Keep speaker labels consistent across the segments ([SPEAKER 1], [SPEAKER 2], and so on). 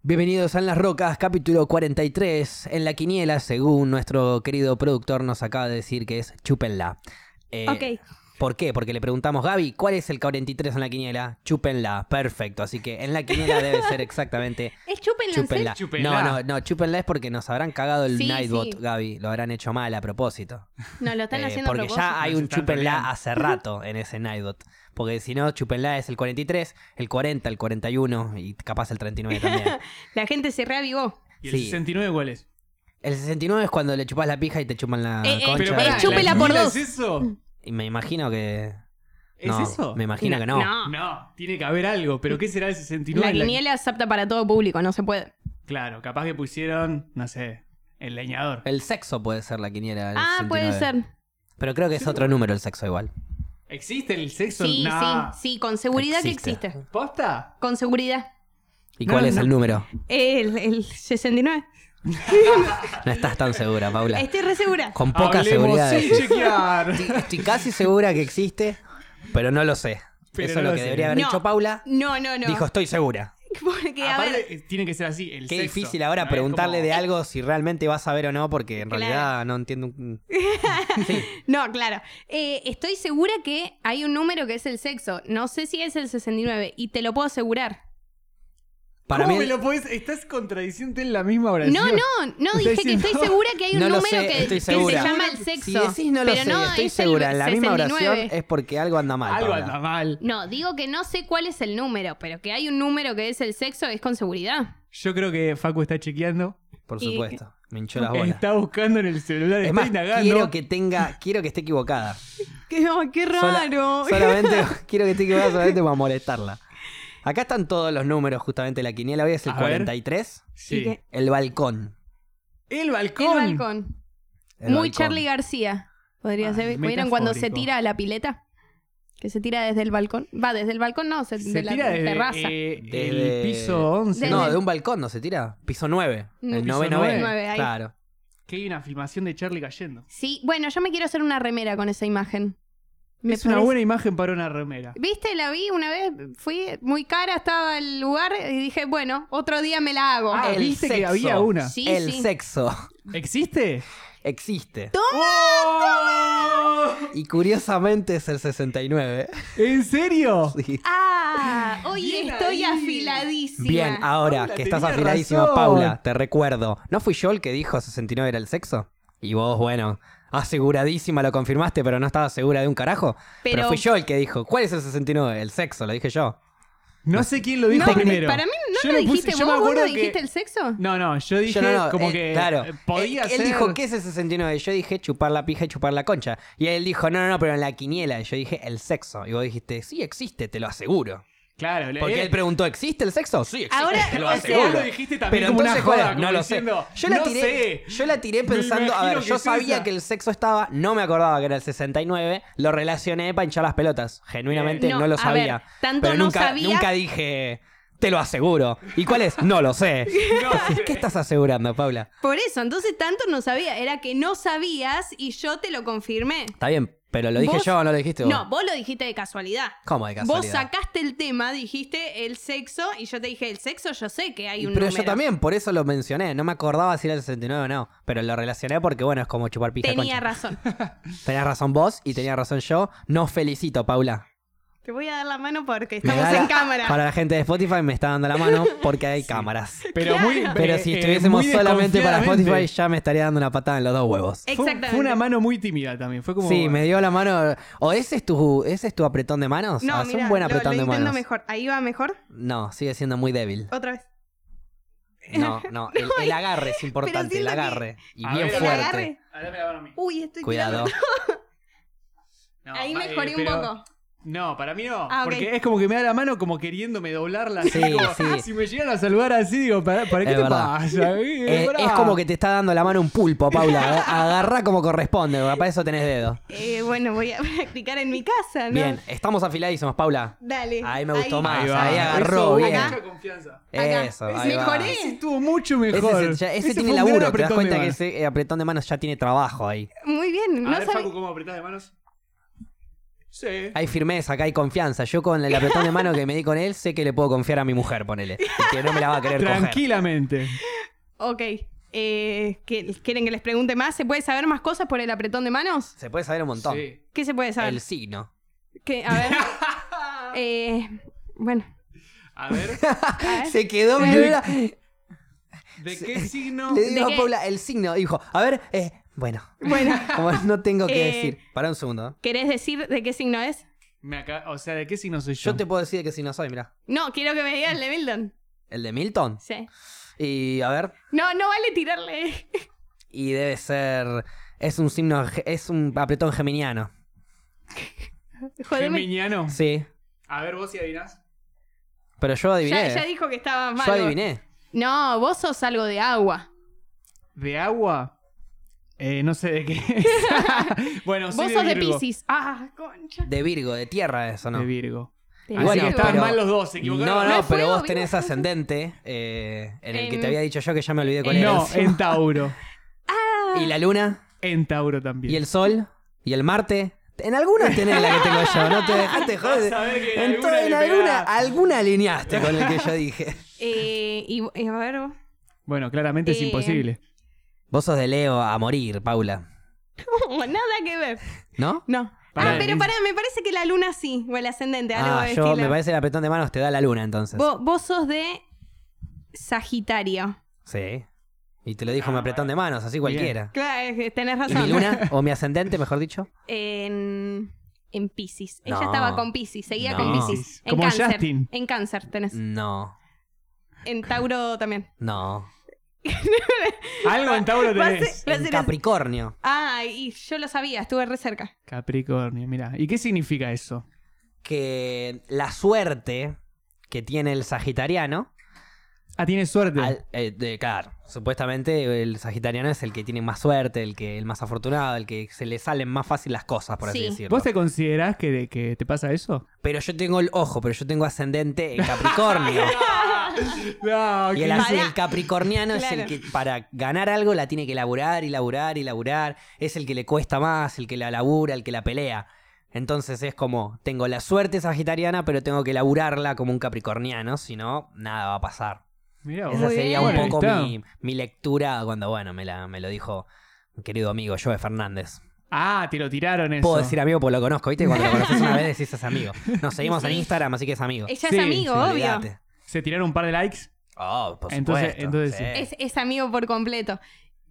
[SPEAKER 1] Bienvenidos a En las Rocas, capítulo 43, en la quiniela, según nuestro querido productor nos acaba de decir que es chúpenla. Eh,
[SPEAKER 2] Ok.
[SPEAKER 1] ¿Por qué? Porque le preguntamos, Gaby, ¿cuál es el 43 en la quiniela? Chúpenla, perfecto. Así que en la quiniela debe ser exactamente
[SPEAKER 2] Es chúpenla, en
[SPEAKER 1] chúpenla. No,
[SPEAKER 2] serio.
[SPEAKER 3] Chúpenla.
[SPEAKER 1] no, no, chúpenla es porque nos habrán cagado el
[SPEAKER 2] Sí,
[SPEAKER 1] Nightbot,
[SPEAKER 2] sí.
[SPEAKER 1] Gaby. Lo habrán hecho mal a propósito.
[SPEAKER 2] No, lo están
[SPEAKER 1] Eh,
[SPEAKER 2] haciendo a
[SPEAKER 1] porque
[SPEAKER 2] propósito.
[SPEAKER 1] ya hay
[SPEAKER 3] Nos
[SPEAKER 1] un
[SPEAKER 3] están
[SPEAKER 1] chúpenla
[SPEAKER 3] troleando.
[SPEAKER 1] hace rato en ese Nightbot. Porque si no, chúpenla es el 43, el 40, el 41 y capaz el 39 también.
[SPEAKER 2] La gente se reavivó.
[SPEAKER 3] ¿Y el
[SPEAKER 1] Sí.
[SPEAKER 3] 69 cuál es?
[SPEAKER 1] El 69 es cuando le chupas la pija y te chupan la
[SPEAKER 2] Eh, eh,
[SPEAKER 1] concha.
[SPEAKER 2] Pero
[SPEAKER 1] de
[SPEAKER 2] pará,
[SPEAKER 1] la-
[SPEAKER 2] chúpela por
[SPEAKER 3] ¿Es
[SPEAKER 2] dos.
[SPEAKER 3] eso?
[SPEAKER 1] Y me imagino que...
[SPEAKER 3] ¿Es
[SPEAKER 1] no,
[SPEAKER 3] eso?
[SPEAKER 1] Me imagino que no.
[SPEAKER 2] No.
[SPEAKER 3] No, tiene que haber algo. ¿Pero qué será el 69?
[SPEAKER 2] La
[SPEAKER 3] en
[SPEAKER 2] quiniela es apta para todo público, no se puede.
[SPEAKER 3] Claro, capaz que pusieron, no sé, el leñador.
[SPEAKER 1] El sexo puede ser la quiniela. del
[SPEAKER 2] Ah, puede
[SPEAKER 1] 69.
[SPEAKER 2] ser.
[SPEAKER 1] Pero creo que es otro número el sexo igual.
[SPEAKER 3] ¿Existe el sexo?
[SPEAKER 2] Sí,
[SPEAKER 3] No.
[SPEAKER 2] sí, sí, con seguridad que
[SPEAKER 1] Existe.
[SPEAKER 2] existe.
[SPEAKER 3] ¿Posta?
[SPEAKER 2] Con seguridad.
[SPEAKER 1] ¿Y
[SPEAKER 3] No,
[SPEAKER 1] cuál es
[SPEAKER 3] no.
[SPEAKER 1] el número?
[SPEAKER 2] El, el 69.
[SPEAKER 1] No estás tan segura, Paula.
[SPEAKER 2] Estoy re segura.
[SPEAKER 1] Con poca
[SPEAKER 3] Hablemos
[SPEAKER 1] seguridad.
[SPEAKER 3] sin
[SPEAKER 1] decís.
[SPEAKER 3] chequear.
[SPEAKER 1] Estoy casi segura que existe, pero no lo sé.
[SPEAKER 3] Pero
[SPEAKER 1] Eso es
[SPEAKER 3] no
[SPEAKER 1] lo
[SPEAKER 3] lo
[SPEAKER 1] que
[SPEAKER 3] sé.
[SPEAKER 1] debería haber
[SPEAKER 2] No.
[SPEAKER 1] dicho Paula.
[SPEAKER 2] No, no, no.
[SPEAKER 1] Dijo, estoy segura.
[SPEAKER 2] Porque, a
[SPEAKER 3] Aparte,
[SPEAKER 2] ver,
[SPEAKER 3] eh, tiene que ser así, el
[SPEAKER 1] Qué
[SPEAKER 3] sexo.
[SPEAKER 1] difícil ahora
[SPEAKER 3] No es
[SPEAKER 1] preguntarle
[SPEAKER 3] como-
[SPEAKER 1] de algo si realmente va a saber o no, porque en
[SPEAKER 2] Claro.
[SPEAKER 1] realidad no entiendo. un-
[SPEAKER 2] no, claro. Eh, estoy segura que hay un número que es el sexo. No sé si es el 69 y te lo puedo asegurar.
[SPEAKER 1] Para
[SPEAKER 3] ¿Cómo
[SPEAKER 1] mí,
[SPEAKER 3] me lo podés? Estás contradiciendo en la misma oración.
[SPEAKER 2] No, no, no,
[SPEAKER 3] Está
[SPEAKER 2] dije
[SPEAKER 3] diciendo-
[SPEAKER 2] que estoy segura que hay un
[SPEAKER 1] No lo
[SPEAKER 2] número
[SPEAKER 1] sé,
[SPEAKER 2] que,
[SPEAKER 1] estoy
[SPEAKER 2] que se
[SPEAKER 1] segura.
[SPEAKER 2] llama el sexo.
[SPEAKER 1] si decís no lo
[SPEAKER 2] pero
[SPEAKER 1] sé, y
[SPEAKER 2] no,
[SPEAKER 1] estoy
[SPEAKER 2] es el
[SPEAKER 1] segura. En la misma
[SPEAKER 2] 69.
[SPEAKER 1] oración es porque algo anda mal.
[SPEAKER 3] Algo
[SPEAKER 1] Paula.
[SPEAKER 3] anda mal.
[SPEAKER 2] No, digo que no sé cuál es el número, pero que hay un número que es el sexo es con seguridad.
[SPEAKER 3] Yo creo que Facu está chequeando.
[SPEAKER 1] Por
[SPEAKER 2] Y-
[SPEAKER 1] supuesto. Me hinchó las bolas.
[SPEAKER 3] Está buscando en el celular,
[SPEAKER 1] Es
[SPEAKER 3] está
[SPEAKER 1] más,
[SPEAKER 3] indagando.
[SPEAKER 1] quiero que tenga, quiero que esté equivocada.
[SPEAKER 2] ¡Qué, qué
[SPEAKER 1] Sola- solamente quiero que esté equivocada solamente para molestarla. Acá están todos los números justamente de la quiniela. Hoy es el
[SPEAKER 3] A ver.
[SPEAKER 1] 43.
[SPEAKER 2] ¿Y
[SPEAKER 3] Sí.
[SPEAKER 2] qué?
[SPEAKER 1] El balcón.
[SPEAKER 3] El
[SPEAKER 2] el
[SPEAKER 3] balcón.
[SPEAKER 2] balcón.
[SPEAKER 1] El
[SPEAKER 2] Muy
[SPEAKER 1] balcón.
[SPEAKER 2] Charlie García. Podría
[SPEAKER 3] Ay,
[SPEAKER 2] ser. ¿Vieron cuando se
[SPEAKER 3] metafórico.
[SPEAKER 2] tira a la pileta? Que se tira desde el balcón. Va, desde el balcón no, se,
[SPEAKER 3] Se
[SPEAKER 2] de la
[SPEAKER 3] tira desde,
[SPEAKER 2] terraza.
[SPEAKER 3] eh,
[SPEAKER 1] Desde-
[SPEAKER 3] el piso 11.
[SPEAKER 2] Desde-
[SPEAKER 1] No, de un balcón no se tira. Piso 9.
[SPEAKER 2] Mm.
[SPEAKER 1] El
[SPEAKER 3] Piso
[SPEAKER 1] 9 9.
[SPEAKER 2] nueve, ahí.
[SPEAKER 1] Claro.
[SPEAKER 3] Que hay una filmación de Charlie cayendo.
[SPEAKER 2] Sí, bueno, yo me quiero hacer una remera con esa imagen. Me
[SPEAKER 3] es una
[SPEAKER 2] parece-
[SPEAKER 3] buena imagen para una remera.
[SPEAKER 2] ¿Viste? La vi una vez, fui muy cara, estaba el lugar y dije, bueno, otro día me la hago. Eh,
[SPEAKER 3] Ah,
[SPEAKER 1] el
[SPEAKER 3] viste que
[SPEAKER 1] sexo.
[SPEAKER 3] había una.
[SPEAKER 2] Sí,
[SPEAKER 1] el
[SPEAKER 2] sí.
[SPEAKER 1] sexo
[SPEAKER 3] ¿Existe?
[SPEAKER 1] existe.
[SPEAKER 3] ¡Oh!
[SPEAKER 1] Y curiosamente es el 69.
[SPEAKER 3] ¿En serio?
[SPEAKER 1] Sí.
[SPEAKER 2] Ah, hoy
[SPEAKER 3] Bien
[SPEAKER 2] estoy
[SPEAKER 3] ahí.
[SPEAKER 2] afiladísima.
[SPEAKER 1] Bien, ahora
[SPEAKER 3] Paula,
[SPEAKER 1] que estás
[SPEAKER 3] tenía
[SPEAKER 1] afiladísima,
[SPEAKER 3] razón.
[SPEAKER 1] Paula, te recuerdo. ¿No fui yo el que dijo 69 era el sexo? Y vos, bueno, aseguradísima lo confirmaste, pero no estaba segura de un carajo. Pero,
[SPEAKER 2] Pero-
[SPEAKER 1] fui yo el que dijo, ¿cuál es el 69? El sexo, lo dije yo.
[SPEAKER 3] No sé quién lo dijo
[SPEAKER 2] No,
[SPEAKER 3] primero.
[SPEAKER 2] Para mí, ¿no lo
[SPEAKER 3] Yo le puse-
[SPEAKER 2] dijiste
[SPEAKER 3] yo me
[SPEAKER 2] vos? ¿Vos no
[SPEAKER 3] acuerdo que-
[SPEAKER 2] dijiste el sexo?
[SPEAKER 3] No, no, yo dije
[SPEAKER 1] yo no, no,
[SPEAKER 3] como
[SPEAKER 1] eh,
[SPEAKER 3] que
[SPEAKER 1] claro.
[SPEAKER 3] eh, podía
[SPEAKER 1] él,
[SPEAKER 3] ser.
[SPEAKER 1] Él dijo, ¿qué es el 69? Yo dije, chupar la pija y chupar la concha. Y él dijo, no, no, no, pero en la quiniela. Y Yo dije, el sexo. Y vos dijiste, sí existe, te lo aseguro.
[SPEAKER 3] Claro,
[SPEAKER 1] Porque
[SPEAKER 3] él-
[SPEAKER 1] él preguntó, ¿existe el sexo? Sí, existe,
[SPEAKER 2] Ahora,
[SPEAKER 1] te lo
[SPEAKER 2] o sea,
[SPEAKER 1] aseguro.
[SPEAKER 3] vos lo dijiste también
[SPEAKER 1] Pero
[SPEAKER 3] como una
[SPEAKER 1] entonces,
[SPEAKER 3] joda,
[SPEAKER 1] ¿cuál?
[SPEAKER 3] como
[SPEAKER 1] no lo sé.
[SPEAKER 3] diciendo,
[SPEAKER 1] Yo la,
[SPEAKER 3] "No
[SPEAKER 1] tiré,
[SPEAKER 3] sé".
[SPEAKER 1] yo la tiré
[SPEAKER 3] Me
[SPEAKER 1] pensando, a ver,
[SPEAKER 3] imagino
[SPEAKER 1] yo
[SPEAKER 3] que es
[SPEAKER 1] sabía
[SPEAKER 3] esa.
[SPEAKER 1] que el sexo estaba, no me acordaba que era el 69, lo relacioné para hinchar las pelotas. Genuinamente
[SPEAKER 2] Bien.
[SPEAKER 1] no,
[SPEAKER 2] No,
[SPEAKER 1] lo
[SPEAKER 2] a
[SPEAKER 1] sabía.
[SPEAKER 2] ver, tanto
[SPEAKER 1] pero
[SPEAKER 2] no
[SPEAKER 1] nunca,
[SPEAKER 2] sabía-
[SPEAKER 1] nunca dije, te lo aseguro. ¿Y cuál es? No lo sé. Entonces, ¿qué estás asegurando, Paula?
[SPEAKER 2] Por eso, entonces tanto no sabía. Era que no sabías y yo te lo confirmé.
[SPEAKER 1] Está bien, pero lo dije
[SPEAKER 2] Vos-
[SPEAKER 1] yo o no lo dijiste vos.
[SPEAKER 2] No, vos lo dijiste de casualidad.
[SPEAKER 1] ¿Cómo de
[SPEAKER 2] Vos
[SPEAKER 1] casualidad?
[SPEAKER 2] sacaste el tema, dijiste el sexo y yo te dije el sexo, yo sé que hay
[SPEAKER 1] Y
[SPEAKER 2] un
[SPEAKER 1] pero
[SPEAKER 2] número.
[SPEAKER 1] yo también, por eso lo mencioné. No me acordaba si era el 69 o no. Pero lo relacioné porque, bueno, es como chupar pija y
[SPEAKER 2] Tenía
[SPEAKER 1] concha.
[SPEAKER 2] razón.
[SPEAKER 1] Tenías razón vos y tenías razón yo. No felicito, Paula.
[SPEAKER 2] Te voy a dar la mano porque
[SPEAKER 1] Me
[SPEAKER 2] estamos
[SPEAKER 1] da la-
[SPEAKER 2] en cámara.
[SPEAKER 1] Para la gente de Spotify me está dando la mano porque hay cámaras.
[SPEAKER 3] Pero, muy,
[SPEAKER 1] Pero
[SPEAKER 3] eh,
[SPEAKER 1] si
[SPEAKER 3] eh,
[SPEAKER 1] estuviésemos
[SPEAKER 3] muy
[SPEAKER 1] solamente para Spotify
[SPEAKER 3] desconfiadamente.
[SPEAKER 1] ya me estaría dando una patada en los dos huevos.
[SPEAKER 3] Fue-
[SPEAKER 2] Exactamente.
[SPEAKER 3] Fue una mano muy tímida también. Fue como.
[SPEAKER 1] Sí, me dio la mano. ¿O ese es tu, ese es tu apretón de manos?
[SPEAKER 2] No,
[SPEAKER 1] Haz
[SPEAKER 2] mira,
[SPEAKER 1] un buen
[SPEAKER 2] lo-
[SPEAKER 1] apretón
[SPEAKER 2] lo,
[SPEAKER 1] de
[SPEAKER 2] intento
[SPEAKER 1] manos.
[SPEAKER 2] mejor. Ahí va mejor.
[SPEAKER 1] No, sigue siendo muy débil.
[SPEAKER 2] Otra vez.
[SPEAKER 1] No, no. El, el agarre es importante, el
[SPEAKER 2] siento que-
[SPEAKER 1] agarre. Y
[SPEAKER 3] A
[SPEAKER 1] bien
[SPEAKER 3] ver,
[SPEAKER 2] ¿El
[SPEAKER 1] fuerte.
[SPEAKER 2] agarre?
[SPEAKER 3] Ah, dame la mano a mí.
[SPEAKER 2] Uy, estoy
[SPEAKER 1] Cuidado.
[SPEAKER 3] No,
[SPEAKER 2] Ahí
[SPEAKER 3] ma- eh,
[SPEAKER 2] mejoré un
[SPEAKER 3] pero-
[SPEAKER 2] poco.
[SPEAKER 3] No, para mí no.
[SPEAKER 2] Ah, ok.
[SPEAKER 3] Porque es como que me da la mano como queriéndome doblarla. así,
[SPEAKER 1] Sí,
[SPEAKER 3] como, "Ah,
[SPEAKER 1] sí.
[SPEAKER 3] Si me llegan a saludar así, digo, ¿para, para qué
[SPEAKER 1] Es
[SPEAKER 3] te
[SPEAKER 1] verdad.
[SPEAKER 3] pasa?
[SPEAKER 1] Eh, es como que te está dando la mano un pulpo, Paula. Agarra como corresponde, porque para eso tenés dedo.
[SPEAKER 2] Eh, bueno, voy a practicar en mi casa, ¿no?
[SPEAKER 1] Bien, estamos afiladísimos, Paula.
[SPEAKER 2] Dale.
[SPEAKER 1] Ahí me gustó más.
[SPEAKER 3] Ahí,
[SPEAKER 1] Ahí,
[SPEAKER 3] va.
[SPEAKER 1] agarró,
[SPEAKER 3] Eso,
[SPEAKER 1] bien.
[SPEAKER 3] Mucha confianza.
[SPEAKER 2] Acá.
[SPEAKER 1] Eso,
[SPEAKER 2] Ese
[SPEAKER 1] ahí va.
[SPEAKER 2] mejoré.
[SPEAKER 3] Ese estuvo mucho
[SPEAKER 1] Ese, es
[SPEAKER 3] mejor.
[SPEAKER 1] el- ya- ese
[SPEAKER 3] Ese
[SPEAKER 1] tiene
[SPEAKER 3] fue un gran
[SPEAKER 1] laburo, te das
[SPEAKER 3] apretón
[SPEAKER 1] cuenta
[SPEAKER 3] de
[SPEAKER 1] que
[SPEAKER 3] manos.
[SPEAKER 1] ese eh, apretón de manos ya tiene trabajo ahí.
[SPEAKER 2] Muy bien.
[SPEAKER 3] A
[SPEAKER 2] no
[SPEAKER 3] ver,
[SPEAKER 2] sabe-
[SPEAKER 3] Facu, ¿cómo apretás de manos? Sí.
[SPEAKER 1] Hay firmeza, acá hay confianza. Yo con el apretón de mano que me di con él, sé que le puedo confiar a mi mujer, ponele. y Que no me la va a querer coger.
[SPEAKER 3] Tranquilamente.
[SPEAKER 2] Ok. Eh, ¿que- ¿Quieren que les pregunte más? ¿Se puede saber más cosas por el apretón de manos?
[SPEAKER 1] Se puede saber un montón.
[SPEAKER 3] Sí.
[SPEAKER 2] ¿Qué se puede saber?
[SPEAKER 1] El signo.
[SPEAKER 2] ¿Qué? A ver. Eh, bueno.
[SPEAKER 3] A ver,
[SPEAKER 2] a ver.
[SPEAKER 1] Se quedó
[SPEAKER 2] ¿Eh? Sí.
[SPEAKER 1] viuda.
[SPEAKER 3] ¿de qué signo?
[SPEAKER 1] Le digo
[SPEAKER 2] ¿De
[SPEAKER 1] a
[SPEAKER 2] qué?
[SPEAKER 1] Paula el signo. Dijo, a ver, eh, bueno.
[SPEAKER 2] Bueno.
[SPEAKER 1] Como no tengo que
[SPEAKER 2] Eh,
[SPEAKER 1] decir. Para un segundo.
[SPEAKER 2] ¿Querés decir de qué signo es?
[SPEAKER 3] Me acá- o sea, ¿de qué signo soy yo?
[SPEAKER 1] Yo te puedo decir que si no soy, mira.
[SPEAKER 2] No, quiero que me digas el de Milton.
[SPEAKER 1] El de Milton.
[SPEAKER 2] Sí.
[SPEAKER 1] Y a ver.
[SPEAKER 2] No, no vale tirarle.
[SPEAKER 1] Y debe ser. Es un signo. ge- Es un apretón geminiano.
[SPEAKER 2] Joderme.
[SPEAKER 3] Geminiano.
[SPEAKER 1] Sí.
[SPEAKER 3] A ver, vos si adivinás.
[SPEAKER 1] Pero yo adiviné.
[SPEAKER 2] Ya, ya
[SPEAKER 1] eh.
[SPEAKER 2] dijo que estaba mal.
[SPEAKER 1] yo adiviné.
[SPEAKER 2] No, vos sos algo de agua.
[SPEAKER 3] ¿De agua? Eh, no sé de qué es. bueno,
[SPEAKER 2] Vos
[SPEAKER 3] soy
[SPEAKER 2] sos de
[SPEAKER 3] Virgo.
[SPEAKER 2] Pisces. Ah, concha.
[SPEAKER 1] De Virgo, de tierra, eso, ¿no?
[SPEAKER 3] De Virgo.
[SPEAKER 2] Te
[SPEAKER 3] Así
[SPEAKER 2] digo.
[SPEAKER 1] Bueno,
[SPEAKER 3] que estaban
[SPEAKER 1] pero-
[SPEAKER 3] mal los dos, se
[SPEAKER 1] No,
[SPEAKER 3] equivocaron.
[SPEAKER 1] no,
[SPEAKER 3] los
[SPEAKER 2] No,
[SPEAKER 1] pero
[SPEAKER 2] fue
[SPEAKER 1] vos
[SPEAKER 2] Virgo.
[SPEAKER 1] tenés ascendente eh, en el que
[SPEAKER 2] En-
[SPEAKER 1] te había dicho yo que ya me olvidé
[SPEAKER 3] dos.
[SPEAKER 1] con él.
[SPEAKER 3] No, en Tauro.
[SPEAKER 1] Y la luna,
[SPEAKER 3] En Tauro también.
[SPEAKER 1] y el sol, y el Marte. En alguna tenés la que tengo yo, no te dejaste joder.
[SPEAKER 3] Vas a ver que en
[SPEAKER 1] En,
[SPEAKER 3] alguna
[SPEAKER 1] to-
[SPEAKER 3] le
[SPEAKER 1] en alguna,
[SPEAKER 3] pegás.
[SPEAKER 1] alguna alineaste con el que yo dije.
[SPEAKER 2] Eh, y, y a ver, vos.
[SPEAKER 3] Bueno, claramente es
[SPEAKER 2] Eh,
[SPEAKER 3] imposible.
[SPEAKER 1] Vos sos de Leo a morir, Paula.
[SPEAKER 2] nada que ver.
[SPEAKER 1] ¿no?
[SPEAKER 2] No.
[SPEAKER 3] Pará,
[SPEAKER 2] ah, pero
[SPEAKER 3] es-
[SPEAKER 2] pará, me parece que la luna sí, o el ascendente, algo
[SPEAKER 1] Ah,
[SPEAKER 2] de
[SPEAKER 1] yo
[SPEAKER 2] estilo.
[SPEAKER 1] me parece el apretón de manos te da la luna entonces.
[SPEAKER 2] Vos, vos sos de Sagitario.
[SPEAKER 1] Sí. Y te lo dijo
[SPEAKER 3] Ah,
[SPEAKER 1] mi apretón de manos, así cualquiera.
[SPEAKER 2] Claro, es que tenés
[SPEAKER 1] ¿Y
[SPEAKER 2] razón.
[SPEAKER 1] mi luna? ¿O mi ascendente, mejor dicho?
[SPEAKER 2] En, en Pisces.
[SPEAKER 1] No.
[SPEAKER 2] Ella estaba con Pisces, seguía
[SPEAKER 1] No. Mm.
[SPEAKER 2] con Pisces. En
[SPEAKER 3] Como
[SPEAKER 2] cáncer.
[SPEAKER 3] Justin.
[SPEAKER 2] En cáncer tenés.
[SPEAKER 1] No,
[SPEAKER 2] En Tauro también.
[SPEAKER 1] no.
[SPEAKER 3] Algo en Tauro
[SPEAKER 2] Va a
[SPEAKER 3] tenés.
[SPEAKER 2] ser- va a
[SPEAKER 1] En
[SPEAKER 2] ser-
[SPEAKER 1] Capricornio.
[SPEAKER 2] Ah, y yo lo sabía, estuve re cerca.
[SPEAKER 3] Capricornio, mira. ¿Y qué significa eso?
[SPEAKER 1] que la suerte que tiene el sagitariano,
[SPEAKER 3] Ah, tienes suerte.
[SPEAKER 1] al- eh, de- claro, supuestamente el sagitariano es el que tiene más suerte, el que el más afortunado, el que se le salen más fácil las cosas, por así
[SPEAKER 2] Sí.
[SPEAKER 1] decirlo.
[SPEAKER 3] ¿Vos te considerás que, de- que te pasa eso?
[SPEAKER 1] Pero yo tengo el ojo, pero yo tengo ascendente en Capricornio.
[SPEAKER 3] No,
[SPEAKER 1] y el,
[SPEAKER 3] ¿qué
[SPEAKER 1] as-
[SPEAKER 2] Pará.
[SPEAKER 1] el capricorniano
[SPEAKER 2] Claro.
[SPEAKER 1] es el que para ganar algo la tiene que laburar y laburar y laburar. Es el que le cuesta más, el que la labura, el que la pelea. Entonces es como, tengo la suerte sagitariana, pero tengo que laburarla como un capricorniano, si no, nada va a pasar.
[SPEAKER 3] Mirá vos.
[SPEAKER 1] Esa
[SPEAKER 2] Muy
[SPEAKER 1] sería
[SPEAKER 2] bien.
[SPEAKER 1] un poco
[SPEAKER 3] Está.
[SPEAKER 1] mi, mi lectura cuando, bueno, me, la, me lo dijo mi querido amigo Joe Fernández.
[SPEAKER 3] Ah, te lo tiraron eso.
[SPEAKER 1] Puedo decir amigo porque lo conozco, ¿viste? Cuando lo conoces una vez decís es amigo. Nos seguimos en Instagram, así que es amigo.
[SPEAKER 2] Ella
[SPEAKER 3] Sí,
[SPEAKER 2] es amigo,
[SPEAKER 3] sí,
[SPEAKER 2] obvio.
[SPEAKER 1] Olvídate.
[SPEAKER 3] ¿Se tiraron un par de likes?
[SPEAKER 1] Oh, por
[SPEAKER 3] Entonces-
[SPEAKER 1] supuesto.
[SPEAKER 3] entonces eh, sí.
[SPEAKER 2] Es, es amigo por completo.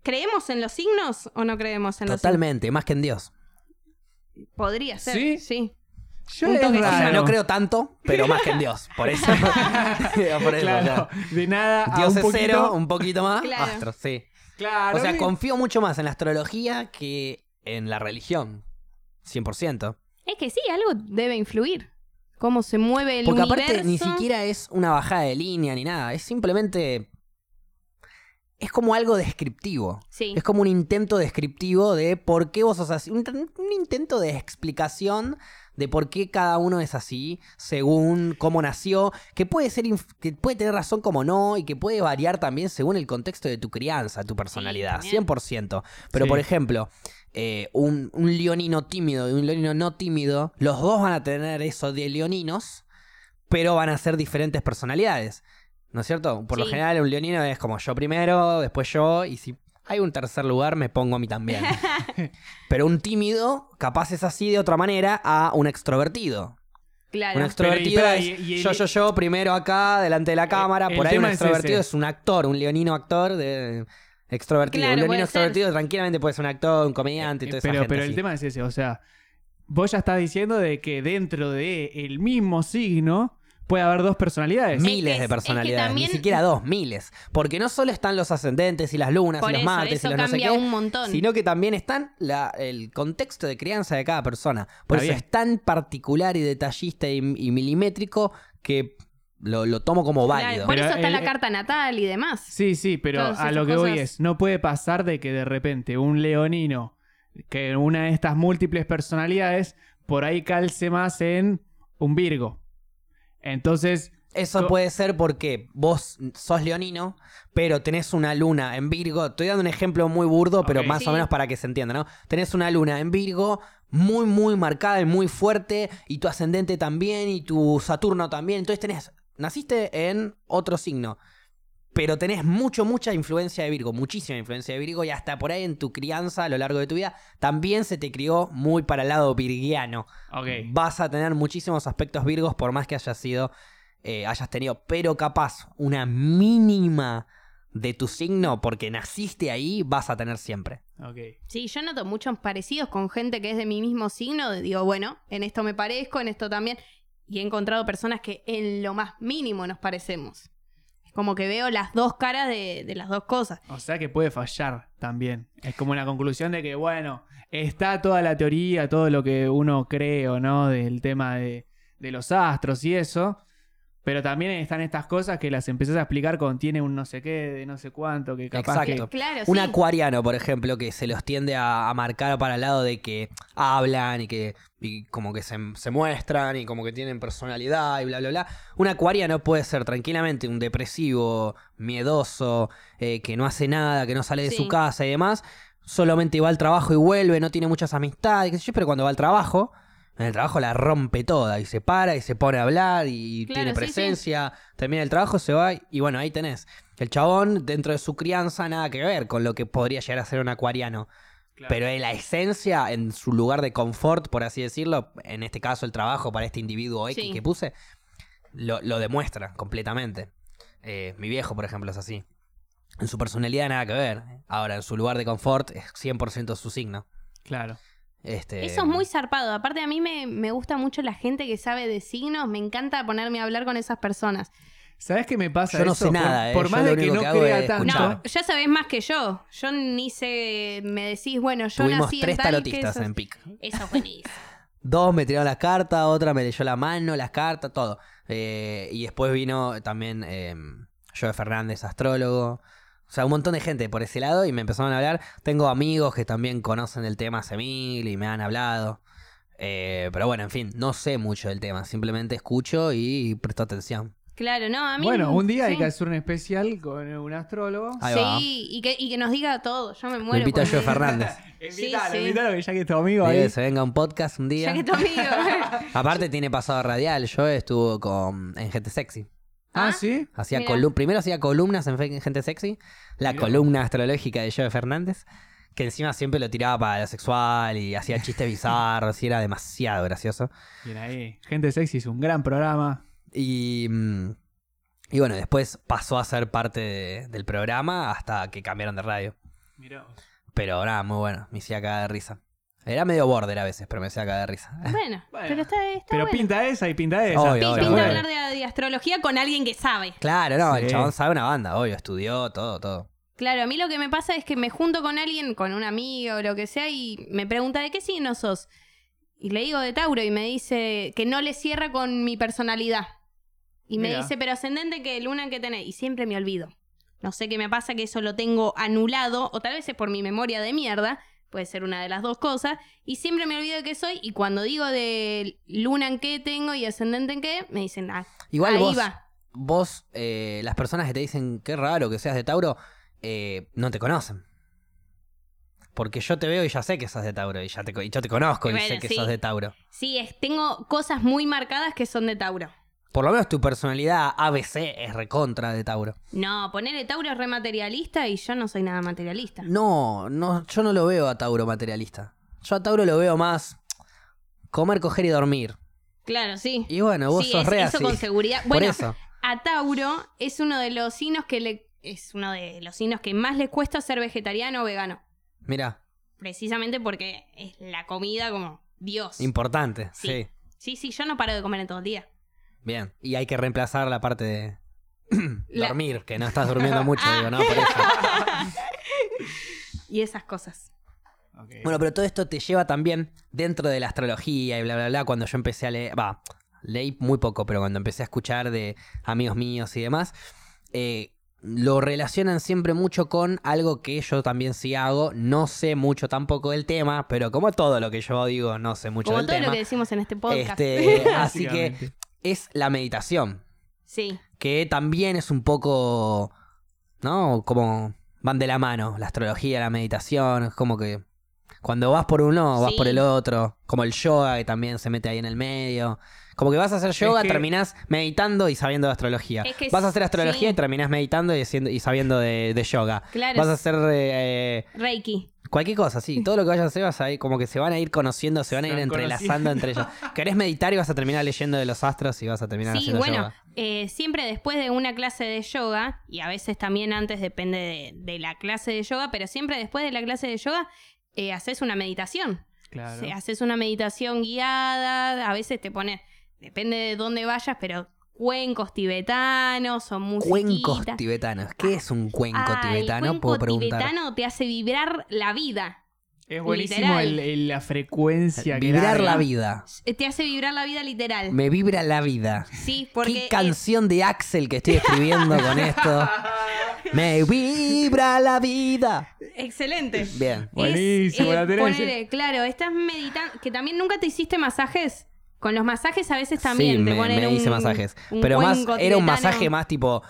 [SPEAKER 2] ¿Creemos en los signos o no creemos en
[SPEAKER 1] Totalmente, más que en Dios.
[SPEAKER 2] los signos? Podría ser.
[SPEAKER 3] ¿Sí?
[SPEAKER 2] Sí.
[SPEAKER 3] Yo
[SPEAKER 2] Un
[SPEAKER 3] es
[SPEAKER 2] toque.
[SPEAKER 1] O sea,
[SPEAKER 3] raro.
[SPEAKER 1] no creo tanto, pero más que en Dios. Por eso. por eso ya.
[SPEAKER 3] Claro, de nada a
[SPEAKER 1] Dios
[SPEAKER 3] un
[SPEAKER 1] es
[SPEAKER 3] poquito.
[SPEAKER 1] cero, un poquito más.
[SPEAKER 2] Claro.
[SPEAKER 1] Astro, sí.
[SPEAKER 3] Claro.
[SPEAKER 1] O sea,
[SPEAKER 3] que-
[SPEAKER 1] confío mucho más en la astrología que en la religión. 100%.
[SPEAKER 2] Es que sí, algo debe influir. Cómo se mueve el
[SPEAKER 1] Porque
[SPEAKER 2] universo.
[SPEAKER 1] aparte ni siquiera es una bajada de línea ni nada, es simplemente... Es como algo descriptivo.
[SPEAKER 2] Sí.
[SPEAKER 1] Es como un intento descriptivo de por qué vos sos así. Un, un intento de explicación de por qué cada uno es así, según cómo nació, que puede ser inf- que puede tener razón como no y que puede variar también según el contexto de tu crianza, tu personalidad,
[SPEAKER 2] también.
[SPEAKER 1] 100%. Pero
[SPEAKER 3] Sí.
[SPEAKER 1] por ejemplo, eh, un, un leonino tímido y un leonino no tímido, los dos van a tener eso de leoninos, pero van a ser diferentes personalidades. ¿No es cierto? Por lo
[SPEAKER 2] Sí.
[SPEAKER 1] general un leonino es como yo primero, después yo, y si hay un tercer lugar me pongo a mí también. pero un tímido capaz es así de otra manera a un extrovertido. Un
[SPEAKER 2] Claro.
[SPEAKER 1] extrovertido
[SPEAKER 3] Pero, y,
[SPEAKER 1] es
[SPEAKER 3] pará, y- y el- Eh,
[SPEAKER 1] yo, yo, yo, primero acá, delante de la cámara.
[SPEAKER 3] el
[SPEAKER 1] Por ahí un
[SPEAKER 3] tema es
[SPEAKER 1] extrovertido
[SPEAKER 3] ese.
[SPEAKER 1] es un actor, un leonino actor de... Extrovertido,
[SPEAKER 2] Claro,
[SPEAKER 1] un
[SPEAKER 2] puede
[SPEAKER 1] leonino
[SPEAKER 2] ser.
[SPEAKER 1] extrovertido tranquilamente puede ser un actor, un comediante y toda esa
[SPEAKER 3] Eh, pero
[SPEAKER 1] gente
[SPEAKER 3] pero el
[SPEAKER 1] así.
[SPEAKER 3] tema es ese, o sea, vos ya estás diciendo de que dentro de el mismo signo puede haber dos personalidades.
[SPEAKER 2] Mi-
[SPEAKER 1] Miles
[SPEAKER 2] Es que-
[SPEAKER 1] de
[SPEAKER 2] es que
[SPEAKER 1] personalidades,
[SPEAKER 2] también-
[SPEAKER 1] ni siquiera dos, miles. Porque no solo están los ascendentes y las lunas
[SPEAKER 2] Por
[SPEAKER 1] y los
[SPEAKER 2] eso,
[SPEAKER 1] martes
[SPEAKER 2] eso
[SPEAKER 1] y los no sé
[SPEAKER 2] cambia
[SPEAKER 1] qué,
[SPEAKER 2] un montón.
[SPEAKER 1] sino que también están la- el contexto de crianza de cada persona. Por
[SPEAKER 3] Está
[SPEAKER 1] eso
[SPEAKER 3] bien.
[SPEAKER 1] es tan particular y detallista y, y milimétrico que lo, lo tomo como
[SPEAKER 2] Claro,
[SPEAKER 1] válido.
[SPEAKER 2] por
[SPEAKER 3] Pero
[SPEAKER 2] eso está
[SPEAKER 3] el-
[SPEAKER 2] la carta natal y demás.
[SPEAKER 3] Sí, sí, pero
[SPEAKER 2] Todas
[SPEAKER 3] a
[SPEAKER 2] esas
[SPEAKER 3] lo que voy
[SPEAKER 2] cosas.
[SPEAKER 3] es, no puede pasar de que de repente un leonino, que una de estas múltiples personalidades, por ahí calce más en un Virgo. Entonces,
[SPEAKER 1] Eso
[SPEAKER 3] Co-
[SPEAKER 1] puede ser porque vos sos leonino, pero tenés una luna en Virgo. Estoy dando un ejemplo muy burdo, pero
[SPEAKER 3] Ok.
[SPEAKER 1] más
[SPEAKER 2] Sí.
[SPEAKER 1] o menos para que se entienda, ¿no? Tenés una luna en Virgo, muy, muy marcada y muy fuerte, y tu ascendente también, y tu Saturno también. Entonces tenés, naciste en otro signo, pero tenés mucho, mucha influencia de Virgo, muchísima influencia de Virgo, y hasta por ahí en tu crianza a lo largo de tu vida también se te crió muy para el lado virguiano.
[SPEAKER 3] Ok.
[SPEAKER 1] Vas a tener muchísimos aspectos Virgos por más que hayas sido, eh, hayas tenido, pero capaz una mínima de tu signo, porque naciste ahí, vas a tener siempre.
[SPEAKER 3] Ok.
[SPEAKER 2] Sí, yo noto muchos parecidos con gente que es de mi mismo signo. Digo, bueno, en esto me parezco, en esto también. Y he encontrado personas que en lo más mínimo nos parecemos. Es como que veo las dos caras de, de las dos cosas.
[SPEAKER 3] O sea que puede fallar también. Es como una conclusión de que, bueno, está toda la teoría, todo lo que uno cree o no del tema de, de los astros y eso. Pero también están estas cosas que las empezás a explicar con tiene un no sé qué, de no sé cuánto, que capaz
[SPEAKER 1] Exacto.
[SPEAKER 2] Claro,
[SPEAKER 1] Un
[SPEAKER 2] sí.
[SPEAKER 1] acuariano, por ejemplo, que se los tiende a, a marcar para el lado de que hablan y que y como que se, se muestran y como que tienen personalidad y bla, bla, bla. Un acuariano puede ser tranquilamente un depresivo, miedoso, eh, que no hace nada, que no sale de
[SPEAKER 2] Sí.
[SPEAKER 1] su casa y demás. Solamente va al trabajo y vuelve, no tiene muchas amistades, qué sé yo, pero cuando va al trabajo, en el trabajo la rompe toda y se para y se pone a hablar y
[SPEAKER 2] Claro,
[SPEAKER 1] tiene
[SPEAKER 2] sí, sí.
[SPEAKER 1] presencia, termina el trabajo, se va y bueno, ahí tenés. El chabón, dentro de su crianza, nada que ver con lo que podría llegar a ser un acuariano.
[SPEAKER 3] Claro.
[SPEAKER 1] Pero en la esencia, en su lugar de confort, por así decirlo, en este caso el trabajo para este individuo X
[SPEAKER 2] Sí.
[SPEAKER 1] que puse, lo, lo demuestra completamente. Eh, mi viejo, por ejemplo, es así. En su personalidad nada que ver. Ahora, en su lugar de confort es 100% su signo.
[SPEAKER 3] Claro.
[SPEAKER 1] Este,
[SPEAKER 2] Eso es muy zarpado. Aparte, a mí me, me gusta mucho la gente que sabe de signos. Me encanta ponerme a hablar con esas personas.
[SPEAKER 3] ¿Sabes qué me pasa?
[SPEAKER 1] Yo no
[SPEAKER 3] eso?
[SPEAKER 1] sé
[SPEAKER 3] Por-
[SPEAKER 1] nada, eh.
[SPEAKER 3] Por,
[SPEAKER 1] Yo
[SPEAKER 3] más
[SPEAKER 1] lo
[SPEAKER 3] de que
[SPEAKER 1] único
[SPEAKER 3] no
[SPEAKER 1] que hago
[SPEAKER 3] crea
[SPEAKER 1] es
[SPEAKER 3] tanto.
[SPEAKER 1] escuchar.
[SPEAKER 2] No, ya sabés más que yo. Yo ni sé. Me decís, bueno, yo
[SPEAKER 1] Tuvimos
[SPEAKER 2] nací
[SPEAKER 1] tres
[SPEAKER 2] en tal y qué
[SPEAKER 1] tarotistas
[SPEAKER 2] sos.
[SPEAKER 1] en PIC.
[SPEAKER 2] Eso es buenísimo.
[SPEAKER 1] Dos me tiraron las cartas, otra me leyó la mano, las cartas, todo. Eh, y después vino también eh, Joe Fernández, astrólogo. O sea, un montón de gente por ese lado y me empezaron a hablar. Tengo amigos que también conocen el tema hace mil y me han hablado. Eh, pero bueno, en fin, no sé mucho del tema. Simplemente escucho y presto atención.
[SPEAKER 2] Claro, no, a mí.
[SPEAKER 3] Bueno, un día hay
[SPEAKER 2] sí.
[SPEAKER 3] que hacer un especial con un astrólogo.
[SPEAKER 1] Ahí va.
[SPEAKER 2] sí, y que, y que nos diga todo. Yo me muero.
[SPEAKER 1] me invita
[SPEAKER 2] por
[SPEAKER 1] Joe
[SPEAKER 2] mí.
[SPEAKER 1] Fernández.
[SPEAKER 3] Invítalo,
[SPEAKER 2] sí.
[SPEAKER 3] invítalo, que ya que es tu amigo
[SPEAKER 1] Digo
[SPEAKER 3] ahí.
[SPEAKER 1] que Eh, se venga un podcast un
[SPEAKER 2] Ya
[SPEAKER 1] día.
[SPEAKER 2] que tu amigo.
[SPEAKER 1] Aparte tiene pasado radial. Joe estuvo con, en Gente Sexy.
[SPEAKER 3] Ah, ¿sí?
[SPEAKER 1] Hacía
[SPEAKER 2] Mirá.
[SPEAKER 1] colum- primero hacía columnas en Fe- en Gente Sexy, la
[SPEAKER 3] Mirá.
[SPEAKER 1] columna astrológica de Joe Fernández, que encima siempre lo tiraba para lo sexual y hacía chistes bizarros y era demasiado gracioso.
[SPEAKER 3] Bien ahí. Gente Sexy es un gran programa.
[SPEAKER 1] Y, mm, y bueno, después pasó a ser parte de- del programa hasta que cambiaron de radio.
[SPEAKER 3] Mirá.
[SPEAKER 1] Pero nada, muy bueno, me hacía cagar de risa. Era medio border a veces, pero me hacía cagar de risa.
[SPEAKER 2] bueno,
[SPEAKER 3] Bueno.
[SPEAKER 2] pero está, está
[SPEAKER 3] Pero
[SPEAKER 2] bueno.
[SPEAKER 3] pinta esa y pinta esa.
[SPEAKER 1] Obvio,
[SPEAKER 2] Pi-
[SPEAKER 1] obvio,
[SPEAKER 2] pinta
[SPEAKER 1] obvio.
[SPEAKER 2] hablar de, de astrología con alguien que sabe.
[SPEAKER 1] Claro, no, el
[SPEAKER 3] Sí.
[SPEAKER 1] chabón sabe una banda, obvio, estudió, todo, todo.
[SPEAKER 2] Claro, a mí lo que me pasa es que me junto con alguien, con un amigo o lo que sea, y me pregunta de qué signo sos. Y le digo de Tauro y me dice que no le cierra con mi personalidad. Y me
[SPEAKER 3] Mira.
[SPEAKER 2] dice, pero ascendente que luna que tenés. Y siempre me olvido. No sé qué me pasa, que eso lo tengo anulado, o tal vez es por mi memoria de mierda, puede ser una de las dos cosas, y siempre me olvido de qué soy, y cuando digo de luna en qué tengo y ascendente en qué, me dicen, ah,
[SPEAKER 1] Igual
[SPEAKER 2] ahí
[SPEAKER 1] vos,
[SPEAKER 2] va.
[SPEAKER 1] vos eh, las personas que te dicen qué raro que seas de Tauro, eh, no te conocen. Porque yo te veo y ya sé que sos de Tauro, y, ya te, co- y yo te conozco y
[SPEAKER 2] Bueno,
[SPEAKER 1] sé que
[SPEAKER 2] sí.
[SPEAKER 1] sos de Tauro.
[SPEAKER 2] Sí, es- tengo cosas muy marcadas que son de Tauro.
[SPEAKER 1] Por lo menos tu personalidad ABC es recontra de Tauro.
[SPEAKER 2] No, ponerle Tauro es rematerialista y yo no soy nada materialista.
[SPEAKER 1] No, no, yo no lo veo a Tauro materialista. Yo a Tauro lo veo más comer, coger y dormir.
[SPEAKER 2] Claro, sí.
[SPEAKER 1] Y bueno, vos
[SPEAKER 2] sí,
[SPEAKER 1] sos
[SPEAKER 2] es-
[SPEAKER 1] re
[SPEAKER 2] eso
[SPEAKER 1] así.
[SPEAKER 2] con seguridad.
[SPEAKER 1] Por
[SPEAKER 2] Bueno,
[SPEAKER 1] eso.
[SPEAKER 2] a Tauro es uno de los signos que le es uno de los signos que más les cuesta ser vegetariano o vegano,
[SPEAKER 1] Mirá,
[SPEAKER 2] precisamente porque es la comida como Dios.
[SPEAKER 1] importante.
[SPEAKER 2] Sí.
[SPEAKER 1] sí.
[SPEAKER 2] sí, sí, yo no paro de comer en todo el día.
[SPEAKER 1] Bien. Y hay que reemplazar la parte de
[SPEAKER 2] La- Ah.
[SPEAKER 1] dormir, que no estás durmiendo mucho, digo, no, por eso.
[SPEAKER 2] Y esas cosas.
[SPEAKER 1] Bueno, pero todo esto te lleva también dentro de la astrología y bla, bla, bla. Cuando yo empecé a leer, va, leí muy poco, pero cuando empecé a escuchar de amigos míos y demás, eh, lo relacionan siempre mucho con algo que yo también sí hago. No sé mucho tampoco del tema, pero como todo lo que yo digo, no sé mucho
[SPEAKER 2] como
[SPEAKER 1] del
[SPEAKER 2] todo
[SPEAKER 1] tema.
[SPEAKER 2] lo que decimos en este podcast.
[SPEAKER 1] Este, así que es la meditación,
[SPEAKER 2] Sí.
[SPEAKER 1] que también es un poco, ¿no? Como van de la mano, la astrología, la meditación, es como que Cuando vas por uno, vas
[SPEAKER 2] Sí.
[SPEAKER 1] por el otro. Como el yoga, que también se mete ahí en el medio. Como que vas a hacer yoga,
[SPEAKER 3] que-
[SPEAKER 1] terminás meditando y sabiendo de astrología.
[SPEAKER 2] Es que
[SPEAKER 1] vas a hacer astrología
[SPEAKER 2] sí.
[SPEAKER 1] y terminás meditando y, haciendo- y sabiendo de, de yoga.
[SPEAKER 2] Claro.
[SPEAKER 1] Vas a hacer eh, eh,
[SPEAKER 2] Reiki.
[SPEAKER 1] cualquier cosa, sí. Todo lo que vayas a hacer vas a ir, como que se van a ir conociendo, se van a
[SPEAKER 3] Se
[SPEAKER 1] ir
[SPEAKER 3] van
[SPEAKER 1] entrelazando entre ellos. Querés meditar y vas a terminar leyendo de los astros y vas a terminar
[SPEAKER 2] Sí,
[SPEAKER 1] haciendo
[SPEAKER 2] bueno,
[SPEAKER 1] yoga.
[SPEAKER 2] eh, siempre después de una clase de yoga, y a veces también antes depende de, de la clase de yoga, pero siempre después de la clase de yoga eh, haces una meditación.
[SPEAKER 3] Claro.
[SPEAKER 2] Se- haces una meditación guiada, a veces te pones, depende de dónde vayas, pero cuencos tibetanos o
[SPEAKER 1] Cuencos
[SPEAKER 2] musiquita.
[SPEAKER 1] tibetanos. ¿Qué es un cuenco
[SPEAKER 2] Ah, el
[SPEAKER 1] tibetano?
[SPEAKER 2] cuenco
[SPEAKER 1] Puedo preguntar.
[SPEAKER 2] tibetano te hace vibrar la vida.
[SPEAKER 3] es buenísimo
[SPEAKER 2] literal.
[SPEAKER 3] el- el- la frecuencia que
[SPEAKER 1] Vibrar
[SPEAKER 3] larga.
[SPEAKER 1] la vida.
[SPEAKER 2] Eh, Te hace vibrar la vida literal.
[SPEAKER 1] Me vibra la vida.
[SPEAKER 2] Sí, porque
[SPEAKER 1] ¿Qué
[SPEAKER 2] eh,
[SPEAKER 1] canción de Axel que estoy escribiendo con esto? Me vibra la vida.
[SPEAKER 2] excelente.
[SPEAKER 1] Bien.
[SPEAKER 3] Buenísimo,
[SPEAKER 2] Es, eh,
[SPEAKER 3] la tenés,
[SPEAKER 2] ponele, claro, estás meditando. Que también nunca te hiciste masajes. Con los masajes a veces también
[SPEAKER 1] sí,
[SPEAKER 2] te
[SPEAKER 1] me,
[SPEAKER 2] ponen
[SPEAKER 1] me hice
[SPEAKER 2] un-
[SPEAKER 1] masajes.
[SPEAKER 2] un
[SPEAKER 1] Pero más,
[SPEAKER 2] cuenco
[SPEAKER 1] era un
[SPEAKER 2] tibetano.
[SPEAKER 1] masaje más tipo,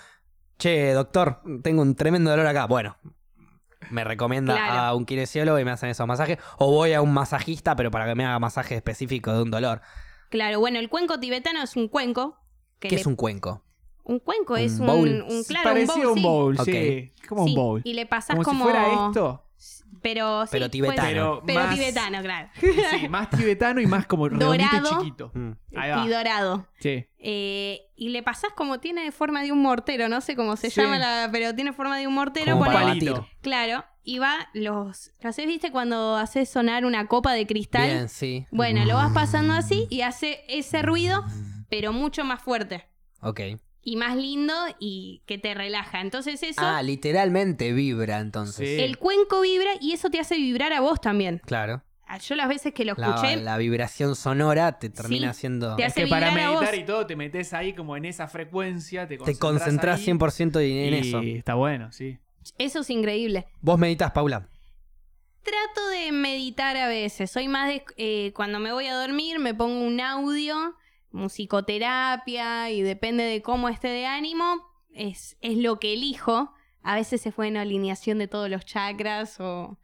[SPEAKER 1] che, doctor, tengo un tremendo dolor acá. Bueno, me recomienda
[SPEAKER 2] Claro.
[SPEAKER 1] a un kinesiólogo y me hacen esos masajes. O voy a un masajista, pero para que me haga masaje específico de un dolor.
[SPEAKER 2] Claro, bueno, el cuenco tibetano es un cuenco. Que
[SPEAKER 1] ¿Qué
[SPEAKER 2] le-
[SPEAKER 1] es un cuenco?
[SPEAKER 2] un cuenco? Es
[SPEAKER 1] un
[SPEAKER 2] un,
[SPEAKER 1] bowl?
[SPEAKER 2] un- claro,
[SPEAKER 3] Parecía un
[SPEAKER 2] sí.
[SPEAKER 3] bowl,
[SPEAKER 1] Ok.
[SPEAKER 3] sí. Como
[SPEAKER 2] Sí,
[SPEAKER 3] un bowl.
[SPEAKER 2] Y le pasas
[SPEAKER 3] Como,
[SPEAKER 2] como.
[SPEAKER 3] si fuera esto,
[SPEAKER 2] Pero, sí,
[SPEAKER 1] Pero
[SPEAKER 2] puede-
[SPEAKER 1] tibetano.
[SPEAKER 3] pero,
[SPEAKER 2] pero
[SPEAKER 3] más,
[SPEAKER 2] tibetano, claro.
[SPEAKER 3] sí, más tibetano y más como redondito y
[SPEAKER 2] Dorado.
[SPEAKER 3] chiquito.
[SPEAKER 1] Mm.
[SPEAKER 3] Ahí
[SPEAKER 2] Y
[SPEAKER 3] va.
[SPEAKER 2] dorado.
[SPEAKER 3] Sí.
[SPEAKER 2] Eh, y le pasás como tiene forma de un mortero, no sé cómo se
[SPEAKER 3] Sí.
[SPEAKER 2] llama, la, pero tiene forma de un mortero.
[SPEAKER 1] Como
[SPEAKER 2] ponele-
[SPEAKER 1] para
[SPEAKER 3] palito.
[SPEAKER 1] batir.
[SPEAKER 2] Claro, y va los... ¿Lo haces, viste, cuando haces sonar una copa de cristal?
[SPEAKER 1] Bien, Mm. sí.
[SPEAKER 2] Bueno, lo vas pasando así y hace ese ruido, pero mucho más fuerte.
[SPEAKER 1] Ok.
[SPEAKER 2] Y más lindo y que te relaja. Entonces eso,
[SPEAKER 1] Ah, literalmente vibra entonces.
[SPEAKER 3] Sí.
[SPEAKER 2] el cuenco vibra y eso te hace vibrar a vos también.
[SPEAKER 1] Claro.
[SPEAKER 2] Ah, Yo las veces que lo
[SPEAKER 1] La,
[SPEAKER 2] escuché,
[SPEAKER 1] la vibración sonora te termina
[SPEAKER 2] Sí,
[SPEAKER 1] haciendo...
[SPEAKER 2] te
[SPEAKER 1] Te,
[SPEAKER 2] hace-
[SPEAKER 3] Es que para
[SPEAKER 2] vibrar a
[SPEAKER 3] meditar
[SPEAKER 2] vos.
[SPEAKER 3] y todo te metes ahí como en esa frecuencia, te concentras,
[SPEAKER 1] concentras
[SPEAKER 3] ahí
[SPEAKER 1] 100% en
[SPEAKER 3] y
[SPEAKER 1] eso.
[SPEAKER 3] está bueno, sí.
[SPEAKER 2] eso es increíble.
[SPEAKER 1] Vos meditas, Paula.
[SPEAKER 2] Trato de meditar a veces. Soy más de. eh, cuando me voy a dormir, me pongo un audio, musicoterapia, y depende de cómo esté de ánimo, es, es lo que elijo. A veces se fue en alineación de todos los chakras o,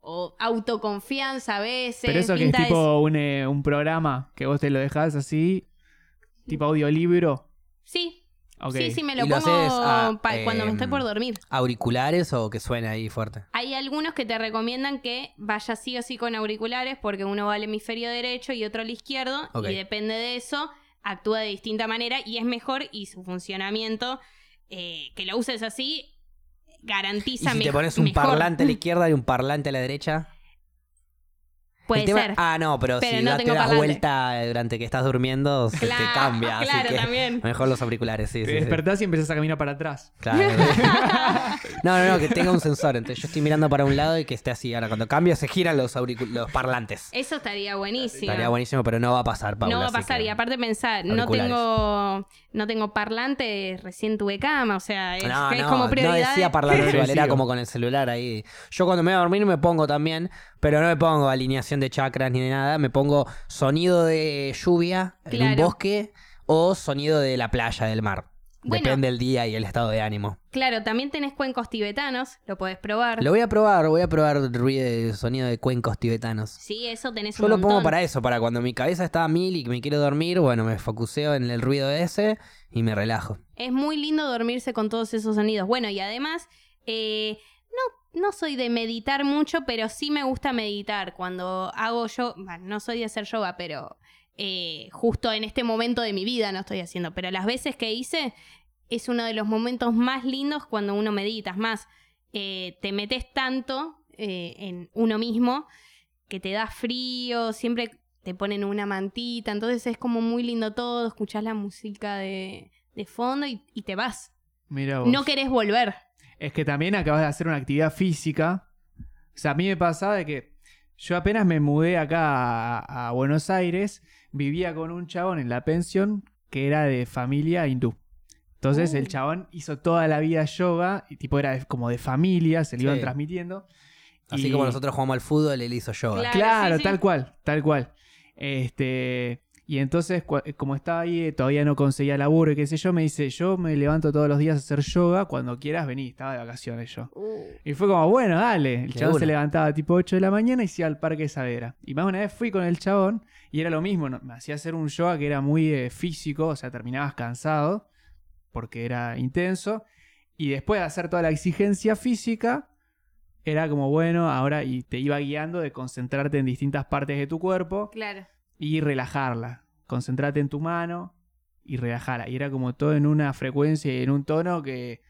[SPEAKER 2] o autoconfianza a veces.
[SPEAKER 3] Pero eso que es
[SPEAKER 2] pinta de-
[SPEAKER 3] tipo un, eh, un programa que vos te lo dejás así, tipo audiolibro.
[SPEAKER 2] Sí,
[SPEAKER 3] Ok.
[SPEAKER 2] sí, sí, me lo
[SPEAKER 1] Y lo
[SPEAKER 2] pongo
[SPEAKER 1] haces
[SPEAKER 3] ah,
[SPEAKER 1] a,
[SPEAKER 2] pa- cuando me estoy
[SPEAKER 1] em,
[SPEAKER 2] por dormir.
[SPEAKER 1] ¿Auriculares o que suena ahí fuerte?
[SPEAKER 2] Hay algunos que te recomiendan que vayas sí o sí con auriculares porque uno va al hemisferio derecho y otro al izquierdo
[SPEAKER 1] Ok.
[SPEAKER 2] y depende de eso, actúa de distinta manera y es mejor y su funcionamiento, eh, que lo uses así,
[SPEAKER 1] Y
[SPEAKER 2] garantiza
[SPEAKER 1] si te
[SPEAKER 2] mejo-
[SPEAKER 1] pones un
[SPEAKER 2] mejor.
[SPEAKER 1] parlante a la izquierda y un parlante a la derecha.
[SPEAKER 2] Puede
[SPEAKER 1] El tema-
[SPEAKER 2] ser.
[SPEAKER 1] Ah, no, pero,
[SPEAKER 2] Pero
[SPEAKER 1] si
[SPEAKER 2] no
[SPEAKER 1] da- te
[SPEAKER 2] tengo
[SPEAKER 1] das
[SPEAKER 2] parlante.
[SPEAKER 1] vuelta durante que estás durmiendo, se te
[SPEAKER 2] Claro,
[SPEAKER 1] cambia. así
[SPEAKER 2] claro,
[SPEAKER 1] que
[SPEAKER 2] también.
[SPEAKER 1] Mejor los auriculares, sí,
[SPEAKER 3] Te
[SPEAKER 1] sí, sí.
[SPEAKER 3] despertás y empezás a caminar para atrás.
[SPEAKER 1] Claro. no, no, no, que tenga un sensor. Entonces yo estoy mirando para un lado y que esté así. Ahora cuando cambio se giran los, auricu- los parlantes.
[SPEAKER 2] Eso estaría buenísimo.
[SPEAKER 1] Estaría buenísimo, pero no va a pasar, Paula.
[SPEAKER 2] no va a
[SPEAKER 1] así
[SPEAKER 2] pasar
[SPEAKER 1] que-
[SPEAKER 2] y aparte pensar, no
[SPEAKER 1] auriculares.
[SPEAKER 2] tengo no tengo parlante, recién tuve cama, o sea, es,
[SPEAKER 1] No,
[SPEAKER 2] es
[SPEAKER 1] no,
[SPEAKER 2] como
[SPEAKER 1] no
[SPEAKER 2] prioridad.
[SPEAKER 1] decía parlante, igual, era
[SPEAKER 3] Progresivo.
[SPEAKER 1] como con el celular ahí. Yo cuando me voy a dormir me pongo también, pero no me pongo alineación de chakras ni de nada, me pongo sonido de lluvia en un
[SPEAKER 2] Claro.
[SPEAKER 1] bosque o sonido de la playa, del mar.
[SPEAKER 2] Bueno.
[SPEAKER 1] Depende el día y el estado de ánimo.
[SPEAKER 2] Claro, también tenés cuencos tibetanos, lo podés probar.
[SPEAKER 1] Lo voy a probar, voy a probar ruido de sonido de cuencos tibetanos.
[SPEAKER 2] Sí, eso tenés
[SPEAKER 1] Yo
[SPEAKER 2] un
[SPEAKER 1] lo
[SPEAKER 2] montón.
[SPEAKER 1] pongo para eso, para cuando mi cabeza está a mil y que me quiero dormir, bueno, me focuseo en el ruido ese y me relajo.
[SPEAKER 2] Es muy lindo dormirse con todos esos sonidos. Bueno, y además, eh, no, no soy de meditar mucho, pero sí me gusta meditar. Cuando hago yo, bueno, no soy de hacer yoga, pero eh, justo en este momento de mi vida no estoy haciendo. Pero las veces que hice, es uno de los momentos más lindos cuando uno meditas más. eh, te metes tanto eh, en uno mismo que te da frío, siempre te ponen una mantita, entonces es como muy lindo todo, escuchás la música de, de fondo y, y te vas.
[SPEAKER 3] Mira vos.
[SPEAKER 2] No querés volver.
[SPEAKER 3] Es que también acabas de hacer una actividad física. O sea, a mí me pasaba de que yo apenas me mudé acá a, a Buenos Aires, vivía con un chabón en la pensión que era de familia hindú. Entonces
[SPEAKER 2] Uh.
[SPEAKER 3] el chabón hizo toda la vida yoga, y tipo era de- como de familia, se lo iban
[SPEAKER 1] Sí.
[SPEAKER 3] transmitiendo.
[SPEAKER 1] Así
[SPEAKER 3] Y-
[SPEAKER 1] como nosotros jugamos al fútbol, él hizo yoga.
[SPEAKER 2] Claro,
[SPEAKER 3] Claro,
[SPEAKER 2] sí, sí.
[SPEAKER 3] tal cual, tal cual. Este, Y entonces, cua- como estaba ahí, eh, todavía no conseguía laburo y qué sé yo, me dice, yo me levanto todos los días a hacer yoga, cuando quieras vení, estaba de vacaciones yo. Y fue como, bueno, dale. El
[SPEAKER 1] De
[SPEAKER 3] chabón
[SPEAKER 1] una.
[SPEAKER 3] se levantaba tipo 8 de la mañana y se iba al Parque Savera. Y más una vez fui con el chabón y era lo mismo. no- Me hacía hacer un yoga que era muy eh, físico, o sea, terminabas cansado porque era intenso. Y después de hacer toda la exigencia física, era como, bueno, ahora y te iba guiando de concentrarte en distintas partes de tu cuerpo
[SPEAKER 2] Claro.
[SPEAKER 3] y relajarla. Concentrate en tu mano y relajala. Y era como todo en una frecuencia y en un tono que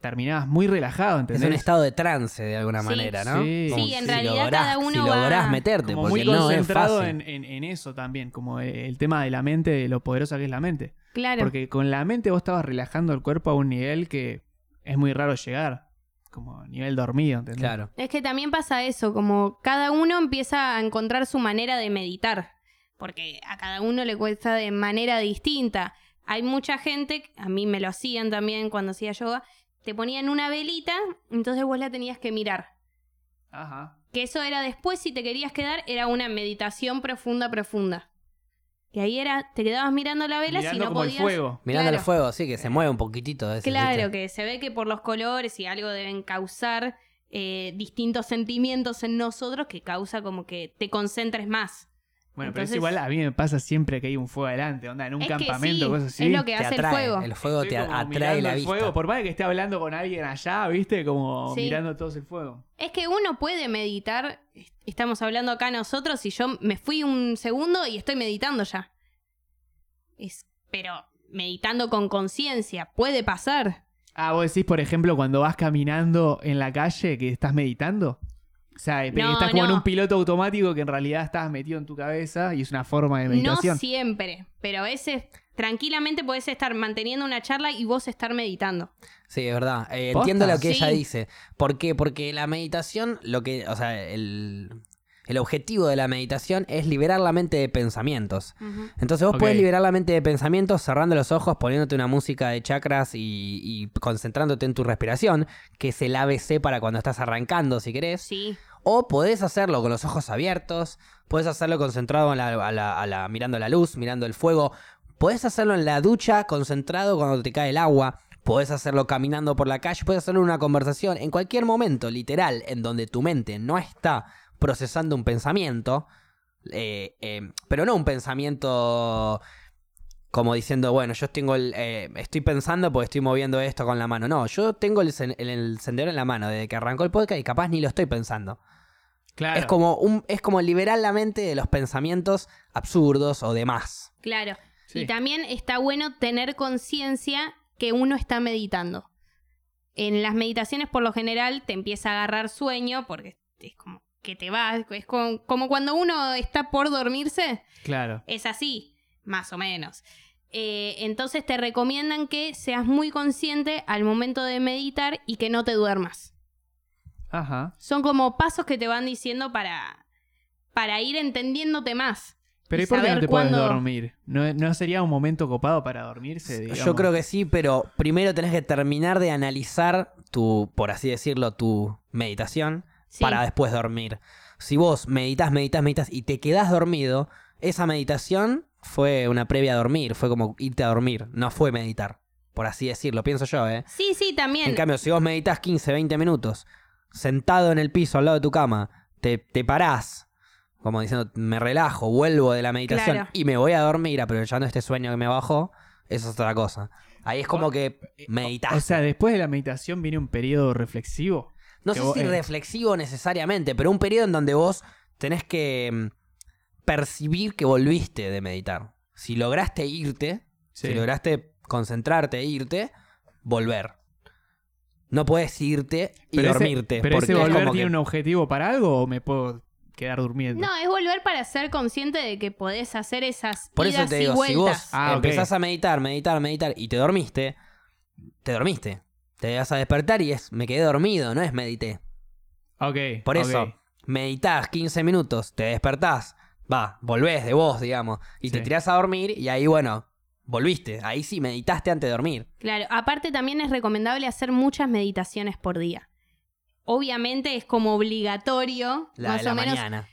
[SPEAKER 3] terminabas muy relajado,
[SPEAKER 1] Es
[SPEAKER 3] ¿entendés?
[SPEAKER 1] un estado de trance de alguna
[SPEAKER 2] Sí.
[SPEAKER 1] manera, ¿no?
[SPEAKER 3] Sí.
[SPEAKER 1] Como
[SPEAKER 2] Sí, en
[SPEAKER 1] si
[SPEAKER 2] realidad
[SPEAKER 1] lográs-
[SPEAKER 2] cada uno
[SPEAKER 1] si
[SPEAKER 2] va
[SPEAKER 1] lográs meterte,
[SPEAKER 3] como
[SPEAKER 1] porque
[SPEAKER 3] muy
[SPEAKER 1] no es
[SPEAKER 3] concentrado
[SPEAKER 1] fácil.
[SPEAKER 3] en, en- en eso también, como e- el tema de la mente, de lo poderosa que es la mente.
[SPEAKER 2] Claro.
[SPEAKER 3] Porque con la mente vos estabas relajando el cuerpo a un nivel que es muy raro llegar, como nivel dormido, ¿entendés?
[SPEAKER 1] Claro.
[SPEAKER 2] Es que también pasa eso, como cada uno empieza a encontrar su manera de meditar, porque a cada uno le cuesta de manera distinta. Hay mucha gente, a mí me lo hacían también cuando hacía yoga, te ponían una velita, entonces vos la tenías que mirar.
[SPEAKER 3] Ajá.
[SPEAKER 2] Que eso era después, si te querías quedar, era una meditación profunda, profunda. Y ahí era, te quedabas mirando la vela
[SPEAKER 3] Mirando
[SPEAKER 2] si no
[SPEAKER 3] como
[SPEAKER 2] podías.
[SPEAKER 3] el fuego.
[SPEAKER 1] Mirando el
[SPEAKER 2] Claro.
[SPEAKER 1] fuego, sí, que se mueve un poquitito. a veces,
[SPEAKER 2] Claro,
[SPEAKER 1] ¿viste?
[SPEAKER 2] que se ve que por los colores y algo deben causar eh, distintos sentimientos en nosotros que causa como que te concentres más.
[SPEAKER 3] Bueno, pero es
[SPEAKER 2] Entonces-
[SPEAKER 3] igual a mí me pasa siempre que hay un fuego adelante, onda, en un
[SPEAKER 2] Es que
[SPEAKER 3] campamento,
[SPEAKER 2] sí,
[SPEAKER 3] cosas así.
[SPEAKER 2] es lo que
[SPEAKER 1] Te
[SPEAKER 2] hace el
[SPEAKER 1] atrae,
[SPEAKER 2] fuego.
[SPEAKER 1] El fuego
[SPEAKER 3] Estoy
[SPEAKER 1] te
[SPEAKER 3] como
[SPEAKER 1] atrae
[SPEAKER 3] mirando
[SPEAKER 1] la
[SPEAKER 3] el
[SPEAKER 1] vista.
[SPEAKER 3] fuego, por más que esté hablando con alguien allá, ¿viste? Como
[SPEAKER 2] Sí.
[SPEAKER 3] mirando todos el fuego.
[SPEAKER 2] Es que uno puede meditar, est- estamos hablando acá nosotros y yo me fui un segundo y estoy meditando ya. Es, pero meditando con conciencia, puede pasar.
[SPEAKER 3] Ah, vos decís, por ejemplo, cuando vas caminando en la calle que estás meditando. O sea, que
[SPEAKER 2] No,
[SPEAKER 3] estás como en
[SPEAKER 2] no.
[SPEAKER 3] un piloto automático que en realidad estás metido en tu cabeza y es una forma de
[SPEAKER 2] No
[SPEAKER 3] meditación.
[SPEAKER 2] siempre, pero a veces tranquilamente puedes estar manteniendo una charla y vos estar meditando.
[SPEAKER 1] Sí, es verdad. Eh,
[SPEAKER 3] ¿Posta?
[SPEAKER 1] entiendo lo que ella
[SPEAKER 2] Sí.
[SPEAKER 1] dice. ¿Por qué? Porque la meditación, lo que, o sea, el, el objetivo de la meditación es liberar la mente de pensamientos. Entonces vos
[SPEAKER 3] Ok.
[SPEAKER 1] podés liberar la mente de pensamientos cerrando los ojos, poniéndote una música de chakras y, y concentrándote en tu respiración, que es el ABC para cuando estás arrancando, si querés.
[SPEAKER 2] Sí.
[SPEAKER 1] O podés hacerlo con los ojos abiertos, podés hacerlo concentrado en la- a la- a la- mirando la luz, mirando el fuego, podés hacerlo en la ducha, concentrado cuando te cae el agua, podés hacerlo caminando por la calle, podés hacerlo en una conversación, en cualquier momento, literal, en donde tu mente no está procesando un pensamiento, eh, eh, pero no un pensamiento como diciendo, bueno, yo tengo el, eh, estoy pensando porque estoy moviendo esto con la mano. No, yo tengo el, sen- el encendedor en la mano desde que arrancó el podcast y capaz ni lo estoy pensando.
[SPEAKER 3] Claro.
[SPEAKER 1] Es como un, es como liberar la mente de los pensamientos absurdos o demás.
[SPEAKER 2] Claro.
[SPEAKER 3] Sí.
[SPEAKER 2] Y también está bueno tener conciencia que uno está meditando. En las meditaciones, por lo general, te empieza a agarrar sueño porque es como que te vas. Es como, como cuando uno está por dormirse.
[SPEAKER 3] Claro.
[SPEAKER 2] Es así, más o menos. Eh, entonces te recomiendan que seas muy consciente al momento de meditar y que no te duermas.
[SPEAKER 3] Ajá.
[SPEAKER 2] Son como pasos que te van diciendo para, para ir entendiéndote más.
[SPEAKER 3] Pero
[SPEAKER 2] Y
[SPEAKER 3] ¿y por qué no
[SPEAKER 2] saber
[SPEAKER 3] te
[SPEAKER 2] cuándo-
[SPEAKER 3] puedes dormir? ¿No, no sería un momento copado para dormirse? Digamos?
[SPEAKER 1] Yo creo que sí, pero primero tenés que terminar de analizar tu, por así decirlo, tu meditación
[SPEAKER 2] Sí.
[SPEAKER 1] para después dormir. Si vos meditas, meditas, meditas y te quedás dormido, esa meditación fue una previa a dormir, fue como irte a dormir, no fue meditar, por así decirlo, pienso yo, ¿eh?
[SPEAKER 2] Sí, sí, también.
[SPEAKER 1] En cambio, si vos meditas 15, 20 minutos, sentado en el piso al lado de tu cama, te, te parás, como diciendo, me relajo, vuelvo de la meditación
[SPEAKER 2] Claro.
[SPEAKER 1] y me voy a dormir aprovechando este sueño que me bajó, eso es otra cosa. Ahí es como que meditas.
[SPEAKER 3] O sea, después de la meditación viene un periodo reflexivo.
[SPEAKER 1] no
[SPEAKER 3] que
[SPEAKER 1] sé
[SPEAKER 3] vos-
[SPEAKER 1] si
[SPEAKER 3] eh.
[SPEAKER 1] reflexivo necesariamente, pero un periodo en donde vos tenés que mm, percibir que volviste de meditar. Si lograste irte, Si lograste concentrarte e irte, volver. No puedes irte y
[SPEAKER 3] Pero ese-
[SPEAKER 1] dormirte.
[SPEAKER 3] ¿Pero
[SPEAKER 1] porque
[SPEAKER 3] ese
[SPEAKER 1] es
[SPEAKER 3] volver
[SPEAKER 1] como
[SPEAKER 3] tiene
[SPEAKER 1] que-
[SPEAKER 3] un objetivo para algo o me puedo quedar durmiendo?
[SPEAKER 2] No, es volver para ser consciente de que podés hacer esas
[SPEAKER 1] Por
[SPEAKER 2] idas
[SPEAKER 1] eso te
[SPEAKER 2] y
[SPEAKER 1] digo, si vos
[SPEAKER 2] vueltas.
[SPEAKER 3] Ah, ok.
[SPEAKER 1] empezás a meditar, meditar, meditar y te dormiste, te dormiste. Te vas a despertar y es, me quedé dormido, no es medité.
[SPEAKER 3] Ok.
[SPEAKER 1] Por
[SPEAKER 3] ok.
[SPEAKER 1] eso, meditas 15 minutos, te despertás, va, volvés de vos, digamos, y te
[SPEAKER 3] Sí.
[SPEAKER 1] tirás a dormir y ahí, bueno, volviste. Ahí sí, meditaste antes de dormir.
[SPEAKER 2] Claro, aparte también es recomendable hacer muchas meditaciones por día. Obviamente es como obligatorio,
[SPEAKER 1] La
[SPEAKER 2] más
[SPEAKER 1] de la
[SPEAKER 2] o menos.
[SPEAKER 1] mañana.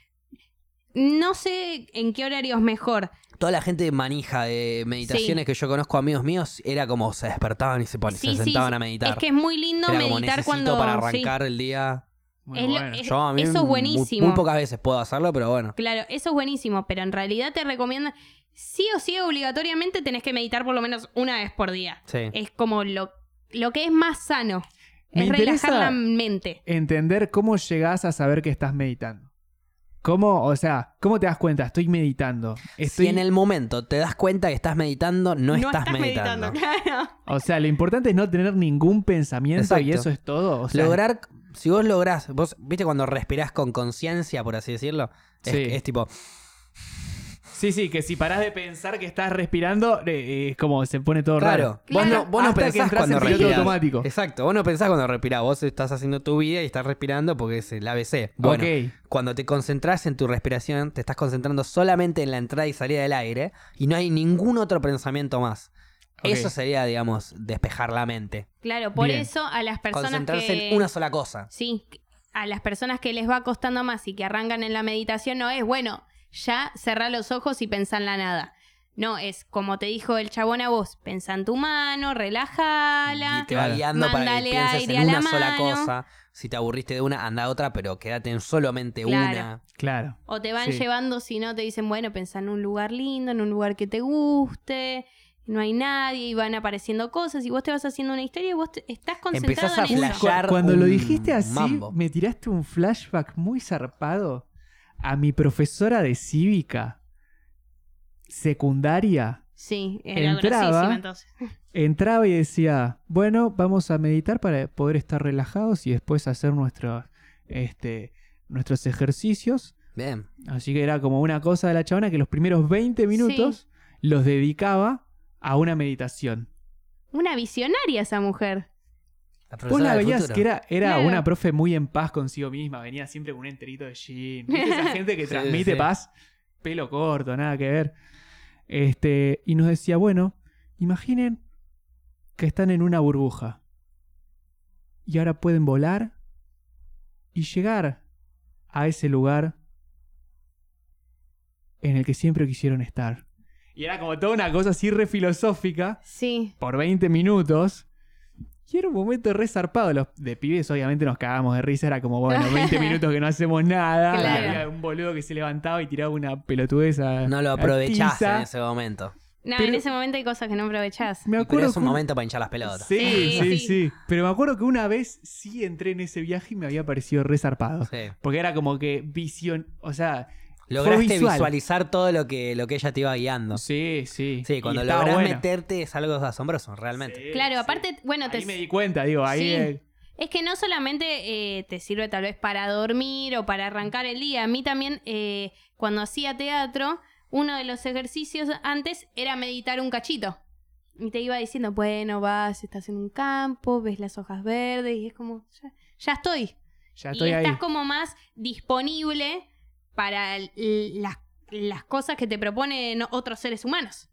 [SPEAKER 2] No sé en qué horario es mejor.
[SPEAKER 1] Toda la gente manija de meditaciones que yo conozco, amigos míos, era como se despertaban y se, pon- se
[SPEAKER 2] Sí, sí,
[SPEAKER 1] sentaban
[SPEAKER 2] sí.
[SPEAKER 1] a meditar.
[SPEAKER 2] Es que es muy lindo
[SPEAKER 1] era como
[SPEAKER 2] meditar
[SPEAKER 1] necesito
[SPEAKER 2] cuando.
[SPEAKER 1] para
[SPEAKER 2] sí.
[SPEAKER 1] arrancar el día.
[SPEAKER 3] Muy
[SPEAKER 2] Es lo-
[SPEAKER 3] bueno.
[SPEAKER 2] es-
[SPEAKER 1] Yo a mí
[SPEAKER 2] eso es
[SPEAKER 1] muy-
[SPEAKER 2] buenísimo.
[SPEAKER 1] muy pocas veces puedo hacerlo, pero bueno.
[SPEAKER 2] Claro, eso es buenísimo, pero en realidad te recomiendan. Sí o sí, obligatoriamente tenés que meditar por lo menos una vez por día.
[SPEAKER 1] Sí.
[SPEAKER 2] Es como lo, lo que es más sano.
[SPEAKER 3] Me
[SPEAKER 2] es relajar
[SPEAKER 3] interesa-
[SPEAKER 2] la mente.
[SPEAKER 3] Entender cómo llegás a saber que estás meditando. ¿Cómo, o sea, cómo te das cuenta? Estoy meditando. Estoy...
[SPEAKER 1] Si en el momento te das cuenta que estás meditando, no, estás, meditando.
[SPEAKER 2] claro.
[SPEAKER 3] O sea, lo importante es no tener ningún pensamiento y
[SPEAKER 1] Exacto.
[SPEAKER 3] eso es todo. O sea,
[SPEAKER 1] Lograr, si vos lográs, vos, viste cuando respirás con conciencia, por así decirlo, es,
[SPEAKER 3] Sí.
[SPEAKER 1] es tipo,
[SPEAKER 3] Sí, sí, que si parás de pensar que estás respirando, eh, eh, es como se pone todo
[SPEAKER 1] claro,
[SPEAKER 3] raro.
[SPEAKER 1] vos
[SPEAKER 2] Claro.
[SPEAKER 1] no, vos no
[SPEAKER 3] Hasta que
[SPEAKER 1] pensás
[SPEAKER 3] entras
[SPEAKER 1] cuando
[SPEAKER 3] en piloto
[SPEAKER 1] respirás.
[SPEAKER 3] automático.
[SPEAKER 1] Exacto, vos no pensás cuando respirás, vos estás haciendo tu vida y estás respirando porque es el ABC. Bueno,
[SPEAKER 3] Ok.
[SPEAKER 1] cuando te concentras en tu respiración, te estás concentrando solamente en la entrada y salida del aire y no hay ningún otro pensamiento más.
[SPEAKER 3] Ok.
[SPEAKER 1] Eso sería, digamos, despejar la mente.
[SPEAKER 2] Claro, por
[SPEAKER 3] Bien.
[SPEAKER 2] eso a las personas
[SPEAKER 1] Concentrarse
[SPEAKER 2] que.
[SPEAKER 1] en una sola cosa.
[SPEAKER 2] Sí, a las personas que les va costando más y que arrancan en la meditación no es, bueno, ya cerrá los ojos y pensá en la nada. No, es como te dijo el chabón a vos, pensá en tu mano, relájala.
[SPEAKER 1] Y te va
[SPEAKER 3] Claro.
[SPEAKER 1] guiando para que
[SPEAKER 2] Mándale
[SPEAKER 1] pienses
[SPEAKER 2] aire
[SPEAKER 1] en
[SPEAKER 2] a la
[SPEAKER 1] una sola
[SPEAKER 2] mano.
[SPEAKER 1] cosa. Si te aburriste de una, anda a otra, pero quédate en solamente
[SPEAKER 2] Claro.
[SPEAKER 1] una.
[SPEAKER 3] Claro.
[SPEAKER 2] O te van
[SPEAKER 3] Sí.
[SPEAKER 2] llevando, si no, te dicen, bueno, pensá en un lugar lindo, en un lugar que te guste, no hay nadie, y van apareciendo cosas, y vos te vas haciendo una historia y vos te- estás concentrado
[SPEAKER 1] Empezás a
[SPEAKER 2] en eso.
[SPEAKER 1] flashear. Hallar
[SPEAKER 3] Cuando
[SPEAKER 1] un
[SPEAKER 3] lo dijiste así,
[SPEAKER 1] mambo.
[SPEAKER 3] me tiraste un flashback muy zarpado a mi profesora de cívica secundaria.
[SPEAKER 2] Sí, era
[SPEAKER 3] Entraba.
[SPEAKER 2] grosísima entonces.
[SPEAKER 3] Entraba y decía, bueno, vamos a meditar para poder estar relajados y después hacer nuestros, este, nuestros ejercicios.
[SPEAKER 1] Bien.
[SPEAKER 3] Así que era como una cosa de la chabona que los primeros 20 minutos los dedicaba a una meditación.
[SPEAKER 2] Una visionaria esa mujer.
[SPEAKER 1] La
[SPEAKER 3] Vos
[SPEAKER 1] profesora
[SPEAKER 3] la
[SPEAKER 1] del
[SPEAKER 3] veías
[SPEAKER 1] futuro.
[SPEAKER 3] que era, era
[SPEAKER 2] Claro.
[SPEAKER 3] una profe muy en paz consigo misma, venía siempre con un enterito de jean. ¿Viste Esa gente que
[SPEAKER 1] Sí,
[SPEAKER 3] transmite
[SPEAKER 1] sí.
[SPEAKER 3] paz, pelo corto, nada que ver. Este, y nos decía, bueno, imaginen que están en una burbuja y ahora pueden volar y llegar a ese lugar en el que siempre quisieron estar. Y era como toda una cosa así re filosófica
[SPEAKER 2] Sí.
[SPEAKER 3] por 20 minutos. Y era un momento re zarpado. Los de pibes, obviamente, nos cagábamos de risa. Era como, bueno, 20 minutos que no hacemos nada.
[SPEAKER 2] Claro.
[SPEAKER 3] Era un boludo que se levantaba y tiraba una pelotudez a.
[SPEAKER 1] No lo
[SPEAKER 3] a
[SPEAKER 1] aprovechás
[SPEAKER 3] tiza.
[SPEAKER 1] en ese momento.
[SPEAKER 2] No,
[SPEAKER 3] Pero-
[SPEAKER 2] en ese momento hay cosas que no aprovechás.
[SPEAKER 3] Me
[SPEAKER 1] Pero
[SPEAKER 3] acuerdo.
[SPEAKER 1] es un
[SPEAKER 3] que-
[SPEAKER 1] momento para hinchar las pelotas.
[SPEAKER 3] Sí, sí,
[SPEAKER 2] Sí,
[SPEAKER 3] sí,
[SPEAKER 2] sí.
[SPEAKER 3] Pero me acuerdo que una vez sí entré en ese viaje y me había parecido re zarpado.
[SPEAKER 1] Sí.
[SPEAKER 3] Porque era como que visión. O sea.
[SPEAKER 1] Lograste
[SPEAKER 3] visual.
[SPEAKER 1] visualizar todo lo que, lo que ella te iba guiando. Sí,
[SPEAKER 3] Sí, sí. Y
[SPEAKER 1] cuando
[SPEAKER 3] estaba
[SPEAKER 1] lográs
[SPEAKER 3] bueno.
[SPEAKER 1] meterte es algo asombroso, realmente.
[SPEAKER 3] Sí,
[SPEAKER 2] Claro,
[SPEAKER 3] sí.
[SPEAKER 2] aparte, bueno, te,
[SPEAKER 3] Ahí me di cuenta, digo, ahí.
[SPEAKER 2] Sí.
[SPEAKER 3] eh,
[SPEAKER 2] es que no solamente eh, te sirve tal vez para dormir o para arrancar el día. A mí también, eh, cuando hacía teatro, uno de los ejercicios antes era meditar un cachito. Y te iba diciendo, bueno, vas, estás en un campo, ves las hojas verdes y es como, ya, ya estoy.
[SPEAKER 3] ya estoy
[SPEAKER 2] y
[SPEAKER 3] ahí.
[SPEAKER 2] estás como más disponible para l- las, las cosas que te proponen otros seres humanos.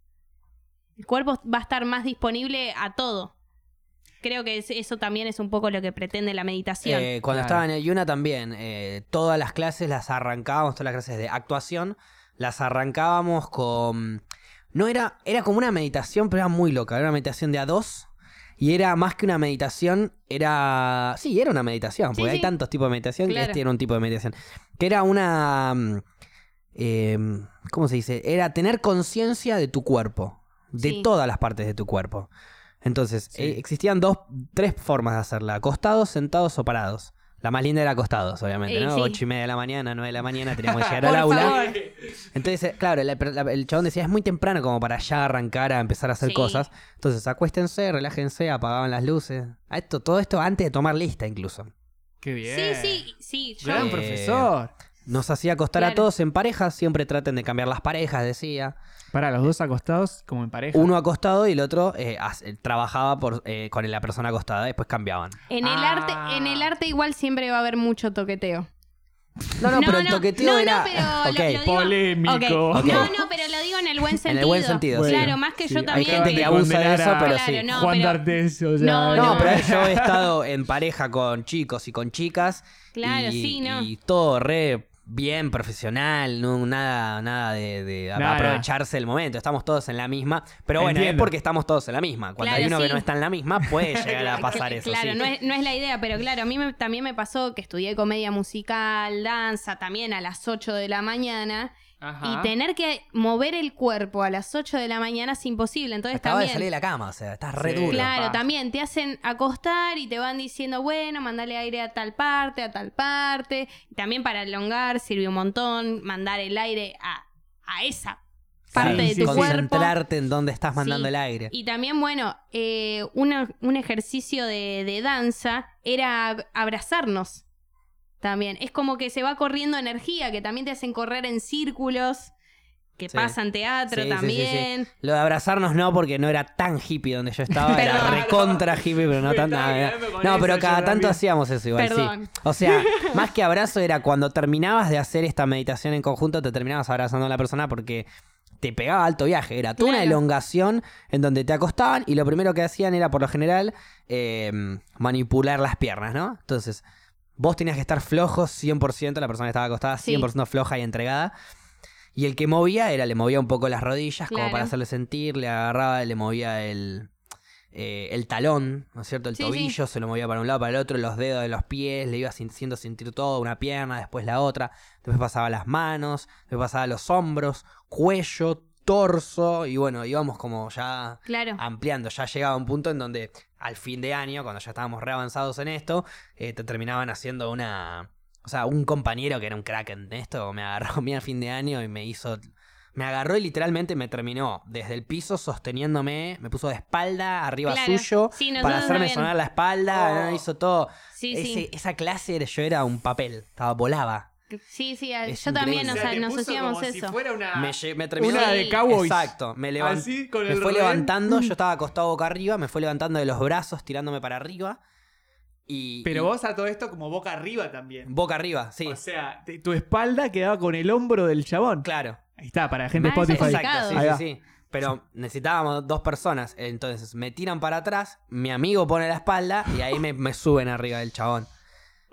[SPEAKER 2] El cuerpo va a estar más disponible a todo. Creo que es- eso también es un poco lo que pretende la meditación.
[SPEAKER 1] Eh, cuando
[SPEAKER 3] Claro.
[SPEAKER 1] estaba en el Yuna también, eh, todas las clases las arrancábamos, todas las clases de actuación, las arrancábamos con... No era, era como una meditación, pero era muy loca, era una meditación de a dos. Y era más que una meditación, era... Sí, era una meditación,
[SPEAKER 2] Sí,
[SPEAKER 1] porque hay
[SPEAKER 2] sí.
[SPEAKER 1] tantos tipos de meditación que
[SPEAKER 2] Claro.
[SPEAKER 1] este era un tipo de meditación. Que era una... mm, eh, ¿Cómo se dice? Era tener conciencia de tu cuerpo, de
[SPEAKER 2] Sí.
[SPEAKER 1] todas las partes de tu cuerpo. Entonces,
[SPEAKER 3] Sí.
[SPEAKER 1] eh, existían dos, tres formas de hacerla: acostados, sentados o parados. La más linda era acostados, obviamente,
[SPEAKER 2] Eh,
[SPEAKER 1] ¿no?
[SPEAKER 2] sí.
[SPEAKER 1] Ocho y media de la mañana, nueve de la mañana, teníamos que llegar
[SPEAKER 2] Por
[SPEAKER 1] al aula.
[SPEAKER 2] favor.
[SPEAKER 1] Entonces, eh, claro, la- la- el chabón decía, es muy temprano como para ya arrancar a empezar a hacer
[SPEAKER 2] Sí.
[SPEAKER 1] cosas. Entonces, acuéstense, relájense, apagaban las luces. A esto, todo esto antes de tomar lista incluso.
[SPEAKER 3] Qué bien.
[SPEAKER 2] Sí, sí, sí. yo-
[SPEAKER 3] Gran
[SPEAKER 1] Eh,
[SPEAKER 3] profesor.
[SPEAKER 1] Nos hacía acostar a
[SPEAKER 2] Claro.
[SPEAKER 1] todos en parejas, siempre traten de cambiar las parejas, decía.
[SPEAKER 3] Para los dos acostados, como en pareja.
[SPEAKER 1] Uno acostado y el otro eh, hace- trabajaba por, eh, con la persona acostada, después cambiaban.
[SPEAKER 2] en, el
[SPEAKER 3] Ah.
[SPEAKER 2] arte, en el arte igual siempre va a haber mucho toqueteo.
[SPEAKER 1] No, no, pero el toqueteo
[SPEAKER 2] no, no,
[SPEAKER 1] era.
[SPEAKER 2] pero lo-
[SPEAKER 1] Ok.
[SPEAKER 2] lo digo-
[SPEAKER 3] Polémico.
[SPEAKER 2] ok.
[SPEAKER 1] Ok.
[SPEAKER 2] No, no, pero lo digo en el buen
[SPEAKER 1] En
[SPEAKER 2] sentido.
[SPEAKER 1] el buen sentido,
[SPEAKER 3] sí.
[SPEAKER 2] Claro, más que
[SPEAKER 3] Sí,
[SPEAKER 2] yo
[SPEAKER 3] hay
[SPEAKER 2] también.
[SPEAKER 1] gente que
[SPEAKER 2] pero-
[SPEAKER 1] abusa de eso,
[SPEAKER 3] condenar a
[SPEAKER 1] pero
[SPEAKER 2] Claro,
[SPEAKER 1] sí.
[SPEAKER 2] no,
[SPEAKER 3] Juan
[SPEAKER 2] pero-
[SPEAKER 3] D'Artes, o sea,
[SPEAKER 2] No,
[SPEAKER 1] No,
[SPEAKER 2] no.
[SPEAKER 1] pero yo he estado en pareja con chicos y con chicas.
[SPEAKER 2] Claro,
[SPEAKER 1] y,
[SPEAKER 2] sí, no.
[SPEAKER 1] Y todo re bien profesional, no, nada, nada de, de a-
[SPEAKER 3] Nada.
[SPEAKER 1] aprovecharse del momento. Estamos todos en la misma. Pero bueno, es
[SPEAKER 3] Entiendo.
[SPEAKER 1] porque estamos todos en la misma. Cuando
[SPEAKER 2] Claro,
[SPEAKER 1] hay uno que
[SPEAKER 2] sí.
[SPEAKER 1] no está en la misma, puede llegar a pasar
[SPEAKER 2] Cla-
[SPEAKER 1] eso.
[SPEAKER 2] Claro,
[SPEAKER 1] sí.
[SPEAKER 2] no, es, no es la idea, pero claro, a mí me- también me pasó que estudié comedia musical, danza, también a las 8 de la mañana.
[SPEAKER 3] Ajá.
[SPEAKER 2] Y tener que mover el cuerpo a las 8 de la mañana es imposible. Entonces
[SPEAKER 1] Acabas de
[SPEAKER 2] también.
[SPEAKER 1] salir de la cama, o sea, estás re
[SPEAKER 3] Sí.
[SPEAKER 1] duro.
[SPEAKER 2] Claro,
[SPEAKER 3] pa.
[SPEAKER 2] también te hacen acostar y te van diciendo, bueno, mandale aire a tal parte, a tal parte. También para elongar sirve un montón, mandar el aire a, a esa parte
[SPEAKER 3] Sí,
[SPEAKER 2] de
[SPEAKER 3] sí,
[SPEAKER 2] tu
[SPEAKER 3] sí.
[SPEAKER 2] cuerpo.
[SPEAKER 1] Concentrarte en dónde estás mandando
[SPEAKER 2] Sí.
[SPEAKER 1] el aire.
[SPEAKER 2] Y también, bueno, eh, una- un ejercicio de, de danza era ab- abrazarnos. También. Es como que se va corriendo energía, que también te hacen correr en círculos, que
[SPEAKER 1] Sí.
[SPEAKER 2] pasan teatro
[SPEAKER 1] Sí, sí, sí, sí.
[SPEAKER 2] también.
[SPEAKER 1] Lo de abrazarnos no, porque no era tan hippie donde yo estaba, era
[SPEAKER 2] Perdón.
[SPEAKER 1] recontra hippie, pero no
[SPEAKER 3] Me
[SPEAKER 1] tan
[SPEAKER 3] estaba
[SPEAKER 1] nada.
[SPEAKER 3] quedando con
[SPEAKER 1] No,
[SPEAKER 3] eso
[SPEAKER 1] pero
[SPEAKER 3] yo
[SPEAKER 1] cada tanto
[SPEAKER 3] también.
[SPEAKER 1] hacíamos eso igual,
[SPEAKER 2] Perdón.
[SPEAKER 1] sí. O sea, más que abrazo era cuando terminabas de hacer esta meditación en conjunto, te terminabas abrazando a la persona porque te pegaba alto viaje. Era toda una
[SPEAKER 2] Claro.
[SPEAKER 1] elongación en donde te acostaban y lo primero que hacían era, por lo general, eh, manipular las piernas, ¿no? Entonces, vos tenías que estar flojo 100%, la persona que estaba acostada
[SPEAKER 2] Sí.
[SPEAKER 1] 100% floja y entregada. Y el que movía era, le movía un poco las rodillas como
[SPEAKER 2] Claro.
[SPEAKER 1] para hacerle sentir, le agarraba, le movía el, eh, el talón, ¿no es cierto? El
[SPEAKER 2] Sí, sí.
[SPEAKER 1] tobillo, se lo movía para un lado, para el otro, los dedos de los pies, le iba sin- haciendo sentir todo, una pierna, después la otra, después pasaba las manos, después pasaba los hombros, cuello, torso, y bueno, íbamos como ya
[SPEAKER 2] Claro.
[SPEAKER 1] ampliando. Ya llegaba un punto en donde al fin de año, cuando ya estábamos re avanzados en esto, eh, te terminaban haciendo una. O sea, un compañero que era un crack en esto me agarró a mí al fin de año y me hizo. Me agarró y literalmente me terminó desde el piso sosteniéndome, me puso de espalda arriba
[SPEAKER 2] Claro.
[SPEAKER 1] suyo
[SPEAKER 2] Sí, nosotros
[SPEAKER 1] para hacerme
[SPEAKER 2] también.
[SPEAKER 1] sonar la espalda,
[SPEAKER 3] Oh.
[SPEAKER 1] hizo todo.
[SPEAKER 2] Sí,
[SPEAKER 1] Ese-
[SPEAKER 2] sí.
[SPEAKER 1] Esa clase era- yo era un papel, estaba, volaba.
[SPEAKER 2] Sí, sí, a- yo
[SPEAKER 1] Es increíble.
[SPEAKER 2] también nos,
[SPEAKER 1] O
[SPEAKER 3] te
[SPEAKER 2] nos
[SPEAKER 3] puso
[SPEAKER 2] hacíamos
[SPEAKER 3] como
[SPEAKER 2] eso.
[SPEAKER 3] Si fuera una...
[SPEAKER 1] Me, lle- me terminó
[SPEAKER 3] Una
[SPEAKER 2] de
[SPEAKER 3] Cowboys.
[SPEAKER 1] Exacto, me levantó.
[SPEAKER 3] Así, con
[SPEAKER 1] me
[SPEAKER 3] el
[SPEAKER 1] fue
[SPEAKER 3] rehén.
[SPEAKER 1] levantando,
[SPEAKER 2] Mm.
[SPEAKER 1] yo estaba acostado boca arriba, me fue levantando de los brazos, tirándome para arriba. Y.
[SPEAKER 3] Pero
[SPEAKER 1] y-
[SPEAKER 3] vos a todo esto como boca arriba también.
[SPEAKER 1] Boca arriba, sí.
[SPEAKER 3] O sea, te- tu espalda quedaba con el hombro del chabón.
[SPEAKER 1] Claro.
[SPEAKER 3] Ahí está, para la gente de
[SPEAKER 2] Ah, eso
[SPEAKER 3] Spotify.
[SPEAKER 2] es
[SPEAKER 1] Exacto, sí,
[SPEAKER 3] Ahí va.
[SPEAKER 1] sí, sí. Pero necesitábamos dos personas. Entonces me tiran para atrás, mi amigo pone la espalda y ahí me, me suben arriba del chabón.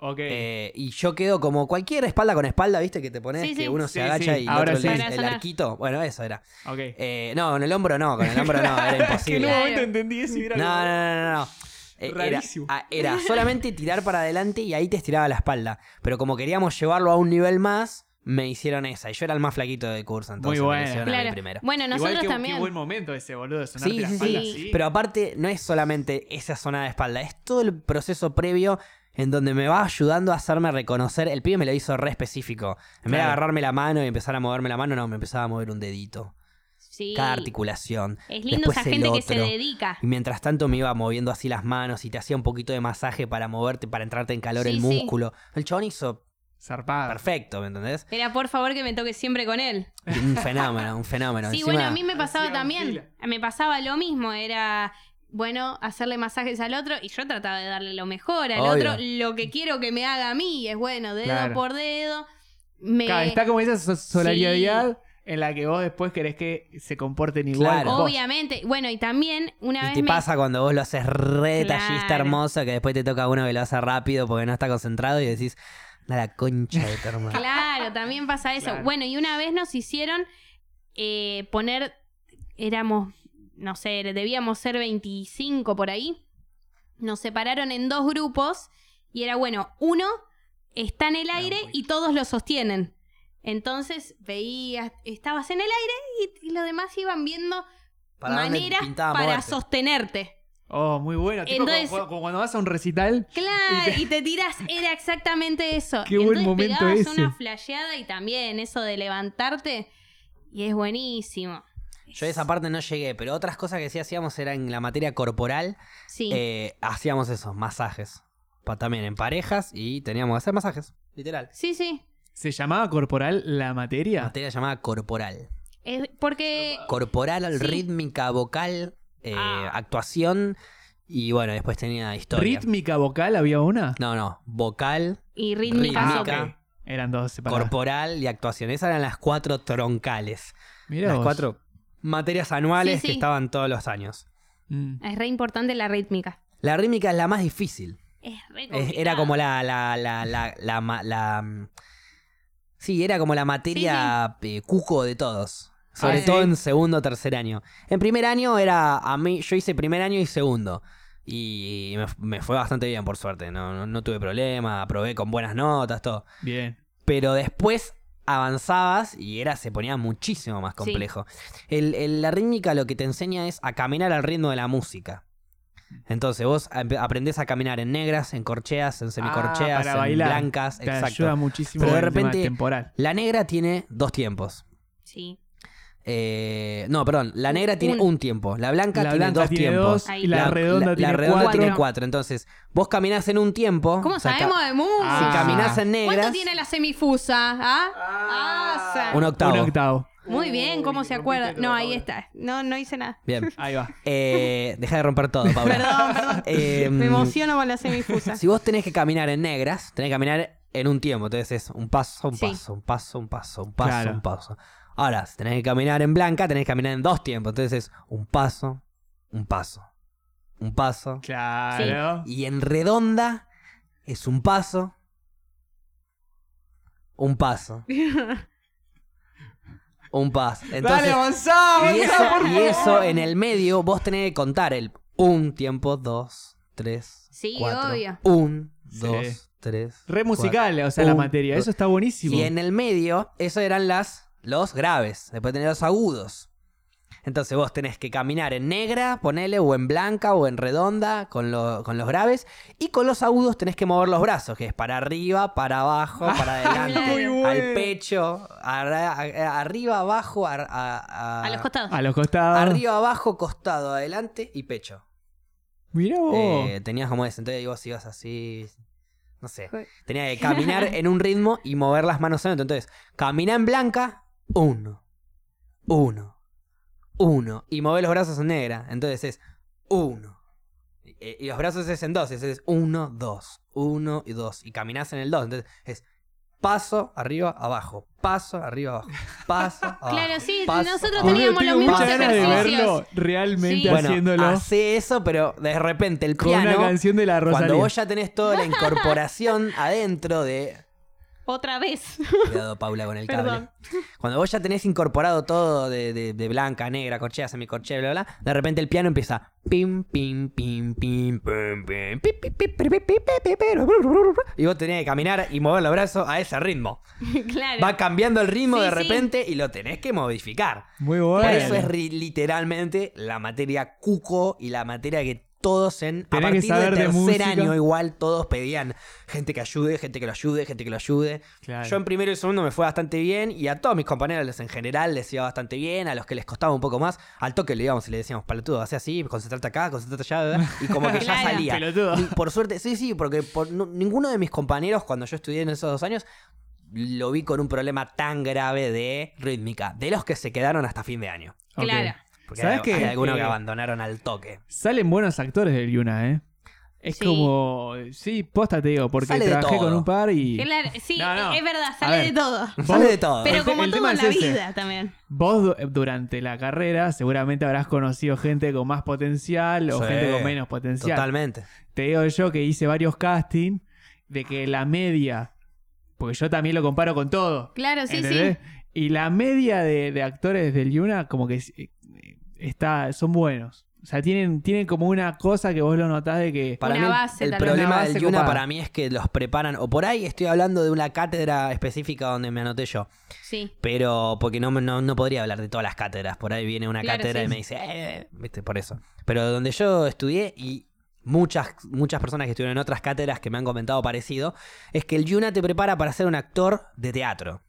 [SPEAKER 3] Ok.
[SPEAKER 1] Eh, y yo quedo como cualquier espalda con espalda, ¿viste? Que te pones,
[SPEAKER 2] Sí, sí.
[SPEAKER 1] que uno
[SPEAKER 3] Sí,
[SPEAKER 1] se agacha
[SPEAKER 3] sí.
[SPEAKER 1] y el
[SPEAKER 3] Ahora
[SPEAKER 1] otro
[SPEAKER 3] sí.
[SPEAKER 1] le-
[SPEAKER 2] Para
[SPEAKER 1] el
[SPEAKER 2] sonar.
[SPEAKER 1] arquito. Bueno, eso era.
[SPEAKER 3] ok.
[SPEAKER 1] Eh, no, con el hombro no, con el hombro no, era
[SPEAKER 3] que en
[SPEAKER 1] imposible.
[SPEAKER 3] un momento
[SPEAKER 2] Claro.
[SPEAKER 3] entendí eso y era
[SPEAKER 1] No,
[SPEAKER 3] como-
[SPEAKER 1] no, no, no, no. Eh, Era,
[SPEAKER 3] Rarísimo.
[SPEAKER 1] ah, era solamente tirar para adelante y ahí te estiraba la espalda. Pero como queríamos llevarlo a un nivel más, me hicieron esa. Y yo era el más flaquito del curso, entonces
[SPEAKER 3] Muy
[SPEAKER 1] me
[SPEAKER 3] buena.
[SPEAKER 1] hicieron a mí
[SPEAKER 2] Claro.
[SPEAKER 1] primero.
[SPEAKER 2] Bueno,
[SPEAKER 3] Igual
[SPEAKER 2] nosotros
[SPEAKER 3] que,
[SPEAKER 2] también.
[SPEAKER 3] buen momento ese, boludo, de sonarte
[SPEAKER 1] Sí,
[SPEAKER 3] la
[SPEAKER 1] sí,
[SPEAKER 3] espalda
[SPEAKER 1] sí.
[SPEAKER 3] así.
[SPEAKER 1] Pero aparte, no es solamente esa zona de espalda, es todo el proceso previo en donde me va ayudando a hacerme reconocer. El pibe me lo hizo re específico. En vez de
[SPEAKER 3] Claro.
[SPEAKER 1] agarrarme la mano y empezar a moverme la mano, no, me empezaba a mover un dedito.
[SPEAKER 2] Sí.
[SPEAKER 1] Cada articulación.
[SPEAKER 2] Es lindo
[SPEAKER 1] Después
[SPEAKER 2] esa
[SPEAKER 1] el
[SPEAKER 2] gente que se
[SPEAKER 1] otro.
[SPEAKER 2] dedica.
[SPEAKER 1] Y mientras tanto me iba moviendo así las manos y te hacía un poquito de masaje para moverte, para entrarte en calor
[SPEAKER 2] Sí,
[SPEAKER 1] el
[SPEAKER 2] sí.
[SPEAKER 1] músculo. El chabón hizo
[SPEAKER 3] Zarpado.
[SPEAKER 1] perfecto, ¿me entendés?
[SPEAKER 2] Era por favor que me toque siempre con él.
[SPEAKER 1] Un fenómeno, un fenómeno.
[SPEAKER 2] sí,
[SPEAKER 1] Encima,
[SPEAKER 2] bueno, a mí me pasaba
[SPEAKER 3] Hacían
[SPEAKER 2] también.
[SPEAKER 3] fila.
[SPEAKER 2] Me pasaba lo mismo. Era, bueno, hacerle masajes al otro y yo trataba de darle lo mejor al
[SPEAKER 1] Obvio.
[SPEAKER 2] otro, lo que quiero que me haga a mí. y Es bueno, dedo
[SPEAKER 3] Claro.
[SPEAKER 2] por dedo. Me...
[SPEAKER 3] Claro, está como esa so- solidaridad en la que vos después querés que se comporten igual.
[SPEAKER 1] Claro.
[SPEAKER 3] con vos.
[SPEAKER 2] Obviamente. Bueno, y también
[SPEAKER 1] Y
[SPEAKER 2] una vez
[SPEAKER 1] te
[SPEAKER 2] me...
[SPEAKER 1] pasa cuando vos lo haces re detallista
[SPEAKER 2] Claro.
[SPEAKER 1] hermoso, que después te toca uno que lo hace rápido porque no está concentrado y decís, "Anda la concha de tu hermano.
[SPEAKER 2] Claro, también pasa eso.
[SPEAKER 3] Claro.
[SPEAKER 2] Bueno, y una vez nos hicieron eh, poner, éramos, no sé, debíamos ser 25 por ahí. Nos separaron en dos grupos y era bueno, uno está en el aire
[SPEAKER 1] muy-
[SPEAKER 2] y todos lo sostienen. Entonces veías, estabas en el aire y, y los demás iban viendo
[SPEAKER 1] Para dónde
[SPEAKER 2] maneras
[SPEAKER 1] pintaba
[SPEAKER 2] para
[SPEAKER 1] moverte.
[SPEAKER 2] sostenerte.
[SPEAKER 3] Oh, muy bueno. Tipo
[SPEAKER 2] Entonces-
[SPEAKER 3] como, como cuando vas a un recital.
[SPEAKER 2] Claro, y te tirás, era exactamente eso.
[SPEAKER 3] Qué buen
[SPEAKER 2] Entonces
[SPEAKER 3] momento
[SPEAKER 2] pegabas
[SPEAKER 3] ese.
[SPEAKER 2] una flasheada y también eso de levantarte. Y es buenísimo.
[SPEAKER 1] Yo de esa parte no llegué, pero otras cosas que sí hacíamos era en la materia corporal,
[SPEAKER 2] Sí.
[SPEAKER 1] eh, hacíamos esos masajes. Pa- También en parejas y teníamos que hacer masajes, literal.
[SPEAKER 2] Sí, sí.
[SPEAKER 3] ¿Se llamaba corporal la materia?
[SPEAKER 1] Materia llamada corporal.
[SPEAKER 2] Es porque.
[SPEAKER 1] corporal,
[SPEAKER 2] Sí.
[SPEAKER 1] rítmica, vocal, eh,
[SPEAKER 2] Ah.
[SPEAKER 1] actuación y bueno, después tenía historia.
[SPEAKER 3] ¿Rítmica vocal había una? Ah,
[SPEAKER 1] No, no, vocal,
[SPEAKER 2] Y rítmica
[SPEAKER 1] Rítmica.
[SPEAKER 2] sopa.
[SPEAKER 1] Acá.
[SPEAKER 3] Eran dos separadas.
[SPEAKER 1] corporal y actuación. Esas eran las cuatro troncales.
[SPEAKER 3] Mirá
[SPEAKER 1] las
[SPEAKER 3] vos.
[SPEAKER 1] cuatro materias anuales
[SPEAKER 2] Sí, sí.
[SPEAKER 1] que estaban todos los años.
[SPEAKER 3] Mm.
[SPEAKER 2] Es re importante la rítmica.
[SPEAKER 1] La rítmica es la más difícil.
[SPEAKER 2] Es re
[SPEAKER 1] Es-
[SPEAKER 2] complicado.
[SPEAKER 1] Era como la, la, la, la, la, ma- la, mm, Sí, era como la materia eh, cuco de todos. Sobre
[SPEAKER 2] Ah,
[SPEAKER 1] todo
[SPEAKER 3] sí.
[SPEAKER 1] en segundo o tercer año. En primer año era a mí, yo hice primer año y segundo. Y me, me fue bastante bien, por suerte. No, no, no tuve problema, aprobé con buenas notas, todo.
[SPEAKER 3] Bien.
[SPEAKER 1] Pero después avanzabas y era, se ponía muchísimo más complejo. El- el- la rítmica lo que te enseña es a caminar al ritmo de la música. Entonces vos ap- aprendés a caminar en negras, en corcheas, en semicorcheas,
[SPEAKER 3] Ah, para
[SPEAKER 1] en
[SPEAKER 3] bailar.
[SPEAKER 1] blancas.
[SPEAKER 3] Te
[SPEAKER 1] exacto.
[SPEAKER 3] ayuda muchísimo
[SPEAKER 1] Pero de
[SPEAKER 3] con el tema
[SPEAKER 1] repente-
[SPEAKER 3] temporal.
[SPEAKER 1] La negra tiene dos tiempos.
[SPEAKER 2] Sí.
[SPEAKER 1] Eh, no, perdón. La negra tiene
[SPEAKER 2] Un.
[SPEAKER 1] un tiempo. La blanca
[SPEAKER 3] La
[SPEAKER 1] tiene
[SPEAKER 3] blanca
[SPEAKER 1] dos
[SPEAKER 3] tiene
[SPEAKER 1] tiempos.
[SPEAKER 3] dos y
[SPEAKER 2] Ahí.
[SPEAKER 3] la,
[SPEAKER 2] La-
[SPEAKER 3] redonda
[SPEAKER 1] la- la
[SPEAKER 3] tiene
[SPEAKER 1] redonda
[SPEAKER 3] cuatro.
[SPEAKER 1] tiene cuatro. Entonces, vos caminás en un tiempo.
[SPEAKER 2] ¿Cómo
[SPEAKER 1] o sea, ca-
[SPEAKER 2] sabemos de música?
[SPEAKER 1] Si
[SPEAKER 3] Ah.
[SPEAKER 1] caminás en
[SPEAKER 2] ¿Cuánto
[SPEAKER 1] negras,
[SPEAKER 2] tiene la semifusa? ¿Ah? Ah, sa-
[SPEAKER 1] un octavo.
[SPEAKER 3] Un octavo.
[SPEAKER 2] Muy bien, ¿cómo
[SPEAKER 3] Uy,
[SPEAKER 2] se
[SPEAKER 3] rompiste
[SPEAKER 2] acuerda?
[SPEAKER 3] todo,
[SPEAKER 2] No, ahí
[SPEAKER 3] Paula.
[SPEAKER 2] está. No, no hice nada.
[SPEAKER 1] Bien.
[SPEAKER 3] Ahí va.
[SPEAKER 1] Eh, deja de romper todo, Paula.
[SPEAKER 2] Perdón, perdón.
[SPEAKER 1] Eh,
[SPEAKER 2] Me emociono con la semifusa.
[SPEAKER 1] Si vos tenés que caminar en negras, tenés que caminar en un tiempo. Entonces es un paso, un
[SPEAKER 2] Sí.
[SPEAKER 1] paso, un paso, un paso, un paso,
[SPEAKER 3] Claro.
[SPEAKER 1] un paso. Ahora, si tenés que caminar en blanca, tenés que caminar en dos tiempos. Entonces es un paso, un paso, un paso.
[SPEAKER 3] Claro.
[SPEAKER 1] Y en redonda es un paso, un paso, un paso. Entonces,
[SPEAKER 3] avanzá,
[SPEAKER 1] y, eso, y eso en el medio vos tenés que contar el un tiempo, dos, tres,
[SPEAKER 2] Sí,
[SPEAKER 1] cuatro.
[SPEAKER 2] obvio.
[SPEAKER 1] Un,
[SPEAKER 3] Sí.
[SPEAKER 1] dos, tres.
[SPEAKER 3] Re musical, o sea,
[SPEAKER 1] Un,
[SPEAKER 3] la materia. Eso está buenísimo.
[SPEAKER 1] Y en el medio, eso eran las, los graves. Después tenés los agudos. Entonces vos tenés que caminar en negra, ponele, o en blanca, o en redonda, con, lo- con los graves. Y con los agudos tenés que mover los brazos, que es para arriba, para abajo, para adelante,
[SPEAKER 3] muy bueno.
[SPEAKER 1] al pecho, arra- a- arriba, abajo, ar- a- a-
[SPEAKER 2] A los costados.
[SPEAKER 3] A los costados.
[SPEAKER 1] arriba, abajo, costado, adelante y pecho.
[SPEAKER 3] Mirá vos.
[SPEAKER 1] Eh, tenías como eso, entonces vos ibas así. No sé. Tenía que caminar en un ritmo y mover las manos en otro. Entonces, camina en blanca, uno, uno, uno. Y mover los brazos en negra. Entonces es uno. Eh, Y los brazos es en dos. Entonces es uno, dos, uno y dos. Y caminás en el dos. Entonces es paso, arriba, abajo. Paso, arriba, abajo. Paso, abajo.
[SPEAKER 2] Claro, sí,
[SPEAKER 1] paso,
[SPEAKER 2] nosotros
[SPEAKER 1] abajo.
[SPEAKER 3] Boludo,
[SPEAKER 2] teníamos
[SPEAKER 3] tengo
[SPEAKER 2] los mismos
[SPEAKER 3] muchas ganas de
[SPEAKER 2] ejercicios.
[SPEAKER 3] verlo realmente
[SPEAKER 2] Sí.
[SPEAKER 1] Bueno,
[SPEAKER 3] haciéndolo
[SPEAKER 1] hace eso, pero de repente el
[SPEAKER 3] con
[SPEAKER 1] piano.
[SPEAKER 3] una canción de la
[SPEAKER 1] Cuando
[SPEAKER 3] Rosalía.
[SPEAKER 1] vos ya tenés toda la incorporación adentro de.
[SPEAKER 2] Otra vez.
[SPEAKER 1] Cuidado, Paula, con el cable.
[SPEAKER 2] Perdón.
[SPEAKER 1] Cuando vos ya tenés incorporado todo de, de- de blanca, negra, corchea, semicorchea, bla, bla, bla, de repente el piano empieza. Pim, pim, pim, pim, pim, pim, pi, pi, pi, pi, pi, pi, pi, pi, pi, Y vos tenés que caminar y mover los brazos a ese ritmo.
[SPEAKER 2] claro.
[SPEAKER 1] Va cambiando el ritmo
[SPEAKER 2] Sí,
[SPEAKER 1] de
[SPEAKER 2] sí.
[SPEAKER 1] repente y lo tenés que modificar.
[SPEAKER 3] Muy
[SPEAKER 1] Por
[SPEAKER 3] bueno.
[SPEAKER 1] eso es ri- literalmente la materia cuco y la materia que todos en a
[SPEAKER 3] Tenés que
[SPEAKER 1] partir
[SPEAKER 3] saber
[SPEAKER 1] del
[SPEAKER 3] de
[SPEAKER 1] tercer
[SPEAKER 3] música.
[SPEAKER 1] año igual todos pedían gente que ayude, gente que lo ayude, gente que lo ayude.
[SPEAKER 3] Claro.
[SPEAKER 1] Yo en primero y segundo me fue bastante bien y a todos mis compañeros les- en general les iba bastante bien, a los que les costaba un poco más, al toque le íbamos y le decíamos, pelotudo, hace así, concentrate acá, concentrate allá, ¿verdad? y como que ya
[SPEAKER 2] Claro.
[SPEAKER 1] salía.
[SPEAKER 3] Pelotudo.
[SPEAKER 1] Ni- Por suerte, sí, sí, porque por- no- ninguno de mis compañeros cuando yo estudié en esos dos años lo vi con un problema tan grave de rítmica, de los que se quedaron hasta fin de año.
[SPEAKER 3] Ok.
[SPEAKER 2] Claro.
[SPEAKER 1] Porque
[SPEAKER 3] ¿Sabes
[SPEAKER 1] hay,
[SPEAKER 3] qué?
[SPEAKER 1] hay algunos que
[SPEAKER 3] Eh,
[SPEAKER 1] abandonaron al toque.
[SPEAKER 3] Salen buenos actores del Yuna, ¿eh? Es
[SPEAKER 2] Sí.
[SPEAKER 3] como. Sí, posta te digo, porque
[SPEAKER 1] Sale de
[SPEAKER 3] trabajé
[SPEAKER 1] todo.
[SPEAKER 3] con un par y.
[SPEAKER 2] Claro, sí,
[SPEAKER 3] No, no.
[SPEAKER 2] es verdad,
[SPEAKER 3] A
[SPEAKER 2] sale
[SPEAKER 3] ver.
[SPEAKER 2] de todo.
[SPEAKER 3] Vos-
[SPEAKER 1] Sale de todo.
[SPEAKER 2] Pero
[SPEAKER 3] El-
[SPEAKER 2] como
[SPEAKER 3] el
[SPEAKER 2] todo
[SPEAKER 3] tema
[SPEAKER 2] en
[SPEAKER 3] es
[SPEAKER 2] la
[SPEAKER 3] ese.
[SPEAKER 2] vida también.
[SPEAKER 3] Vos du- durante la carrera seguramente habrás conocido gente con más potencial o
[SPEAKER 1] Sí,
[SPEAKER 3] gente con menos potencial.
[SPEAKER 1] Totalmente.
[SPEAKER 3] Te digo yo que hice varios castings de que la media, porque yo también lo comparo con todo.
[SPEAKER 2] Claro, Ah, sí,
[SPEAKER 3] ¿entendés?
[SPEAKER 2] sí.
[SPEAKER 3] Y la media de, de actores del Yuna como que es- eh, está, son buenos. O sea, tienen, tienen como una cosa que vos lo notás de que...
[SPEAKER 1] Para
[SPEAKER 2] Una
[SPEAKER 1] mí,
[SPEAKER 2] base,
[SPEAKER 1] el
[SPEAKER 2] tal vez.
[SPEAKER 1] problema
[SPEAKER 3] Una base
[SPEAKER 1] del Yuna
[SPEAKER 3] copada.
[SPEAKER 1] para mí es que los preparan, o por ahí estoy hablando de una cátedra específica donde me anoté yo,
[SPEAKER 2] Sí.
[SPEAKER 1] pero porque no, me- no, no podría hablar de todas las cátedras, por ahí viene una
[SPEAKER 2] Claro,
[SPEAKER 1] cátedra
[SPEAKER 2] sí.
[SPEAKER 1] y me dice, "Eh", viste, por eso. Pero donde yo estudié y muchas, muchas personas que estuvieron en otras cátedras que me han comentado parecido, es que el Yuna te prepara para ser un actor de teatro.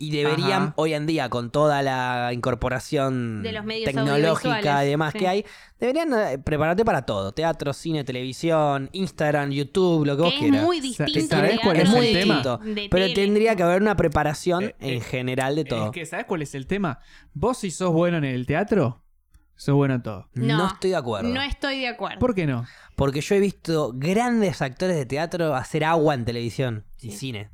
[SPEAKER 1] Y deberían,
[SPEAKER 3] Ajá.
[SPEAKER 1] hoy en día, con toda la incorporación
[SPEAKER 2] De los medios
[SPEAKER 1] tecnológica y
[SPEAKER 2] audiovisuales,
[SPEAKER 1] demás
[SPEAKER 2] sí.
[SPEAKER 1] que hay, deberían eh, prepararte para todo. Teatro, cine, televisión, Instagram, YouTube, lo que vos
[SPEAKER 2] Que es
[SPEAKER 1] quieras.
[SPEAKER 2] muy
[SPEAKER 3] Sa-
[SPEAKER 2] distinto.
[SPEAKER 1] ¿sabés
[SPEAKER 2] de
[SPEAKER 1] cuál
[SPEAKER 2] algo
[SPEAKER 1] es el
[SPEAKER 2] de-
[SPEAKER 1] tema?
[SPEAKER 2] de
[SPEAKER 1] Pero
[SPEAKER 2] tele.
[SPEAKER 1] tendría que haber una preparación
[SPEAKER 3] Eh, eh,
[SPEAKER 1] en general de todo.
[SPEAKER 3] Es que, ¿sabes cuál es el tema? Vos si sos bueno en el teatro, sos bueno en todo.
[SPEAKER 1] no,
[SPEAKER 2] No,
[SPEAKER 1] estoy de acuerdo.
[SPEAKER 2] No estoy de acuerdo.
[SPEAKER 3] ¿Por qué no?
[SPEAKER 1] Porque yo he visto grandes actores de teatro hacer agua en televisión y
[SPEAKER 2] Sí.
[SPEAKER 1] cine.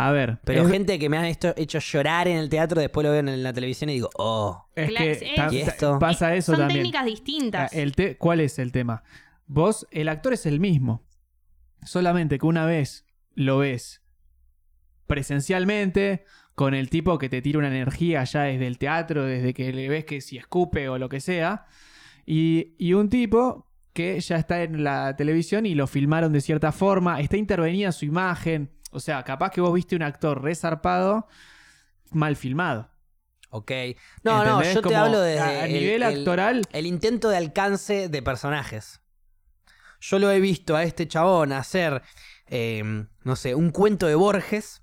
[SPEAKER 3] A ver,
[SPEAKER 1] Pero
[SPEAKER 3] es-
[SPEAKER 1] gente que me ha hecho, hecho llorar en el teatro, después lo veo en, en la televisión y digo, oh,
[SPEAKER 3] es
[SPEAKER 2] Claro,
[SPEAKER 3] que
[SPEAKER 2] es-
[SPEAKER 3] ta-
[SPEAKER 1] ¿Y esto?
[SPEAKER 3] pasa eso
[SPEAKER 2] Eh, Son
[SPEAKER 3] también. Ah,
[SPEAKER 2] técnicas distintas.
[SPEAKER 3] El te- ¿Cuál es el tema? Vos, el actor es el mismo. Solamente que una vez lo ves presencialmente, con el tipo que te tira una energía ya desde el teatro, desde que le ves que si escupe o lo que sea, y, y un tipo que ya está en la televisión y lo filmaron de cierta forma, está intervenida su imagen, o sea, capaz que vos viste un actor resarpado, mal filmado.
[SPEAKER 1] Ok. No, no,
[SPEAKER 3] ¿Entendés?
[SPEAKER 1] yo te
[SPEAKER 3] Como
[SPEAKER 1] hablo desde.
[SPEAKER 3] a- a
[SPEAKER 1] el- el-
[SPEAKER 3] nivel actoral.
[SPEAKER 1] El intento de alcance de personajes. Yo lo he visto a este chabón hacer, eh, no sé, un cuento de Borges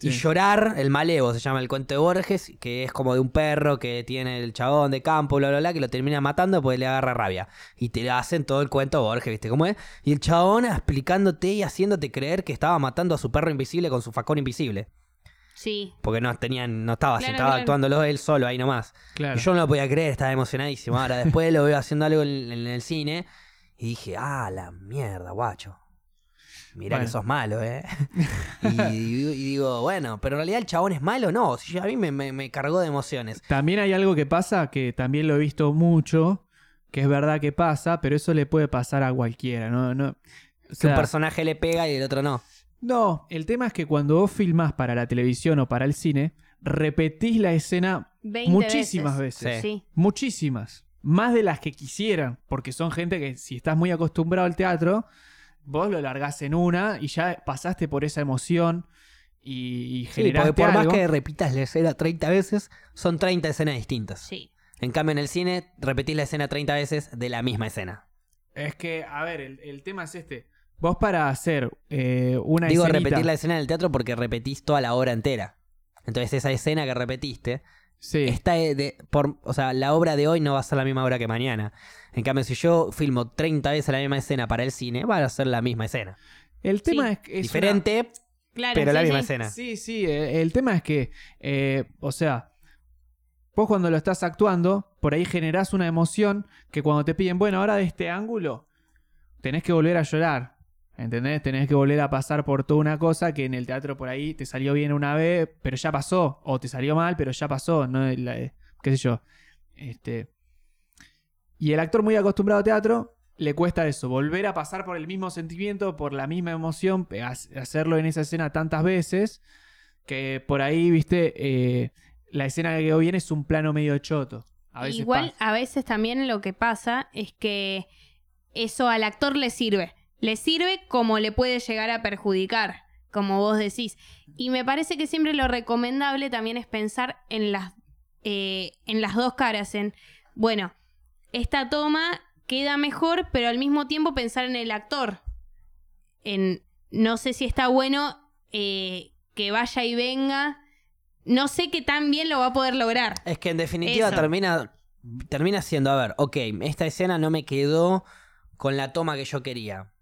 [SPEAKER 1] y
[SPEAKER 3] Sí.
[SPEAKER 1] llorar, el malevo se llama el cuento de Borges, que es como de un perro que tiene el chabón de campo, bla, bla, bla, que lo termina matando porque le agarra rabia. Y te le hacen todo el cuento de Borges, ¿viste cómo es? Y el chabón explicándote y haciéndote creer que estaba matando a su perro invisible con su facón invisible.
[SPEAKER 2] Sí.
[SPEAKER 1] Porque no tenían, no estaba, así,
[SPEAKER 2] Claro,
[SPEAKER 1] estaba
[SPEAKER 2] claro.
[SPEAKER 1] actuándolo él solo ahí nomás.
[SPEAKER 3] Claro.
[SPEAKER 1] Y yo no lo podía creer, estaba emocionadísimo. Ahora, después lo veo haciendo algo en, en el cine y dije, ah, la mierda, guacho. Mirá
[SPEAKER 3] Bueno.
[SPEAKER 1] que sos malo, ¿eh? y, y digo, bueno, pero en realidad el chabón es malo, no. Si yo- A mí me, me- me cargó de emociones.
[SPEAKER 3] También hay algo que pasa que también lo he visto mucho, que es verdad que pasa, pero eso le puede pasar a cualquiera, ¿no? no o
[SPEAKER 1] Que un
[SPEAKER 3] sea,
[SPEAKER 1] personaje le pega y el otro no.
[SPEAKER 3] no, el tema es que cuando vos filmás para la televisión o para el cine, repetís la escena
[SPEAKER 2] 20
[SPEAKER 3] muchísimas veces.
[SPEAKER 1] veces.
[SPEAKER 2] Sí.
[SPEAKER 3] Muchísimas. Más de las que quisieran, porque son gente que si estás muy acostumbrado al teatro, vos lo largás en una y ya pasaste por esa emoción y, y
[SPEAKER 1] Sí,
[SPEAKER 3] generaste
[SPEAKER 1] porque por más
[SPEAKER 3] algo.
[SPEAKER 1] que repitas la escena 30 veces, son 30 escenas distintas.
[SPEAKER 2] Sí.
[SPEAKER 1] En cambio, en el cine, repetís la escena 30 veces de la misma escena.
[SPEAKER 3] Es que, a ver, el, el tema es este. Vos para hacer eh, una
[SPEAKER 1] Digo
[SPEAKER 3] escenita-
[SPEAKER 1] repetir la escena del teatro porque repetís toda la obra entera. Entonces esa escena que repetiste,
[SPEAKER 3] Sí,
[SPEAKER 1] está de, de- por, o sea, la obra de hoy no va a ser la misma obra que mañana. En cambio, si yo filmo 30 veces la misma escena para el cine, va a ser la misma escena.
[SPEAKER 3] el tema es que... es
[SPEAKER 1] Diferente,
[SPEAKER 2] Claro.
[SPEAKER 1] pero
[SPEAKER 2] sí,
[SPEAKER 1] la
[SPEAKER 2] sí.
[SPEAKER 1] misma
[SPEAKER 3] una-
[SPEAKER 1] escena.
[SPEAKER 3] Sí, sí, eh, el tema es que, eh, o sea, vos cuando lo estás actuando, por ahí generás una emoción que cuando te piden, bueno, ahora de este ángulo, tenés que volver a llorar. ¿Entendés? Tenés que volver a pasar por toda una cosa que en el teatro por ahí te salió bien una vez, pero ya pasó. O te salió mal, pero ya pasó. ¿no? La- eh, ¿Qué sé yo? Este. Y el actor muy acostumbrado a teatro le cuesta eso, volver a pasar por el mismo sentimiento, por la misma emoción, pe- ha- hacerlo en esa escena tantas veces, que por ahí, viste, eh, la escena que quedó bien es un plano medio choto. A veces
[SPEAKER 2] Igual
[SPEAKER 3] pasa.
[SPEAKER 2] a veces también lo que pasa es que eso al actor le sirve. Le sirve como le puede llegar a perjudicar, como vos decís. Y me parece que siempre lo recomendable también es pensar en las, eh, en las dos caras, en, bueno, esta toma queda mejor, pero al mismo tiempo pensar en el actor. En, no sé si está bueno eh, que vaya y venga. No sé qué tan bien lo va a poder lograr.
[SPEAKER 1] Es que en definitiva
[SPEAKER 2] Eso.
[SPEAKER 1] termina termina siendo, a ver, ok, esta escena no me quedó con la toma que yo quería.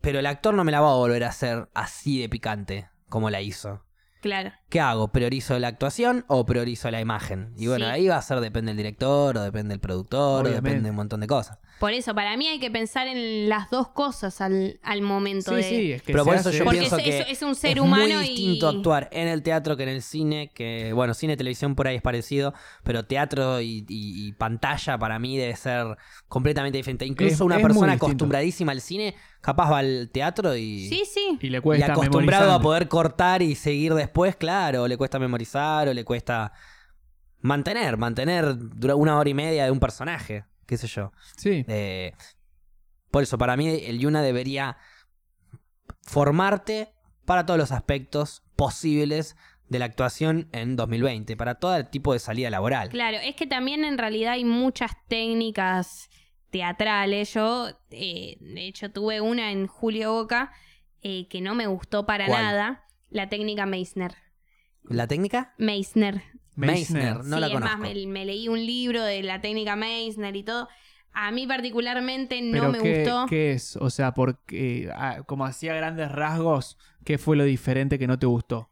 [SPEAKER 1] Pero el actor no me la va a volver a hacer así de picante como la hizo.
[SPEAKER 2] Claro.
[SPEAKER 1] ¿Qué hago? ¿Priorizo la actuación o priorizo la imagen? Y bueno,
[SPEAKER 2] Sí.
[SPEAKER 1] ahí va a ser, depende del director, o depende del productor, o
[SPEAKER 3] Obviamente.
[SPEAKER 1] depende de un montón de cosas.
[SPEAKER 2] Por eso, para mí hay que pensar en las dos cosas al, al momento
[SPEAKER 3] Sí,
[SPEAKER 2] de...
[SPEAKER 3] sí, es que
[SPEAKER 1] Pero por
[SPEAKER 3] se
[SPEAKER 1] eso yo
[SPEAKER 3] hace-
[SPEAKER 2] Porque
[SPEAKER 1] pienso
[SPEAKER 2] es,
[SPEAKER 1] que
[SPEAKER 2] es- es un ser
[SPEAKER 1] es
[SPEAKER 2] humano
[SPEAKER 1] muy distinto
[SPEAKER 2] y...
[SPEAKER 1] actuar en el teatro que en el cine, que bueno, cine, televisión por ahí es parecido, pero teatro y, y- y pantalla para mí debe ser completamente diferente. Incluso
[SPEAKER 3] Es-
[SPEAKER 1] una
[SPEAKER 3] es muy
[SPEAKER 1] persona
[SPEAKER 3] distinto.
[SPEAKER 1] acostumbradísima al cine, capaz va al teatro y,
[SPEAKER 2] Sí, sí.
[SPEAKER 3] Y le
[SPEAKER 1] y
[SPEAKER 3] cuesta
[SPEAKER 1] acostumbrado a
[SPEAKER 3] memorizando.
[SPEAKER 1] poder cortar y seguir después, claro, le cuesta memorizar o le cuesta mantener, mantener dura- una hora y media de un personaje, qué sé yo.
[SPEAKER 3] Sí.
[SPEAKER 1] Eh, por eso, para mí, el Yuna debería formarte para todos los aspectos posibles de la actuación en 2020, para todo el tipo de salida laboral.
[SPEAKER 2] Claro, es que también en realidad hay muchas técnicas teatrales. Yo, eh, de hecho, tuve una en Julio Boca eh, que no me gustó para
[SPEAKER 1] ¿Cuál?
[SPEAKER 2] nada. La técnica Meissner.
[SPEAKER 1] ¿La técnica?
[SPEAKER 2] Meissner.
[SPEAKER 1] Meissner. No
[SPEAKER 2] sí,
[SPEAKER 1] la
[SPEAKER 2] es más,
[SPEAKER 1] conozco.
[SPEAKER 2] me, me leí un libro de la técnica Meissner y todo. A mí particularmente no
[SPEAKER 3] Pero
[SPEAKER 2] me
[SPEAKER 3] ¿qué,
[SPEAKER 2] gustó.
[SPEAKER 3] ¿Qué es? O sea, porque ah, como hacía grandes rasgos, ¿qué fue lo diferente que no te gustó?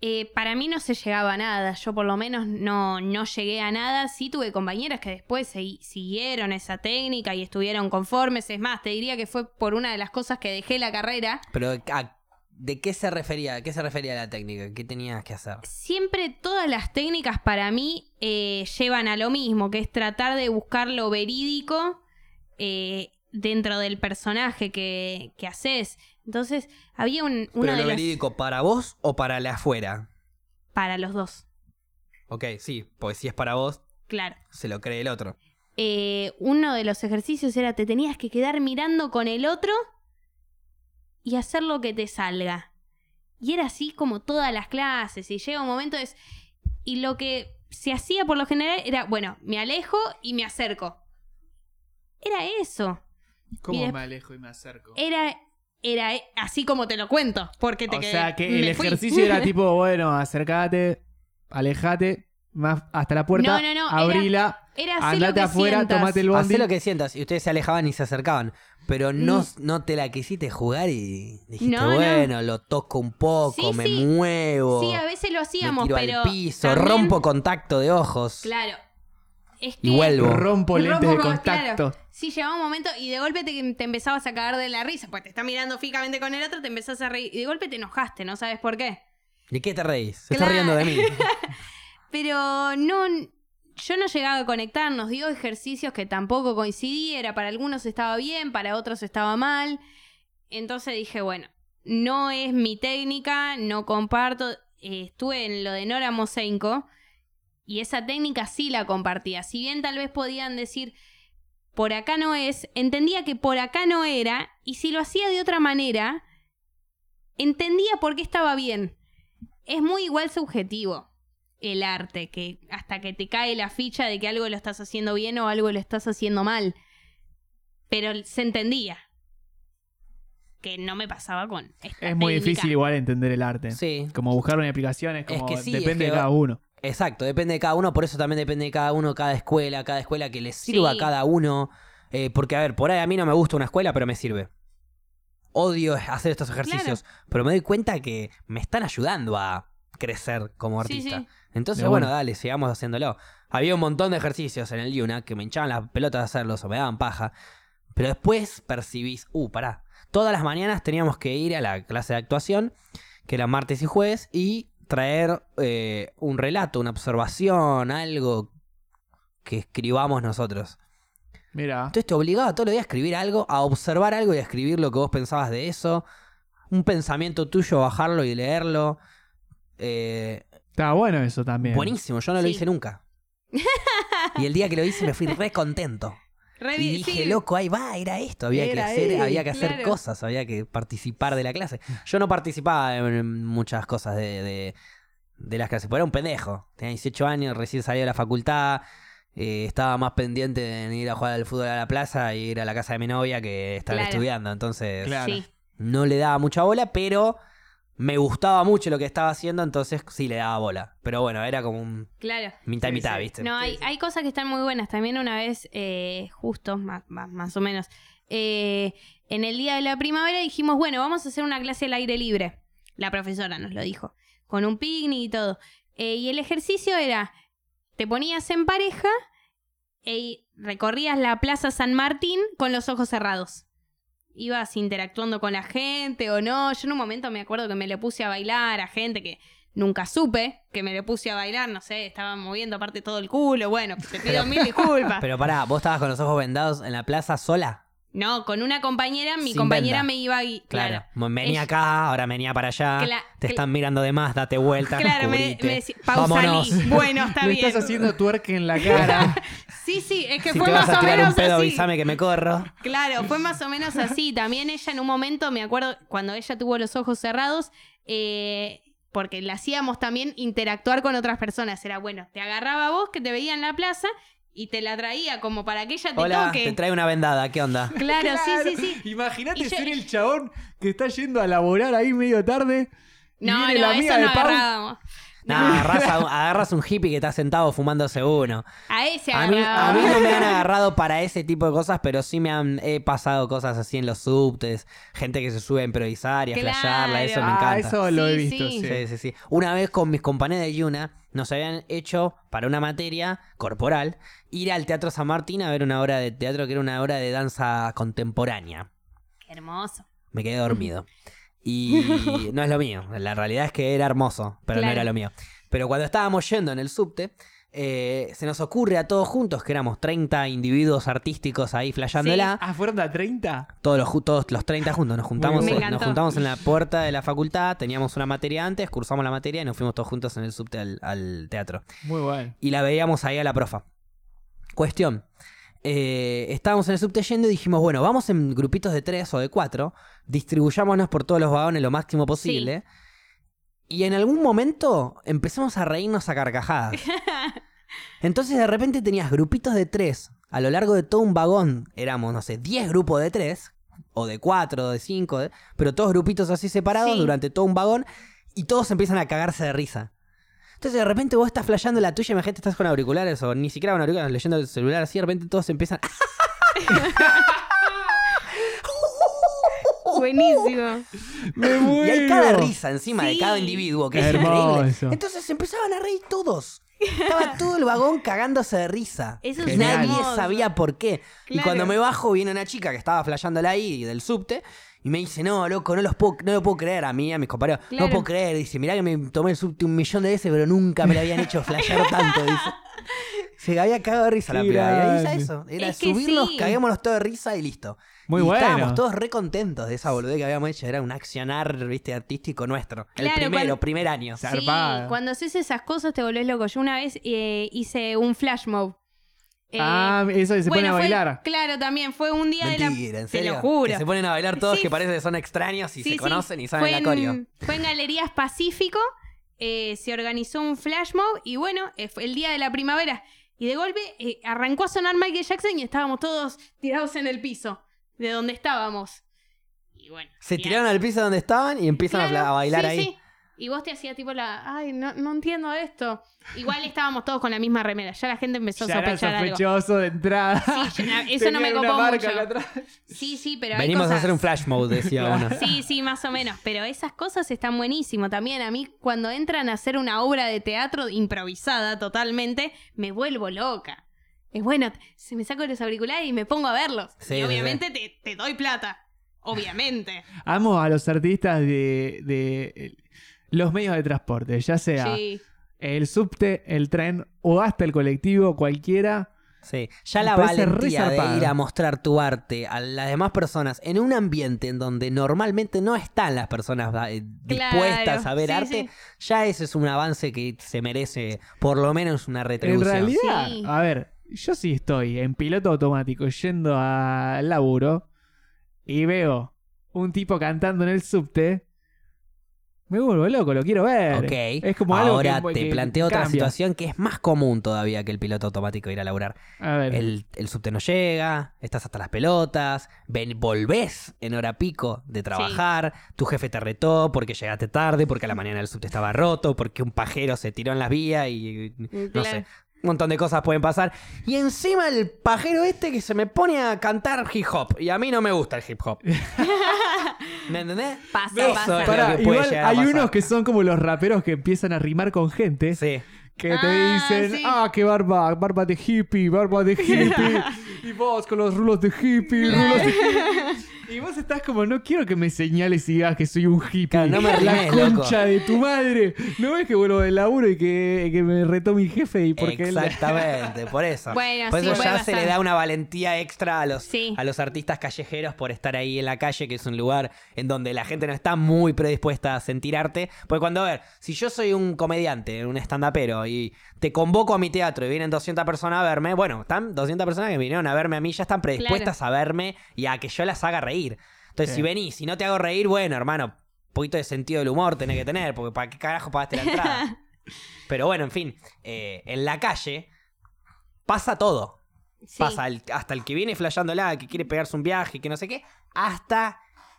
[SPEAKER 2] Eh, para mí no se llegaba a nada, yo por lo menos no, no llegué a nada, sí tuve compañeras que después se- siguieron esa técnica y estuvieron conformes, es más, te diría que fue por una de las cosas que dejé la carrera.
[SPEAKER 1] Pero ¿a- ¿de qué se refería? ¿A qué se refería la técnica? ¿Qué tenías que hacer?
[SPEAKER 2] Siempre todas las técnicas para mí eh, llevan a lo mismo, que es tratar de buscar lo verídico eh, dentro del personaje que, que haces. Entonces, había un, una
[SPEAKER 1] Pero
[SPEAKER 2] de
[SPEAKER 1] lo
[SPEAKER 2] las-
[SPEAKER 1] verídico, ¿para vos o para la afuera?
[SPEAKER 2] para los dos,
[SPEAKER 1] Ok, sí, porque si es para vos,
[SPEAKER 2] claro.
[SPEAKER 1] se lo cree el otro.
[SPEAKER 2] eh, uno de los ejercicios era te tenías que quedar mirando con el otro y hacer lo que te salga. Y era así como todas las clases. Y llega un momento es... Y lo que se hacía por lo general era, bueno, me alejo y me acerco. Era eso.
[SPEAKER 3] ¿Cómo
[SPEAKER 2] Y de-
[SPEAKER 3] me alejo y me acerco?
[SPEAKER 2] Era, era e- así como te lo cuento. Porque te
[SPEAKER 3] o
[SPEAKER 2] quedé-
[SPEAKER 3] sea, que el
[SPEAKER 2] me fui.
[SPEAKER 3] ejercicio era tipo, bueno, acércate, alejate, más hasta la puerta,
[SPEAKER 2] No, no, no, era-
[SPEAKER 3] abrila,
[SPEAKER 2] Era hacer lo
[SPEAKER 3] andate
[SPEAKER 2] que
[SPEAKER 3] afuera,
[SPEAKER 2] sientas.
[SPEAKER 3] tomate el bondi.
[SPEAKER 1] Hacé lo que sientas. Y ustedes se alejaban y se acercaban. Pero no, no te la quisiste jugar y dijiste,
[SPEAKER 2] Mm. No, no.
[SPEAKER 1] bueno, lo toco un poco,
[SPEAKER 2] Sí,
[SPEAKER 1] me
[SPEAKER 2] sí.
[SPEAKER 1] muevo.
[SPEAKER 2] Sí, a veces lo hacíamos,
[SPEAKER 1] me tiro
[SPEAKER 2] pero...
[SPEAKER 1] al piso,
[SPEAKER 2] también-
[SPEAKER 1] rompo contacto de ojos.
[SPEAKER 2] Claro. Es que
[SPEAKER 1] Y vuelvo.
[SPEAKER 3] Rompo lentes de
[SPEAKER 2] Rompo,
[SPEAKER 3] contacto.
[SPEAKER 2] claro. Sí, llegaba un momento y de golpe te, te empezabas a cagar de la risa. Pues te está mirando fijamente con el otro, te empezás a reír. Y de golpe te enojaste, no sabes por qué.
[SPEAKER 1] ¿De qué te reís? Se
[SPEAKER 2] Claro.
[SPEAKER 1] está riendo de mí.
[SPEAKER 2] Pero no. Yo no llegaba a conectar, nos dio ejercicios que tampoco coincidiera. Para algunos estaba bien, para otros estaba mal. Entonces dije, bueno, no es mi técnica, no comparto. Eh, estuve en lo de Nora Mosenko y esa técnica sí la compartía. Si bien tal vez podían decir, por acá no es, entendía que por acá no era y si lo hacía de otra manera, entendía por qué estaba bien. Es muy igual subjetivo el arte, que hasta que te cae la ficha de que algo lo estás haciendo bien o algo lo estás haciendo mal. Pero se entendía. Que no me pasaba con esta
[SPEAKER 3] Es muy
[SPEAKER 2] técnica.
[SPEAKER 3] difícil igual entender el arte.
[SPEAKER 1] Sí.
[SPEAKER 3] Como buscar una aplicación es como,
[SPEAKER 1] que sí, es
[SPEAKER 3] depende
[SPEAKER 1] que-
[SPEAKER 3] de cada uno.
[SPEAKER 1] Exacto, depende de cada uno, por eso también depende de cada uno, cada escuela, cada escuela que le sirva
[SPEAKER 2] Sí.
[SPEAKER 1] a cada uno. Eh, porque, a ver, por ahí a mí no me gusta una escuela, pero me sirve. Odio hacer estos ejercicios, pero me doy cuenta que me están ayudando a crecer como
[SPEAKER 2] Sí,
[SPEAKER 1] artista.
[SPEAKER 2] sí.
[SPEAKER 1] Entonces,
[SPEAKER 3] De
[SPEAKER 1] bueno,
[SPEAKER 3] una.
[SPEAKER 1] dale, sigamos haciéndolo. Había un montón de ejercicios en el Yuna que me hinchaban las pelotas de hacerlos o me daban paja. Pero después percibís, uh, pará. Todas las mañanas teníamos que ir a la clase de actuación, que era martes y jueves, y traer eh, un relato, una observación, algo que escribamos nosotros.
[SPEAKER 3] Mira,
[SPEAKER 1] Entonces te obligaba todos los días a escribir algo, a observar algo y a escribir lo que vos pensabas de eso. Un pensamiento tuyo, bajarlo y leerlo. Eh,
[SPEAKER 3] está bueno eso también.
[SPEAKER 1] Buenísimo, yo no lo
[SPEAKER 2] Sí.
[SPEAKER 1] hice nunca. y el día que lo hice me fui re contento.
[SPEAKER 2] Re
[SPEAKER 1] Y
[SPEAKER 2] bien,
[SPEAKER 1] dije,
[SPEAKER 2] sí.
[SPEAKER 1] loco, ahí va, era esto. Había que
[SPEAKER 3] Era
[SPEAKER 1] hacer,
[SPEAKER 3] él,
[SPEAKER 1] había que hacer
[SPEAKER 2] claro.
[SPEAKER 1] cosas, había que participar de la clase. Yo no participaba en- en muchas cosas de, de- de las clases, porque era un pendejo. Tenía 18 años, recién salí de la facultad. eh, estaba más pendiente de ir a jugar al fútbol a la plaza y ir a la casa de mi novia que estar
[SPEAKER 2] Claro.
[SPEAKER 1] estudiando. Entonces,
[SPEAKER 3] Claro.
[SPEAKER 2] Sí.
[SPEAKER 1] no le daba mucha bola, pero me gustaba mucho lo que estaba haciendo, entonces sí le daba bola. Pero bueno, era como un
[SPEAKER 2] Claro.
[SPEAKER 1] mitad y
[SPEAKER 3] Sí,
[SPEAKER 1] mitad,
[SPEAKER 3] sí.
[SPEAKER 1] ¿viste?
[SPEAKER 2] No, hay, hay cosas que están muy buenas. También una vez, eh, justo, más, más, más o menos, eh, en el día de la primavera dijimos, bueno, vamos a hacer una clase al aire libre. La profesora nos lo dijo, con un picnic y todo. Eh, y el ejercicio era, te ponías en pareja e, y recorrías la Plaza San Martín con los ojos cerrados. Ibas interactuando con la gente o no. Yo en un momento me acuerdo que me le puse a bailar a gente que nunca supe que me le puse a bailar, no sé, estaba moviendo aparte todo el culo, bueno, te pido mil disculpas.
[SPEAKER 1] Pero pará, vos estabas con los ojos vendados en la plaza sola.
[SPEAKER 2] No, con una compañera, mi
[SPEAKER 1] Sin
[SPEAKER 2] compañera
[SPEAKER 1] venda.
[SPEAKER 2] me iba a... gui- Claro,
[SPEAKER 1] Claro. Venía
[SPEAKER 2] Ella-
[SPEAKER 1] acá, ahora venía para allá.
[SPEAKER 2] Cla-
[SPEAKER 1] te
[SPEAKER 2] cl-
[SPEAKER 1] están mirando de más, date vuelta.
[SPEAKER 2] claro, me,
[SPEAKER 1] cubrite.
[SPEAKER 2] me decía, pausalí,
[SPEAKER 1] Vámonos.
[SPEAKER 2] bueno, está
[SPEAKER 3] Le
[SPEAKER 2] bien.
[SPEAKER 3] estás haciendo twerk en la cara.
[SPEAKER 2] Sí, sí, es que
[SPEAKER 1] si
[SPEAKER 2] fue
[SPEAKER 1] te vas
[SPEAKER 2] más
[SPEAKER 1] a
[SPEAKER 2] o
[SPEAKER 1] tirar
[SPEAKER 2] menos
[SPEAKER 1] un pedo,
[SPEAKER 2] así.
[SPEAKER 1] avísame que me corro.
[SPEAKER 2] Claro, fue más o menos así. También ella en un momento, me acuerdo, cuando ella tuvo los ojos cerrados, eh, porque la hacíamos también interactuar con otras personas. Era bueno, te agarraba a vos que te veía en la plaza y te la traía como para que ella te
[SPEAKER 1] Hola,
[SPEAKER 2] toque.
[SPEAKER 1] te trae una vendada, ¿qué onda?
[SPEAKER 2] Claro, sí, sí,
[SPEAKER 3] Claro.
[SPEAKER 2] sí.
[SPEAKER 3] Imagínate
[SPEAKER 2] Y yo-
[SPEAKER 3] ser el chabón que está yendo a laborar ahí medio tarde. y
[SPEAKER 2] No,
[SPEAKER 3] viene
[SPEAKER 2] no,
[SPEAKER 3] la amiga
[SPEAKER 2] eso
[SPEAKER 3] de
[SPEAKER 2] no
[SPEAKER 3] Pau.
[SPEAKER 2] agarrábamos.
[SPEAKER 1] Nah, agarras a un- agarras un hippie que está sentado fumándose uno.
[SPEAKER 2] A ese
[SPEAKER 1] A mí, a
[SPEAKER 2] agarrábamos.
[SPEAKER 1] mí no me han agarrado para ese tipo de cosas, pero sí me han he pasado cosas así en los subtes, gente que se sube a improvisar y a
[SPEAKER 2] Claro.
[SPEAKER 1] flashearla, eso me
[SPEAKER 2] Ah,
[SPEAKER 1] encanta.
[SPEAKER 3] Ah, eso lo he
[SPEAKER 2] Sí,
[SPEAKER 3] visto,
[SPEAKER 2] sí.
[SPEAKER 3] sí.
[SPEAKER 1] Sí, sí, sí. Una vez con mis compañeros de Yuna nos habían hecho para una materia corporal ir al Teatro San Martín a ver una obra de teatro que era una obra de danza contemporánea.
[SPEAKER 2] Qué hermoso.
[SPEAKER 1] Me quedé dormido. Y no es lo mío. La realidad es que era hermoso, pero no
[SPEAKER 2] Claro.
[SPEAKER 1] era lo mío. Pero cuando estábamos yendo en el subte, eh, se nos ocurre a todos juntos, que éramos 30 individuos artísticos ahí flasheándola,
[SPEAKER 3] Ah, fueron a 30.
[SPEAKER 1] todos, los, ju- todos los 30 juntos nos juntamos,
[SPEAKER 2] Me
[SPEAKER 1] nos
[SPEAKER 2] encantó.
[SPEAKER 1] juntamos en la puerta de la facultad, teníamos una materia antes, cursamos la materia y nos fuimos todos juntos en el subte al- al teatro
[SPEAKER 3] Muy bueno.
[SPEAKER 1] y la veíamos ahí a la profa. Cuestión. eh, estábamos en el subte yendo y dijimos, bueno, vamos en grupitos de tres o de cuatro, distribuyámonos por todos los vagones lo máximo posible. Y en algún momento empezamos a reírnos a carcajadas. Entonces de repente tenías grupitos de tres. A lo largo de todo un vagón éramos, no sé, 10 grupos de tres, o de cuatro, o de cinco, de- pero todos grupitos así separados
[SPEAKER 2] Sí.
[SPEAKER 1] durante todo un vagón y todos empiezan a cagarse de risa. Entonces de repente vos estás flasheando la tuya, imagínate estás con auriculares o ni siquiera con auriculares, leyendo el celular así, de repente todos empiezan...
[SPEAKER 3] Uh.
[SPEAKER 2] Buenísimo.
[SPEAKER 3] Me muero.
[SPEAKER 1] Y hay cada risa encima de
[SPEAKER 2] Sí.
[SPEAKER 1] cada individuo, que es
[SPEAKER 3] Hermoso.
[SPEAKER 1] increíble. Entonces se empezaban a reír todos. Estaba todo el vagón cagándose de risa.
[SPEAKER 2] Eso
[SPEAKER 1] Y
[SPEAKER 2] es
[SPEAKER 3] Genial.
[SPEAKER 1] nadie
[SPEAKER 2] hermoso.
[SPEAKER 1] sabía por qué. Y
[SPEAKER 2] Claro.
[SPEAKER 1] cuando me bajo, viene una chica que estaba flasheándola ahí del subte. Y me dice, no, loco, no, los puedo, no lo puedo creer a mí, a mis compañeros. No lo
[SPEAKER 2] Claro.
[SPEAKER 1] puedo creer. Dice, mirá que me tomé el subte un millón de veces, pero nunca me lo habían hecho flashear tanto. Dice. Se había cagado de risa la
[SPEAKER 3] Qué
[SPEAKER 1] piba. Y ahí era
[SPEAKER 3] grande.
[SPEAKER 1] eso. Era
[SPEAKER 2] Es que
[SPEAKER 1] subirnos,
[SPEAKER 2] sí.
[SPEAKER 1] caguémonos todos de risa y listo.
[SPEAKER 3] Muy
[SPEAKER 1] y
[SPEAKER 3] bueno.
[SPEAKER 1] Estábamos todos re contentos de esa boludez que habíamos hecho. Era un accionar, viste, artístico nuestro. el
[SPEAKER 2] Claro,
[SPEAKER 1] primero,
[SPEAKER 2] cuando-
[SPEAKER 1] primer año.
[SPEAKER 3] Zarpada.
[SPEAKER 2] Sí, cuando haces esas cosas te volvés loco. Yo una vez eh, hice un flash mob. Eh,
[SPEAKER 3] ah, eso que se
[SPEAKER 2] bueno,
[SPEAKER 3] pone a
[SPEAKER 2] fue-
[SPEAKER 3] bailar.
[SPEAKER 2] claro, también. Fue un día de
[SPEAKER 1] Mentira,
[SPEAKER 2] la...
[SPEAKER 1] en serio.
[SPEAKER 2] Te lo juro.
[SPEAKER 1] Que se ponen a bailar todos
[SPEAKER 2] Sí.
[SPEAKER 1] que parece que son extraños y
[SPEAKER 2] Sí,
[SPEAKER 1] se
[SPEAKER 2] sí.
[SPEAKER 1] conocen y saben
[SPEAKER 2] fue
[SPEAKER 1] la coreo.
[SPEAKER 2] En, fue en Galerías Pacífico, eh, se organizó un flash mob y bueno, eh, fue el día de la primavera. Y de golpe eh, arrancó a sonar Michael Jackson y estábamos todos tirados en el piso, de donde estábamos. Y bueno.
[SPEAKER 1] Se
[SPEAKER 2] y
[SPEAKER 1] tiraron al piso donde estaban y empiezan a
[SPEAKER 2] Claro,
[SPEAKER 1] fla- a, bailar
[SPEAKER 2] sí,
[SPEAKER 1] ahí.
[SPEAKER 2] sí. Y vos te hacías tipo la, ay, no, no entiendo esto. Igual estábamos todos con la misma remera, ya la gente empezó a
[SPEAKER 3] Ya era
[SPEAKER 2] sospechar algo.
[SPEAKER 3] sospechoso de entrada.
[SPEAKER 2] Sí, ya- eso no me
[SPEAKER 3] Tenía una
[SPEAKER 2] copó mucho.
[SPEAKER 3] marca acá atrás.
[SPEAKER 2] Sí, sí, pero hay
[SPEAKER 1] Venimos a
[SPEAKER 2] cosas-
[SPEAKER 1] hacer un flash mode, decía uno.
[SPEAKER 2] Sí, sí, más o menos. Pero esas cosas están buenísimo. También a mí, cuando entran a hacer una obra de teatro improvisada totalmente, me vuelvo loca. Es bueno, se me saco los auriculares y me pongo a verlos.
[SPEAKER 1] Sí,
[SPEAKER 2] y
[SPEAKER 1] sí,
[SPEAKER 2] obviamente Te, te doy plata. Obviamente.
[SPEAKER 3] Amo a los artistas de, de los medios de transporte, ya sea
[SPEAKER 2] Sí.
[SPEAKER 3] el subte, el tren o hasta el colectivo, cualquiera.
[SPEAKER 1] Sí. Ya
[SPEAKER 3] Me
[SPEAKER 1] la
[SPEAKER 3] parece re
[SPEAKER 1] valentía de
[SPEAKER 3] zarpado.
[SPEAKER 1] ir a mostrar tu arte a las demás personas en un ambiente en donde normalmente no están las personas eh, dispuestas
[SPEAKER 2] Claro.
[SPEAKER 1] a ver
[SPEAKER 2] Sí,
[SPEAKER 1] arte,
[SPEAKER 2] sí.
[SPEAKER 1] ya ese es un avance que se merece por lo menos una
[SPEAKER 3] En
[SPEAKER 1] retribución.
[SPEAKER 3] realidad,
[SPEAKER 2] Sí.
[SPEAKER 3] a ver, yo sí estoy en piloto automático yendo al laburo y veo un tipo cantando en el subte. Me vuelvo loco, lo quiero ver.
[SPEAKER 1] Ok.
[SPEAKER 3] Es como algo
[SPEAKER 1] Ahora
[SPEAKER 3] que-
[SPEAKER 1] te
[SPEAKER 3] que
[SPEAKER 1] planteo otra
[SPEAKER 3] cambia.
[SPEAKER 1] situación que es más común todavía que el piloto automático ir a laburar.
[SPEAKER 3] A ver.
[SPEAKER 1] El, el subte no llega, estás hasta las pelotas, ven, volvés en hora pico de trabajar, tu jefe te retó porque llegaste tarde, porque a la mañana el subte estaba roto, porque un pajero se tiró en las vías y no
[SPEAKER 2] Claro.
[SPEAKER 1] sé. Un montón de cosas pueden pasar. Y encima el pajero este que se me pone a cantar hip hop. Y a mí no me gusta el hip hop. ¿Me entendés?
[SPEAKER 2] Pasa,
[SPEAKER 1] Eso
[SPEAKER 2] pasa.
[SPEAKER 1] es lo
[SPEAKER 3] Pará,
[SPEAKER 1] que puede
[SPEAKER 3] igual
[SPEAKER 1] llegar a
[SPEAKER 3] hay
[SPEAKER 1] pasar.
[SPEAKER 3] unos que son como los raperos que empiezan a rimar con gente.
[SPEAKER 1] Sí.
[SPEAKER 3] Que te
[SPEAKER 2] Ah,
[SPEAKER 3] dicen,
[SPEAKER 2] sí.
[SPEAKER 3] ah, qué barba, barba de hippie, barba de hippie. y vos con los rulos de hippie, rulos de hippie. Y vos estás como, no quiero que me señales y digas que soy un hippie.
[SPEAKER 1] Claro, no me
[SPEAKER 3] La
[SPEAKER 1] rimes, loco.
[SPEAKER 3] concha de tu madre. ¿No ves que vuelvo del laburo y que, que me retó mi jefe? y porque él-
[SPEAKER 1] Exactamente, por eso.
[SPEAKER 2] Bueno,
[SPEAKER 1] por
[SPEAKER 2] sí,
[SPEAKER 1] eso
[SPEAKER 2] puede
[SPEAKER 1] ya
[SPEAKER 2] pasar.
[SPEAKER 1] se le da una valentía extra a los,
[SPEAKER 2] Sí.
[SPEAKER 1] a los artistas callejeros por estar ahí en la calle, que es un lugar en donde la gente no está muy predispuesta a sentir arte. Porque cuando, a ver, si yo soy un comediante, un stand-upero, y te convoco a mi teatro y vienen 200 personas a verme, bueno, están 200 personas que vinieron a verme a mí, ya están predispuestas a verme y a que yo las haga reír. Entonces,
[SPEAKER 3] Sí.
[SPEAKER 1] si venís, si no te hago reír, bueno, hermano, un poquito de sentido del humor tenés que tener, porque ¿para qué carajo pagaste la entrada? Pero bueno, en fin, eh, en la calle pasa todo.
[SPEAKER 2] Sí.
[SPEAKER 1] Pasa el- hasta el que viene flasheándola, que quiere pegarse un viaje, que no sé qué, hasta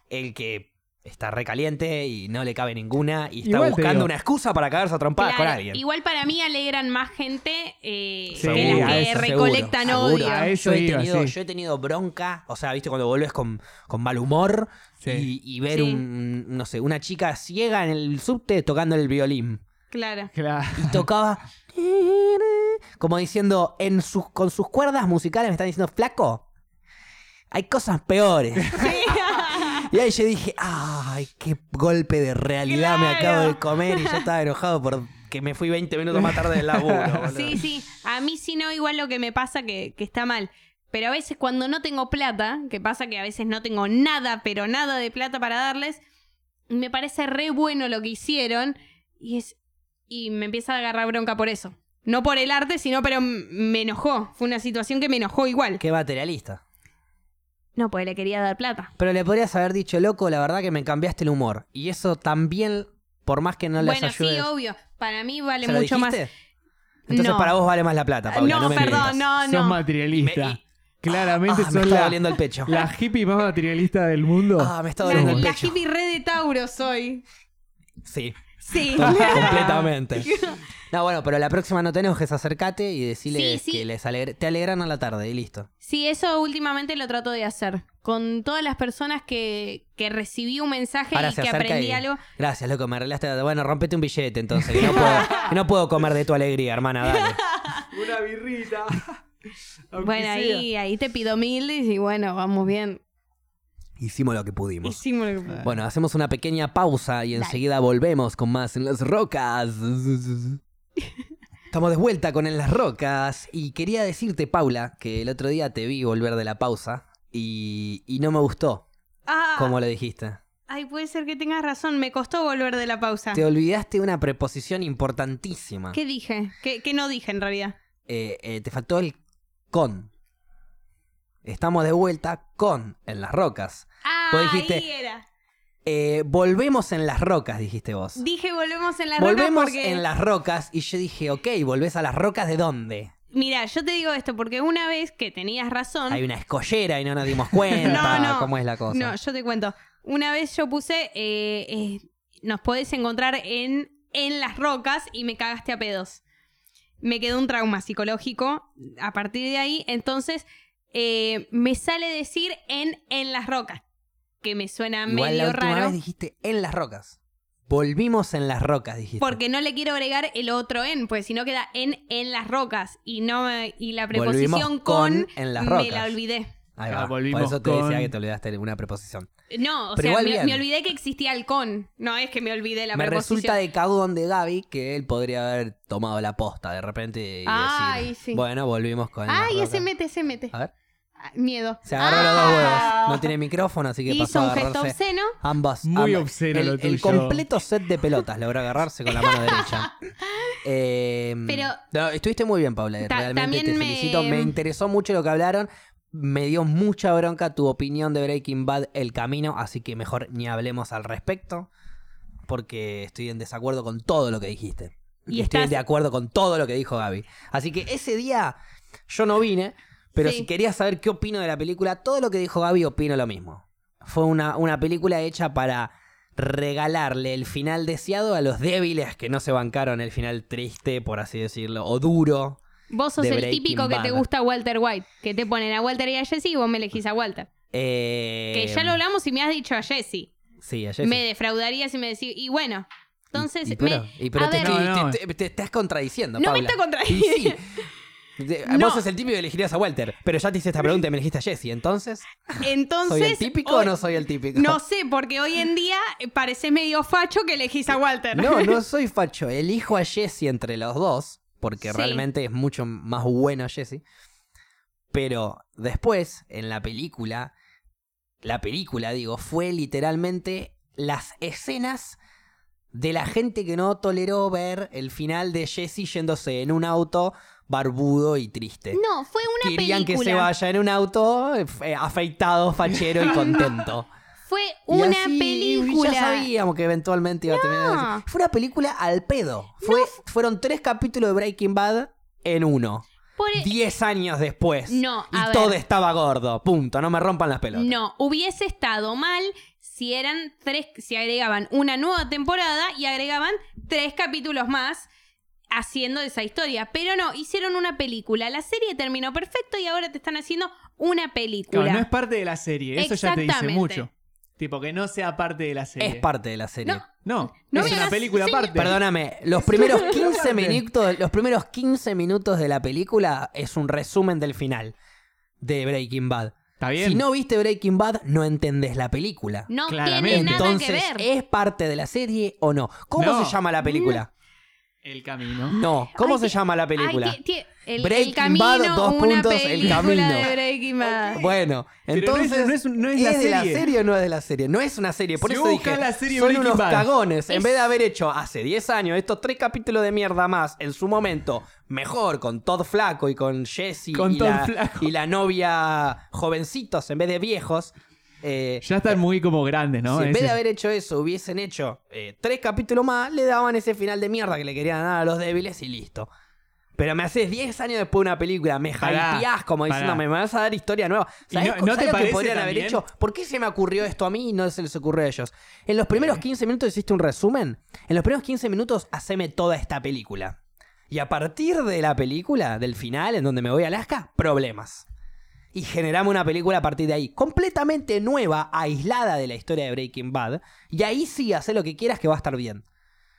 [SPEAKER 1] el que está recaliente y no le cabe ninguna y está
[SPEAKER 3] Igual te digo.
[SPEAKER 1] buscando una excusa para cagarse a trompadas con
[SPEAKER 2] Claro.
[SPEAKER 1] alguien.
[SPEAKER 2] Igual para mí alegran más gente eh,
[SPEAKER 3] Sí,
[SPEAKER 2] que las
[SPEAKER 3] a
[SPEAKER 2] que
[SPEAKER 1] eso, seguro,
[SPEAKER 2] recolectan
[SPEAKER 1] seguro.
[SPEAKER 2] odio.
[SPEAKER 3] A eso
[SPEAKER 1] yo, he
[SPEAKER 3] iba,
[SPEAKER 1] tenido,
[SPEAKER 3] sí.
[SPEAKER 1] yo he tenido bronca, o sea, viste, cuando volvés con, con mal humor
[SPEAKER 3] Sí.
[SPEAKER 1] y, y ver
[SPEAKER 2] Sí.
[SPEAKER 1] un, no sé, una chica ciega en el subte tocando el violín.
[SPEAKER 2] Claro.
[SPEAKER 3] Claro.
[SPEAKER 1] Y tocaba como diciendo, en sus, con sus cuerdas musicales me están diciendo, flaco, hay cosas peores. Y ahí yo dije, ay, qué golpe de realidad me
[SPEAKER 2] Claro.
[SPEAKER 1] acabo de comer y yo estaba enojado por que me fui 20 minutos más tarde del laburo. boludo.
[SPEAKER 2] Sí, sí. A mí sí no, igual lo que me pasa que, que está mal. Pero a veces cuando no tengo plata, que pasa que a veces no tengo nada, pero nada de plata para darles, me parece re bueno lo que hicieron y es y me empieza a agarrar bronca por eso. No por el arte, sino pero m- me enojó. Fue una situación que me enojó igual.
[SPEAKER 1] Qué materialista.
[SPEAKER 2] No, pues le quería dar plata.
[SPEAKER 1] Pero le podrías haber dicho, loco, la verdad que me cambiaste el humor. Y eso también, por más que no les
[SPEAKER 2] bueno,
[SPEAKER 1] ayude.
[SPEAKER 2] sí, obvio. Para mí vale
[SPEAKER 1] ¿Se lo
[SPEAKER 2] mucho más.
[SPEAKER 1] dijiste? Entonces
[SPEAKER 2] No.
[SPEAKER 1] para vos vale más la plata, Paula,
[SPEAKER 2] no,
[SPEAKER 1] me mientas.
[SPEAKER 2] perdón, Ah, no,
[SPEAKER 3] Sos
[SPEAKER 2] no.
[SPEAKER 3] materialista.
[SPEAKER 1] Me- y-
[SPEAKER 3] Claramente
[SPEAKER 1] Ah, me
[SPEAKER 3] sos
[SPEAKER 1] está
[SPEAKER 3] la,
[SPEAKER 1] doliendo el pecho.
[SPEAKER 3] la hippie más materialista del mundo.
[SPEAKER 1] Ah, me está
[SPEAKER 2] La,
[SPEAKER 1] doliendo el
[SPEAKER 2] la
[SPEAKER 1] pecho.
[SPEAKER 2] hippie re de Tauro soy.
[SPEAKER 1] Sí,
[SPEAKER 2] Sí.
[SPEAKER 1] to- completamente. No, bueno, pero la próxima no te enojes, acercate y decirle
[SPEAKER 2] Sí, sí.
[SPEAKER 1] que les alegre- te alegran a la tarde y listo.
[SPEAKER 2] Sí, eso últimamente lo trato de hacer. Con todas las personas que, que recibí un mensaje
[SPEAKER 1] Ahora
[SPEAKER 2] y
[SPEAKER 1] se
[SPEAKER 2] que
[SPEAKER 1] acerca
[SPEAKER 2] aprendí
[SPEAKER 1] y-
[SPEAKER 2] algo.
[SPEAKER 1] Gracias, loco, me arreglaste. la- Bueno, rompete un billete entonces, que no puedo, que no puedo comer de tu alegría, hermana, dale.
[SPEAKER 3] Una birrita.
[SPEAKER 2] Bueno, ahí, ahí te pido mil y bueno, vamos bien.
[SPEAKER 1] Hicimos lo que pudimos.
[SPEAKER 2] Hicimos lo que-
[SPEAKER 1] Bueno, hacemos una pequeña pausa y enseguida volvemos con más en las rocas. Estamos de vuelta con En las rocas y quería decirte, Paula, que el otro día te vi volver de la pausa y, y no me gustó
[SPEAKER 2] Ah,
[SPEAKER 1] como lo dijiste.
[SPEAKER 2] ay, puede ser que tengas razón. Me costó volver de la pausa.
[SPEAKER 1] Te olvidaste una preposición importantísima.
[SPEAKER 2] Ah. ¿Qué dije? ¿Qué, qué no dije en realidad?
[SPEAKER 1] Eh, eh, te faltó el con. Estamos de vuelta con En las rocas.
[SPEAKER 2] Ah,
[SPEAKER 1] Vos dijiste-
[SPEAKER 2] ahí era.
[SPEAKER 1] Eh, volvemos en las rocas, dijiste vos.
[SPEAKER 2] Dije volvemos en las
[SPEAKER 1] Volvemos
[SPEAKER 2] rocas porque...
[SPEAKER 1] en las rocas y yo dije, ok, ¿volvés a las rocas de dónde?
[SPEAKER 2] Mira, yo te digo esto porque una vez que tenías razón...
[SPEAKER 1] Hay una escollera y no nos dimos cuenta
[SPEAKER 2] No, no.
[SPEAKER 1] cómo es la cosa.
[SPEAKER 2] No, yo te cuento. Una vez yo puse, eh, eh, nos podés encontrar en, en las rocas y me cagaste a pedos. Me quedó un trauma psicológico a partir de ahí. Entonces, eh, me sale decir en, en las rocas, que me suena
[SPEAKER 1] Igual la
[SPEAKER 2] medio
[SPEAKER 1] última
[SPEAKER 2] raro.
[SPEAKER 1] vez dijiste en las rocas. Volvimos en las rocas, dijiste.
[SPEAKER 2] Porque no le quiero agregar el otro en, pues si no queda en en las rocas y no me- y la
[SPEAKER 1] Volvimos
[SPEAKER 2] preposición
[SPEAKER 1] con
[SPEAKER 2] con,
[SPEAKER 1] en las
[SPEAKER 2] me
[SPEAKER 1] rocas.
[SPEAKER 2] la olvidé.
[SPEAKER 1] Ahí
[SPEAKER 3] Ah,
[SPEAKER 1] va.
[SPEAKER 3] volvimos
[SPEAKER 1] Por eso te
[SPEAKER 3] con-
[SPEAKER 1] decía que te olvidaste de una preposición.
[SPEAKER 2] No, o
[SPEAKER 1] Pero
[SPEAKER 2] sea,
[SPEAKER 1] igual
[SPEAKER 2] me,
[SPEAKER 1] bien.
[SPEAKER 2] me olvidé que existía el con. No es que me olvidé la
[SPEAKER 1] Me
[SPEAKER 2] preposición.
[SPEAKER 1] resulta de caudón de Gaby que él podría haber tomado la posta de repente y
[SPEAKER 2] Ay,
[SPEAKER 1] decir,
[SPEAKER 2] sí.
[SPEAKER 1] bueno, volvimos con en las
[SPEAKER 2] Ay,
[SPEAKER 1] rocas.
[SPEAKER 2] ese mete, ese mete.
[SPEAKER 1] A ver,
[SPEAKER 2] Ah, Miedo. Ah.
[SPEAKER 1] se agarró los dos huevos. No tiene micrófono, así que pasó
[SPEAKER 2] Hizo
[SPEAKER 1] a
[SPEAKER 2] un gesto
[SPEAKER 1] agarrarse
[SPEAKER 2] obsceno.
[SPEAKER 1] Ambas.
[SPEAKER 3] Muy
[SPEAKER 1] ambas.
[SPEAKER 3] obsceno
[SPEAKER 1] el,
[SPEAKER 3] lo
[SPEAKER 1] el
[SPEAKER 3] tuyo.
[SPEAKER 1] completo set de pelotas logró agarrarse con la mano derecha. Eh,
[SPEAKER 2] Pero-
[SPEAKER 1] no, estuviste muy bien, Paula.
[SPEAKER 2] Ta-
[SPEAKER 1] Realmente
[SPEAKER 2] también
[SPEAKER 1] te
[SPEAKER 2] me-
[SPEAKER 1] felicito. Me interesó mucho lo que hablaron. Me dio mucha bronca tu opinión de Breaking Bad El Camino, así que mejor ni hablemos al respecto, porque estoy en desacuerdo con todo lo que dijiste.
[SPEAKER 2] Y
[SPEAKER 1] Y estoy
[SPEAKER 2] estás-
[SPEAKER 1] de acuerdo con todo lo que dijo Gaby. Así que ese día yo no vine, pero
[SPEAKER 2] Sí.
[SPEAKER 1] si querías saber qué opino de la película, todo lo que dijo Gaby opino lo mismo. Fue una, una película hecha para regalarle el final deseado a los débiles que no se bancaron el final triste, por así decirlo, o duro.
[SPEAKER 2] Vos sos
[SPEAKER 1] de
[SPEAKER 2] el
[SPEAKER 1] Breaking
[SPEAKER 2] típico que te
[SPEAKER 1] Bad.
[SPEAKER 2] gusta Walter White. Que te ponen a Walter y a Jesse y vos me elegís a Walter.
[SPEAKER 1] Eh,
[SPEAKER 2] que ya lo hablamos y me has dicho a Jesse.
[SPEAKER 1] Sí, ayer
[SPEAKER 2] Me defraudarías y me decís. Y bueno, entonces.
[SPEAKER 1] y, pero,
[SPEAKER 2] me-
[SPEAKER 1] y pero
[SPEAKER 2] a
[SPEAKER 1] te,
[SPEAKER 2] ver,
[SPEAKER 1] estoy-
[SPEAKER 3] No, no.
[SPEAKER 1] te- te- te estás contradiciendo.
[SPEAKER 2] No me
[SPEAKER 1] Paula.
[SPEAKER 2] está contradiciendo.
[SPEAKER 1] Y sí. De-
[SPEAKER 2] No.
[SPEAKER 1] Vos sos el típico que elegirías a Walter, pero ya te hice esta pregunta y me elegiste a Jesse, entonces.
[SPEAKER 2] entonces.
[SPEAKER 1] ¿Soy el típico o
[SPEAKER 2] hoy-
[SPEAKER 1] no soy el típico?
[SPEAKER 2] No sé, porque hoy en día eh, parecés medio facho que elegís a Walter.
[SPEAKER 1] No, no soy facho. Elijo a Jesse entre los dos, porque
[SPEAKER 2] Sí.
[SPEAKER 1] realmente es mucho más bueno Jesse. Pero después, en la película, la película, digo, fue literalmente las escenas de la gente que no toleró ver el final de Jesse yéndose en un auto barbudo y triste.
[SPEAKER 2] No, fue una
[SPEAKER 1] Querían
[SPEAKER 2] película.
[SPEAKER 1] que se vaya en un auto eh, afeitado, fachero y contento.
[SPEAKER 2] Fue
[SPEAKER 1] Y
[SPEAKER 2] una
[SPEAKER 1] así,
[SPEAKER 2] película.
[SPEAKER 1] Ya sabíamos que eventualmente iba a terminar.
[SPEAKER 2] No.
[SPEAKER 1] así. Fue una película al pedo. Fue, Fueron tres capítulos de Breaking Bad en uno.
[SPEAKER 2] Por- e-
[SPEAKER 1] Diez años después.
[SPEAKER 2] No,
[SPEAKER 1] y
[SPEAKER 2] a ver.
[SPEAKER 1] todo estaba gordo. Punto. No me rompan las pelotas.
[SPEAKER 2] No, hubiese estado mal si eran tres, si agregaban una nueva temporada y agregaban tres capítulos más haciendo esa historia. Pero no, hicieron una película. La serie terminó perfecto y ahora te están haciendo una película.
[SPEAKER 3] Claro, no es parte de la serie. Eso ya te dice
[SPEAKER 2] Exactamente.
[SPEAKER 3] mucho. Tipo, que no sea parte de la serie.
[SPEAKER 1] Es parte de la serie.
[SPEAKER 2] No.
[SPEAKER 3] No,
[SPEAKER 2] No
[SPEAKER 3] es
[SPEAKER 2] me
[SPEAKER 3] una
[SPEAKER 2] hagas-
[SPEAKER 3] película
[SPEAKER 2] sí.
[SPEAKER 3] aparte.
[SPEAKER 1] Perdóname, los primeros 15
[SPEAKER 3] Aparte.
[SPEAKER 1] minutos, los primeros 15 minutos de la película es un resumen del final de Breaking Bad.
[SPEAKER 3] Está bien.
[SPEAKER 1] Si no viste Breaking Bad, no entendés la película.
[SPEAKER 2] No
[SPEAKER 3] Claramente.
[SPEAKER 2] tiene nada
[SPEAKER 1] Entonces,
[SPEAKER 2] que ver.
[SPEAKER 1] ¿es parte de la serie o no? ¿Cómo
[SPEAKER 3] No.
[SPEAKER 1] se llama la película?
[SPEAKER 3] El camino.
[SPEAKER 1] No, ¿cómo
[SPEAKER 2] Ay,
[SPEAKER 1] se
[SPEAKER 2] ti-
[SPEAKER 1] llama la película?
[SPEAKER 2] Ay, ti- ti- el,
[SPEAKER 1] Breaking
[SPEAKER 2] el camino,
[SPEAKER 1] Bad, dos
[SPEAKER 2] una
[SPEAKER 1] puntos, El
[SPEAKER 2] película
[SPEAKER 1] Camino.
[SPEAKER 2] de Breaking Bad.
[SPEAKER 1] Bueno,
[SPEAKER 3] Pero no es-
[SPEAKER 1] entonces.
[SPEAKER 3] no es un- no es la
[SPEAKER 1] de la
[SPEAKER 3] serie.
[SPEAKER 1] serie o no es de la serie? No es una serie. Por
[SPEAKER 3] Si
[SPEAKER 1] eso
[SPEAKER 3] vos
[SPEAKER 1] dije,
[SPEAKER 3] buscás la serie
[SPEAKER 1] son
[SPEAKER 3] Breaking
[SPEAKER 1] unos
[SPEAKER 3] Bad.
[SPEAKER 1] cagones. En
[SPEAKER 2] Es-
[SPEAKER 1] vez de haber hecho hace 10 años estos tres capítulos de mierda más, en su momento, mejor, con Todd Flaco y con Jesse
[SPEAKER 3] Con
[SPEAKER 1] y,
[SPEAKER 3] Todd
[SPEAKER 1] la,
[SPEAKER 3] Flaco.
[SPEAKER 1] y la novia jovencitos en vez de viejos. eh,
[SPEAKER 3] Ya están muy como grandes, ¿no?
[SPEAKER 1] si en
[SPEAKER 3] Ese-
[SPEAKER 1] vez de haber hecho eso hubiesen hecho eh, tres capítulos más, le daban ese final de mierda que le querían dar a los débiles y listo. Pero me haces 10 años después de una película, me
[SPEAKER 3] Pará,
[SPEAKER 1] hypeás como
[SPEAKER 3] pará.
[SPEAKER 1] diciéndome, me vas a dar historia nueva.
[SPEAKER 3] Y
[SPEAKER 1] ¿Sabés
[SPEAKER 3] no-
[SPEAKER 1] co-
[SPEAKER 3] ¿no
[SPEAKER 1] sabés
[SPEAKER 3] te
[SPEAKER 1] lo que
[SPEAKER 3] parece
[SPEAKER 1] podrían haber
[SPEAKER 3] también?
[SPEAKER 1] hecho? ¿Por qué se me ocurrió esto a mí y no se les ocurrió a ellos? En los
[SPEAKER 3] Eh.
[SPEAKER 1] primeros 15 minutos hiciste un resumen. En los primeros 15 minutos, haceme toda esta película. Y a partir de la película, del final, en donde me voy a Alaska, problemas y generamos una película a partir de ahí, completamente nueva, aislada de la historia de Breaking Bad, y ahí sí, hace lo que quieras que va a estar bien.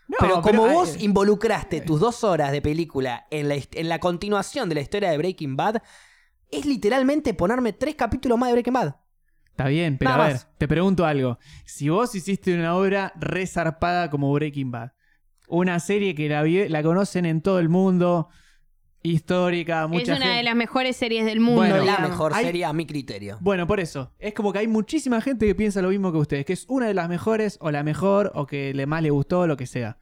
[SPEAKER 3] No,
[SPEAKER 1] pero como
[SPEAKER 3] pero-
[SPEAKER 1] vos involucraste tus dos horas de película en la, hist- en la continuación de la historia de Breaking Bad, es literalmente ponerme tres capítulos más de Breaking Bad.
[SPEAKER 3] Está bien, pero
[SPEAKER 1] Nada
[SPEAKER 3] a ver,
[SPEAKER 1] más.
[SPEAKER 3] te pregunto algo. Si vos hiciste una obra resarpada como Breaking Bad, una serie que la, vi- la conocen en todo el mundo, histórica, mucha
[SPEAKER 2] es una
[SPEAKER 3] gente-
[SPEAKER 2] de las mejores series del mundo.
[SPEAKER 3] Bueno,
[SPEAKER 1] la
[SPEAKER 2] digamos.
[SPEAKER 1] mejor
[SPEAKER 3] Hay-
[SPEAKER 1] serie a mi criterio.
[SPEAKER 3] Bueno, por eso. Es como que hay muchísima gente que piensa lo mismo que ustedes, que es una de las mejores o la mejor o que le más le gustó o lo que sea.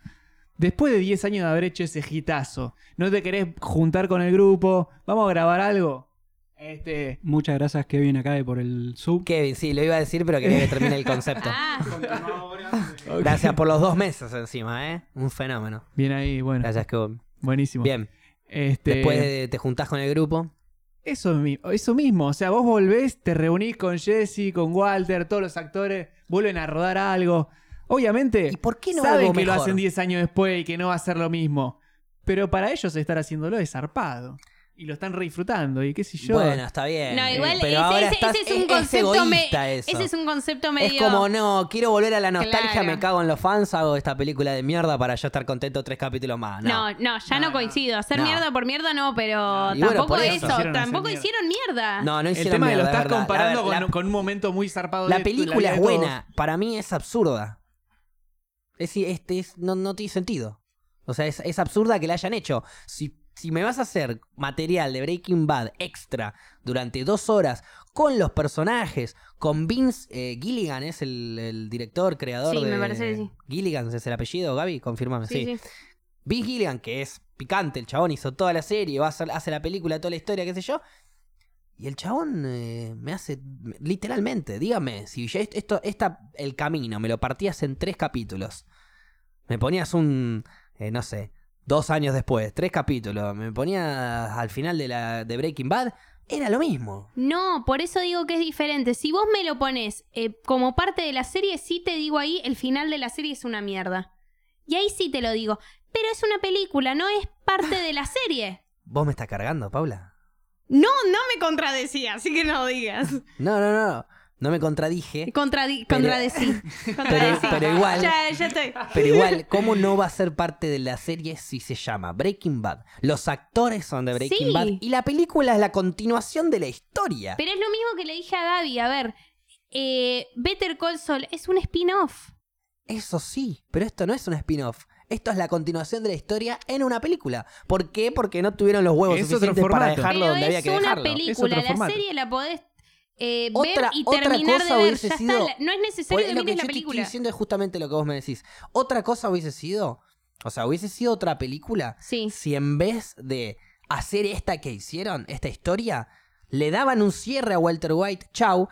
[SPEAKER 3] Después de 10 años de haber hecho ese hitazo, ¿no te querés juntar con el grupo? ¿Vamos a grabar algo? Este,
[SPEAKER 4] Muchas gracias Kevin Acabe por el sub.
[SPEAKER 1] Kevin, sí, lo iba a decir, pero quería que termine el concepto.
[SPEAKER 2] Ah,
[SPEAKER 1] Gracias por los dos meses encima, ¿eh? Un fenómeno.
[SPEAKER 3] Bien ahí, bueno.
[SPEAKER 1] Gracias, Kevin.
[SPEAKER 3] Buenísimo.
[SPEAKER 1] Bien,
[SPEAKER 3] Este,
[SPEAKER 1] después de- te juntás con el grupo.
[SPEAKER 3] Eso, mi- eso mismo, o sea, vos volvés, te reunís con Jesse, con Walter, todos los actores, vuelven a rodar algo. Obviamente,
[SPEAKER 1] ¿Y por qué no
[SPEAKER 3] Eh, saben
[SPEAKER 1] algo
[SPEAKER 3] que lo
[SPEAKER 1] mejor?
[SPEAKER 3] hacen 10 años después y que no va a ser lo mismo. Pero para ellos estar haciéndolo es zarpado. Y lo están re disfrutando, y qué sé yo.
[SPEAKER 1] Bueno, está bien.
[SPEAKER 2] no, igual
[SPEAKER 1] Eh, pero
[SPEAKER 2] ese,
[SPEAKER 1] ahora
[SPEAKER 2] ese-
[SPEAKER 1] estás-
[SPEAKER 2] ese es un concepto me-
[SPEAKER 1] egoísta eso.
[SPEAKER 2] Ese es un concepto medio.
[SPEAKER 1] Es como, no, quiero volver a la nostalgia,
[SPEAKER 2] Claro.
[SPEAKER 1] me cago en los fans, hago esta película de mierda para yo estar contento tres capítulos más. No.
[SPEAKER 2] No, no, ya no,
[SPEAKER 3] No,
[SPEAKER 2] coincido. Hacer
[SPEAKER 1] no.
[SPEAKER 2] mierda por mierda no, pero
[SPEAKER 1] Y bueno,
[SPEAKER 2] tampoco
[SPEAKER 1] por eso.
[SPEAKER 2] eso.
[SPEAKER 3] Hicieron hacer
[SPEAKER 2] tampoco
[SPEAKER 3] mierda.
[SPEAKER 2] hicieron mierda.
[SPEAKER 1] No, no
[SPEAKER 3] el
[SPEAKER 1] hicieron
[SPEAKER 3] tema de
[SPEAKER 1] mierda,
[SPEAKER 3] lo
[SPEAKER 1] es
[SPEAKER 3] estás
[SPEAKER 1] verdad. La
[SPEAKER 3] comparando
[SPEAKER 1] ver-
[SPEAKER 3] con,
[SPEAKER 1] la-
[SPEAKER 3] con un momento muy zarpado
[SPEAKER 1] La,
[SPEAKER 3] de tu-
[SPEAKER 1] película
[SPEAKER 3] vida
[SPEAKER 1] es
[SPEAKER 3] de todos.
[SPEAKER 1] buena, para mí es absurda. Es decir, este es- no, no tiene sentido. O sea, es, es absurda que la hayan hecho. Si, si me vas a hacer material de Breaking Bad extra durante dos horas con los personajes, con Vince eh, Gilligan, es el, el director, creador
[SPEAKER 2] Sí,
[SPEAKER 1] de...
[SPEAKER 2] me parece que sí.
[SPEAKER 1] Gilligan es el apellido, Gaby, confirmame.
[SPEAKER 2] Sí,
[SPEAKER 1] sí.
[SPEAKER 2] sí.
[SPEAKER 1] Vince Gilligan, que es picante, el chabón hizo toda la serie, va a hacer- hace la película, toda la historia, qué sé yo. Y el chabón eh, me hace, me- literalmente, dígame, si ya est- esto, esta, el camino, me lo partías en tres capítulos. Me ponías un, eh, no sé, dos años después, tres capítulos, me ponías al final de, la, de Breaking Bad, era lo mismo.
[SPEAKER 2] No, por eso digo que es diferente. Si vos me lo pones eh, como parte de la serie, sí te digo ahí, el final de la serie es una mierda. Y ahí sí te lo digo. Pero es una película, no es parte de la serie.
[SPEAKER 1] ¿Vos me estás cargando, Paula?
[SPEAKER 2] No, no me contradecía, así que no digas.
[SPEAKER 1] No, no, no, no me contradije.
[SPEAKER 2] Contradi
[SPEAKER 1] Eh, Pero-
[SPEAKER 2] contradecí.
[SPEAKER 1] Pero,
[SPEAKER 2] contradecí.
[SPEAKER 1] pero igual...
[SPEAKER 2] Ya, ya estoy.
[SPEAKER 1] Pero igual, ¿cómo no va a ser parte de la serie si se llama Breaking Bad? Los actores son de Breaking
[SPEAKER 2] Sí.
[SPEAKER 1] Bad y la película es la continuación de la historia.
[SPEAKER 2] Pero es lo mismo que le dije a Gaby. A ver, eh, Better Call Saul es un spin-off.
[SPEAKER 1] Eso sí, pero esto no es un spin-off. Esto es la continuación de la historia en una película. ¿Por qué? Porque no tuvieron los huevos
[SPEAKER 3] Es otro
[SPEAKER 1] suficientes para
[SPEAKER 3] formato.
[SPEAKER 1] dejarlo
[SPEAKER 2] Pero
[SPEAKER 1] donde había
[SPEAKER 2] es
[SPEAKER 1] que
[SPEAKER 2] una
[SPEAKER 1] dejarlo.
[SPEAKER 3] Es otro
[SPEAKER 2] película. La
[SPEAKER 3] formato.
[SPEAKER 2] serie la podés eh,
[SPEAKER 1] Otra-
[SPEAKER 2] ver y
[SPEAKER 1] otra
[SPEAKER 2] terminar
[SPEAKER 1] cosa
[SPEAKER 2] de ver.
[SPEAKER 1] hubiese
[SPEAKER 2] Ya
[SPEAKER 1] sido-
[SPEAKER 2] está. la- No es
[SPEAKER 1] Por-
[SPEAKER 2] necesario que
[SPEAKER 1] lo que yo
[SPEAKER 2] mires la
[SPEAKER 1] te estoy
[SPEAKER 2] película.
[SPEAKER 1] diciendo es justamente lo que vos me decís. Otra cosa hubiese sido, o sea, hubiese sido otra película
[SPEAKER 2] Sí.
[SPEAKER 1] si en vez de hacer esta que hicieron, esta historia, le daban un cierre a Walter White, chau,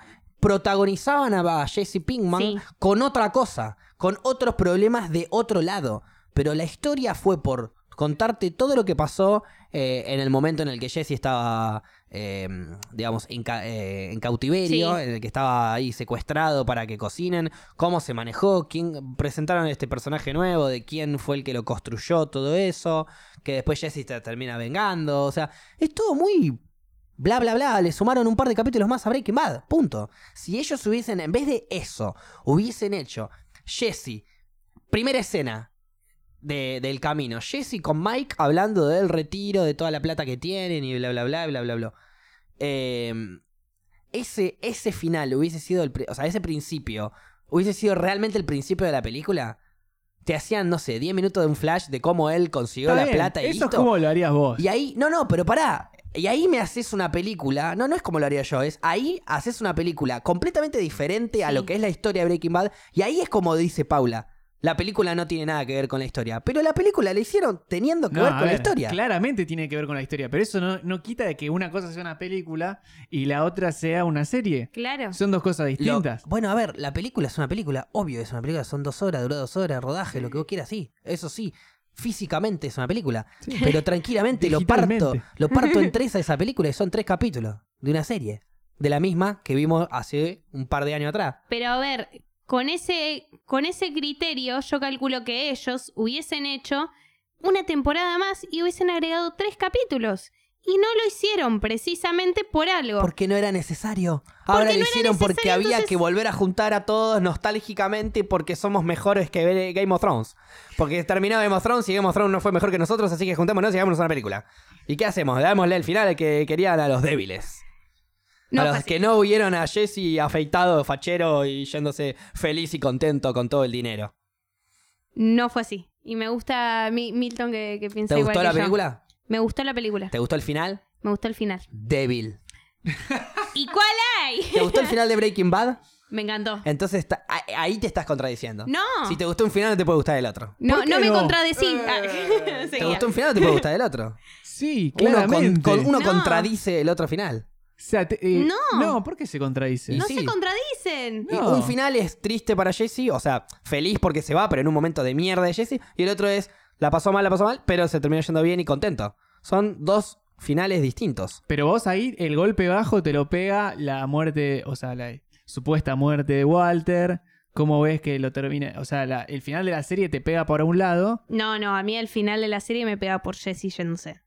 [SPEAKER 1] protagonizaban a a Jesse Pinkman
[SPEAKER 2] Sí.
[SPEAKER 1] con otra cosa, con otros problemas de otro lado. Pero la historia fue por contarte todo lo que pasó eh, en el momento en el que Jesse estaba, eh, digamos, en, ca- eh, en cautiverio,
[SPEAKER 2] Sí.
[SPEAKER 1] en el que estaba ahí secuestrado para que cocinen, cómo se manejó, quién presentaron este personaje nuevo, de quién fue el que lo construyó, todo eso, que después Jesse te termina vengando, o sea, es todo muy bla bla bla, le sumaron un par de capítulos más a Breaking Bad, punto. Si ellos hubiesen, en vez de eso, hubiesen hecho Jesse, primera escena de- del camino, Jesse con Mike hablando del retiro, de toda la plata que tienen y bla bla bla bla bla bla. Eh, ese, ese final hubiese sido el, pri- o sea, ese principio hubiese sido realmente el principio de la película. te hacían, no sé, 10 minutos de un flash de cómo él consiguió
[SPEAKER 3] Está
[SPEAKER 1] la
[SPEAKER 3] bien,
[SPEAKER 1] plata y
[SPEAKER 3] Eso es
[SPEAKER 1] listo.
[SPEAKER 3] como lo harías vos.
[SPEAKER 1] Y ahí, no, no, pero pará. Y ahí me haces una película, no, no es como lo haría yo, es ahí haces una película completamente diferente a
[SPEAKER 2] Sí.
[SPEAKER 1] lo que es la historia de Breaking Bad. Y ahí es como dice Paula, la película no tiene nada que ver con la historia. Pero la película la hicieron teniendo que
[SPEAKER 3] No,
[SPEAKER 1] ver
[SPEAKER 3] a
[SPEAKER 1] con la
[SPEAKER 3] ver,
[SPEAKER 1] historia.
[SPEAKER 3] Claramente tiene que ver con la historia, pero eso no, no quita de que una cosa sea una película y la otra sea una serie.
[SPEAKER 2] Claro.
[SPEAKER 3] Son dos cosas
[SPEAKER 1] Lo-
[SPEAKER 3] distintas.
[SPEAKER 1] bueno, a ver, la película es una película, obvio, es una película, son dos horas, duró dos horas, rodaje, lo que vos quieras, sí, eso sí. Físicamente es una película, pero tranquilamente lo parto,
[SPEAKER 3] Digitalmente.
[SPEAKER 1] lo parto en tres a esa película y son tres capítulos de una serie, de la misma que vimos hace un par de años atrás.
[SPEAKER 2] Pero a ver, con ese, con ese criterio, yo calculo que ellos hubiesen hecho una temporada más y hubiesen agregado tres capítulos. Y no lo hicieron precisamente por algo.
[SPEAKER 1] Porque no era necesario. Ahora
[SPEAKER 2] no
[SPEAKER 1] lo
[SPEAKER 2] era
[SPEAKER 1] hicieron porque
[SPEAKER 2] necesario,
[SPEAKER 1] había
[SPEAKER 2] entonces-
[SPEAKER 1] que volver a juntar a todos nostálgicamente porque somos mejores que ver Game of Thrones. Porque terminó Game of Thrones y Game of Thrones no fue mejor que nosotros, así que juntémonos y hagámonos una película. ¿Y qué hacemos? Dámosle el final al que querían a los débiles.
[SPEAKER 2] No,
[SPEAKER 1] a los
[SPEAKER 2] fácil.
[SPEAKER 1] que no hubieron a Jesse afeitado, fachero y yéndose feliz y contento con todo el dinero.
[SPEAKER 2] No fue así. Y me gusta Mi- Milton que, que piensa
[SPEAKER 1] ¿Te
[SPEAKER 2] igual
[SPEAKER 1] gustó la
[SPEAKER 2] que yo.
[SPEAKER 1] película?
[SPEAKER 2] Me gustó la película.
[SPEAKER 1] ¿Te gustó el final?
[SPEAKER 2] Me gustó el final.
[SPEAKER 1] Débil.
[SPEAKER 2] ¿Y cuál hay?
[SPEAKER 1] ¿Te gustó el final de Breaking Bad?
[SPEAKER 2] Me encantó.
[SPEAKER 1] Entonces ta- a- ahí te estás contradiciendo.
[SPEAKER 2] No.
[SPEAKER 1] Si te gustó un final, no te puede gustar el otro.
[SPEAKER 2] No,
[SPEAKER 3] ¿Por qué
[SPEAKER 2] no me
[SPEAKER 3] no?
[SPEAKER 2] contradecí.
[SPEAKER 3] Eh,
[SPEAKER 2] Ah,
[SPEAKER 3] ¿te
[SPEAKER 1] ¿Te
[SPEAKER 2] seguía.
[SPEAKER 1] gustó un final o te puede gustar el otro?
[SPEAKER 3] Sí,
[SPEAKER 1] Uno, con-
[SPEAKER 3] claramente.
[SPEAKER 1] con- uno
[SPEAKER 2] No.
[SPEAKER 1] contradice el otro final.
[SPEAKER 3] O sea, te- eh,
[SPEAKER 2] No.
[SPEAKER 3] no, ¿por qué se contradice?
[SPEAKER 1] Y
[SPEAKER 2] No
[SPEAKER 1] sí.
[SPEAKER 2] se contradicen.
[SPEAKER 1] Y
[SPEAKER 3] No.
[SPEAKER 1] un final es triste para Jesse, o sea, feliz porque se va, pero en un momento de mierda de Jesse. Y el otro es, la pasó mal, la pasó mal, pero se terminó yendo bien y contento. Son dos finales distintos.
[SPEAKER 3] Pero vos ahí el golpe bajo te lo pega la muerte, o sea, la supuesta muerte de Walter. ¿Cómo ves que lo termina? O sea, la- el final de la serie te pega por un lado,
[SPEAKER 2] No, no, a mí el final de la serie me pega por Jesse yéndose.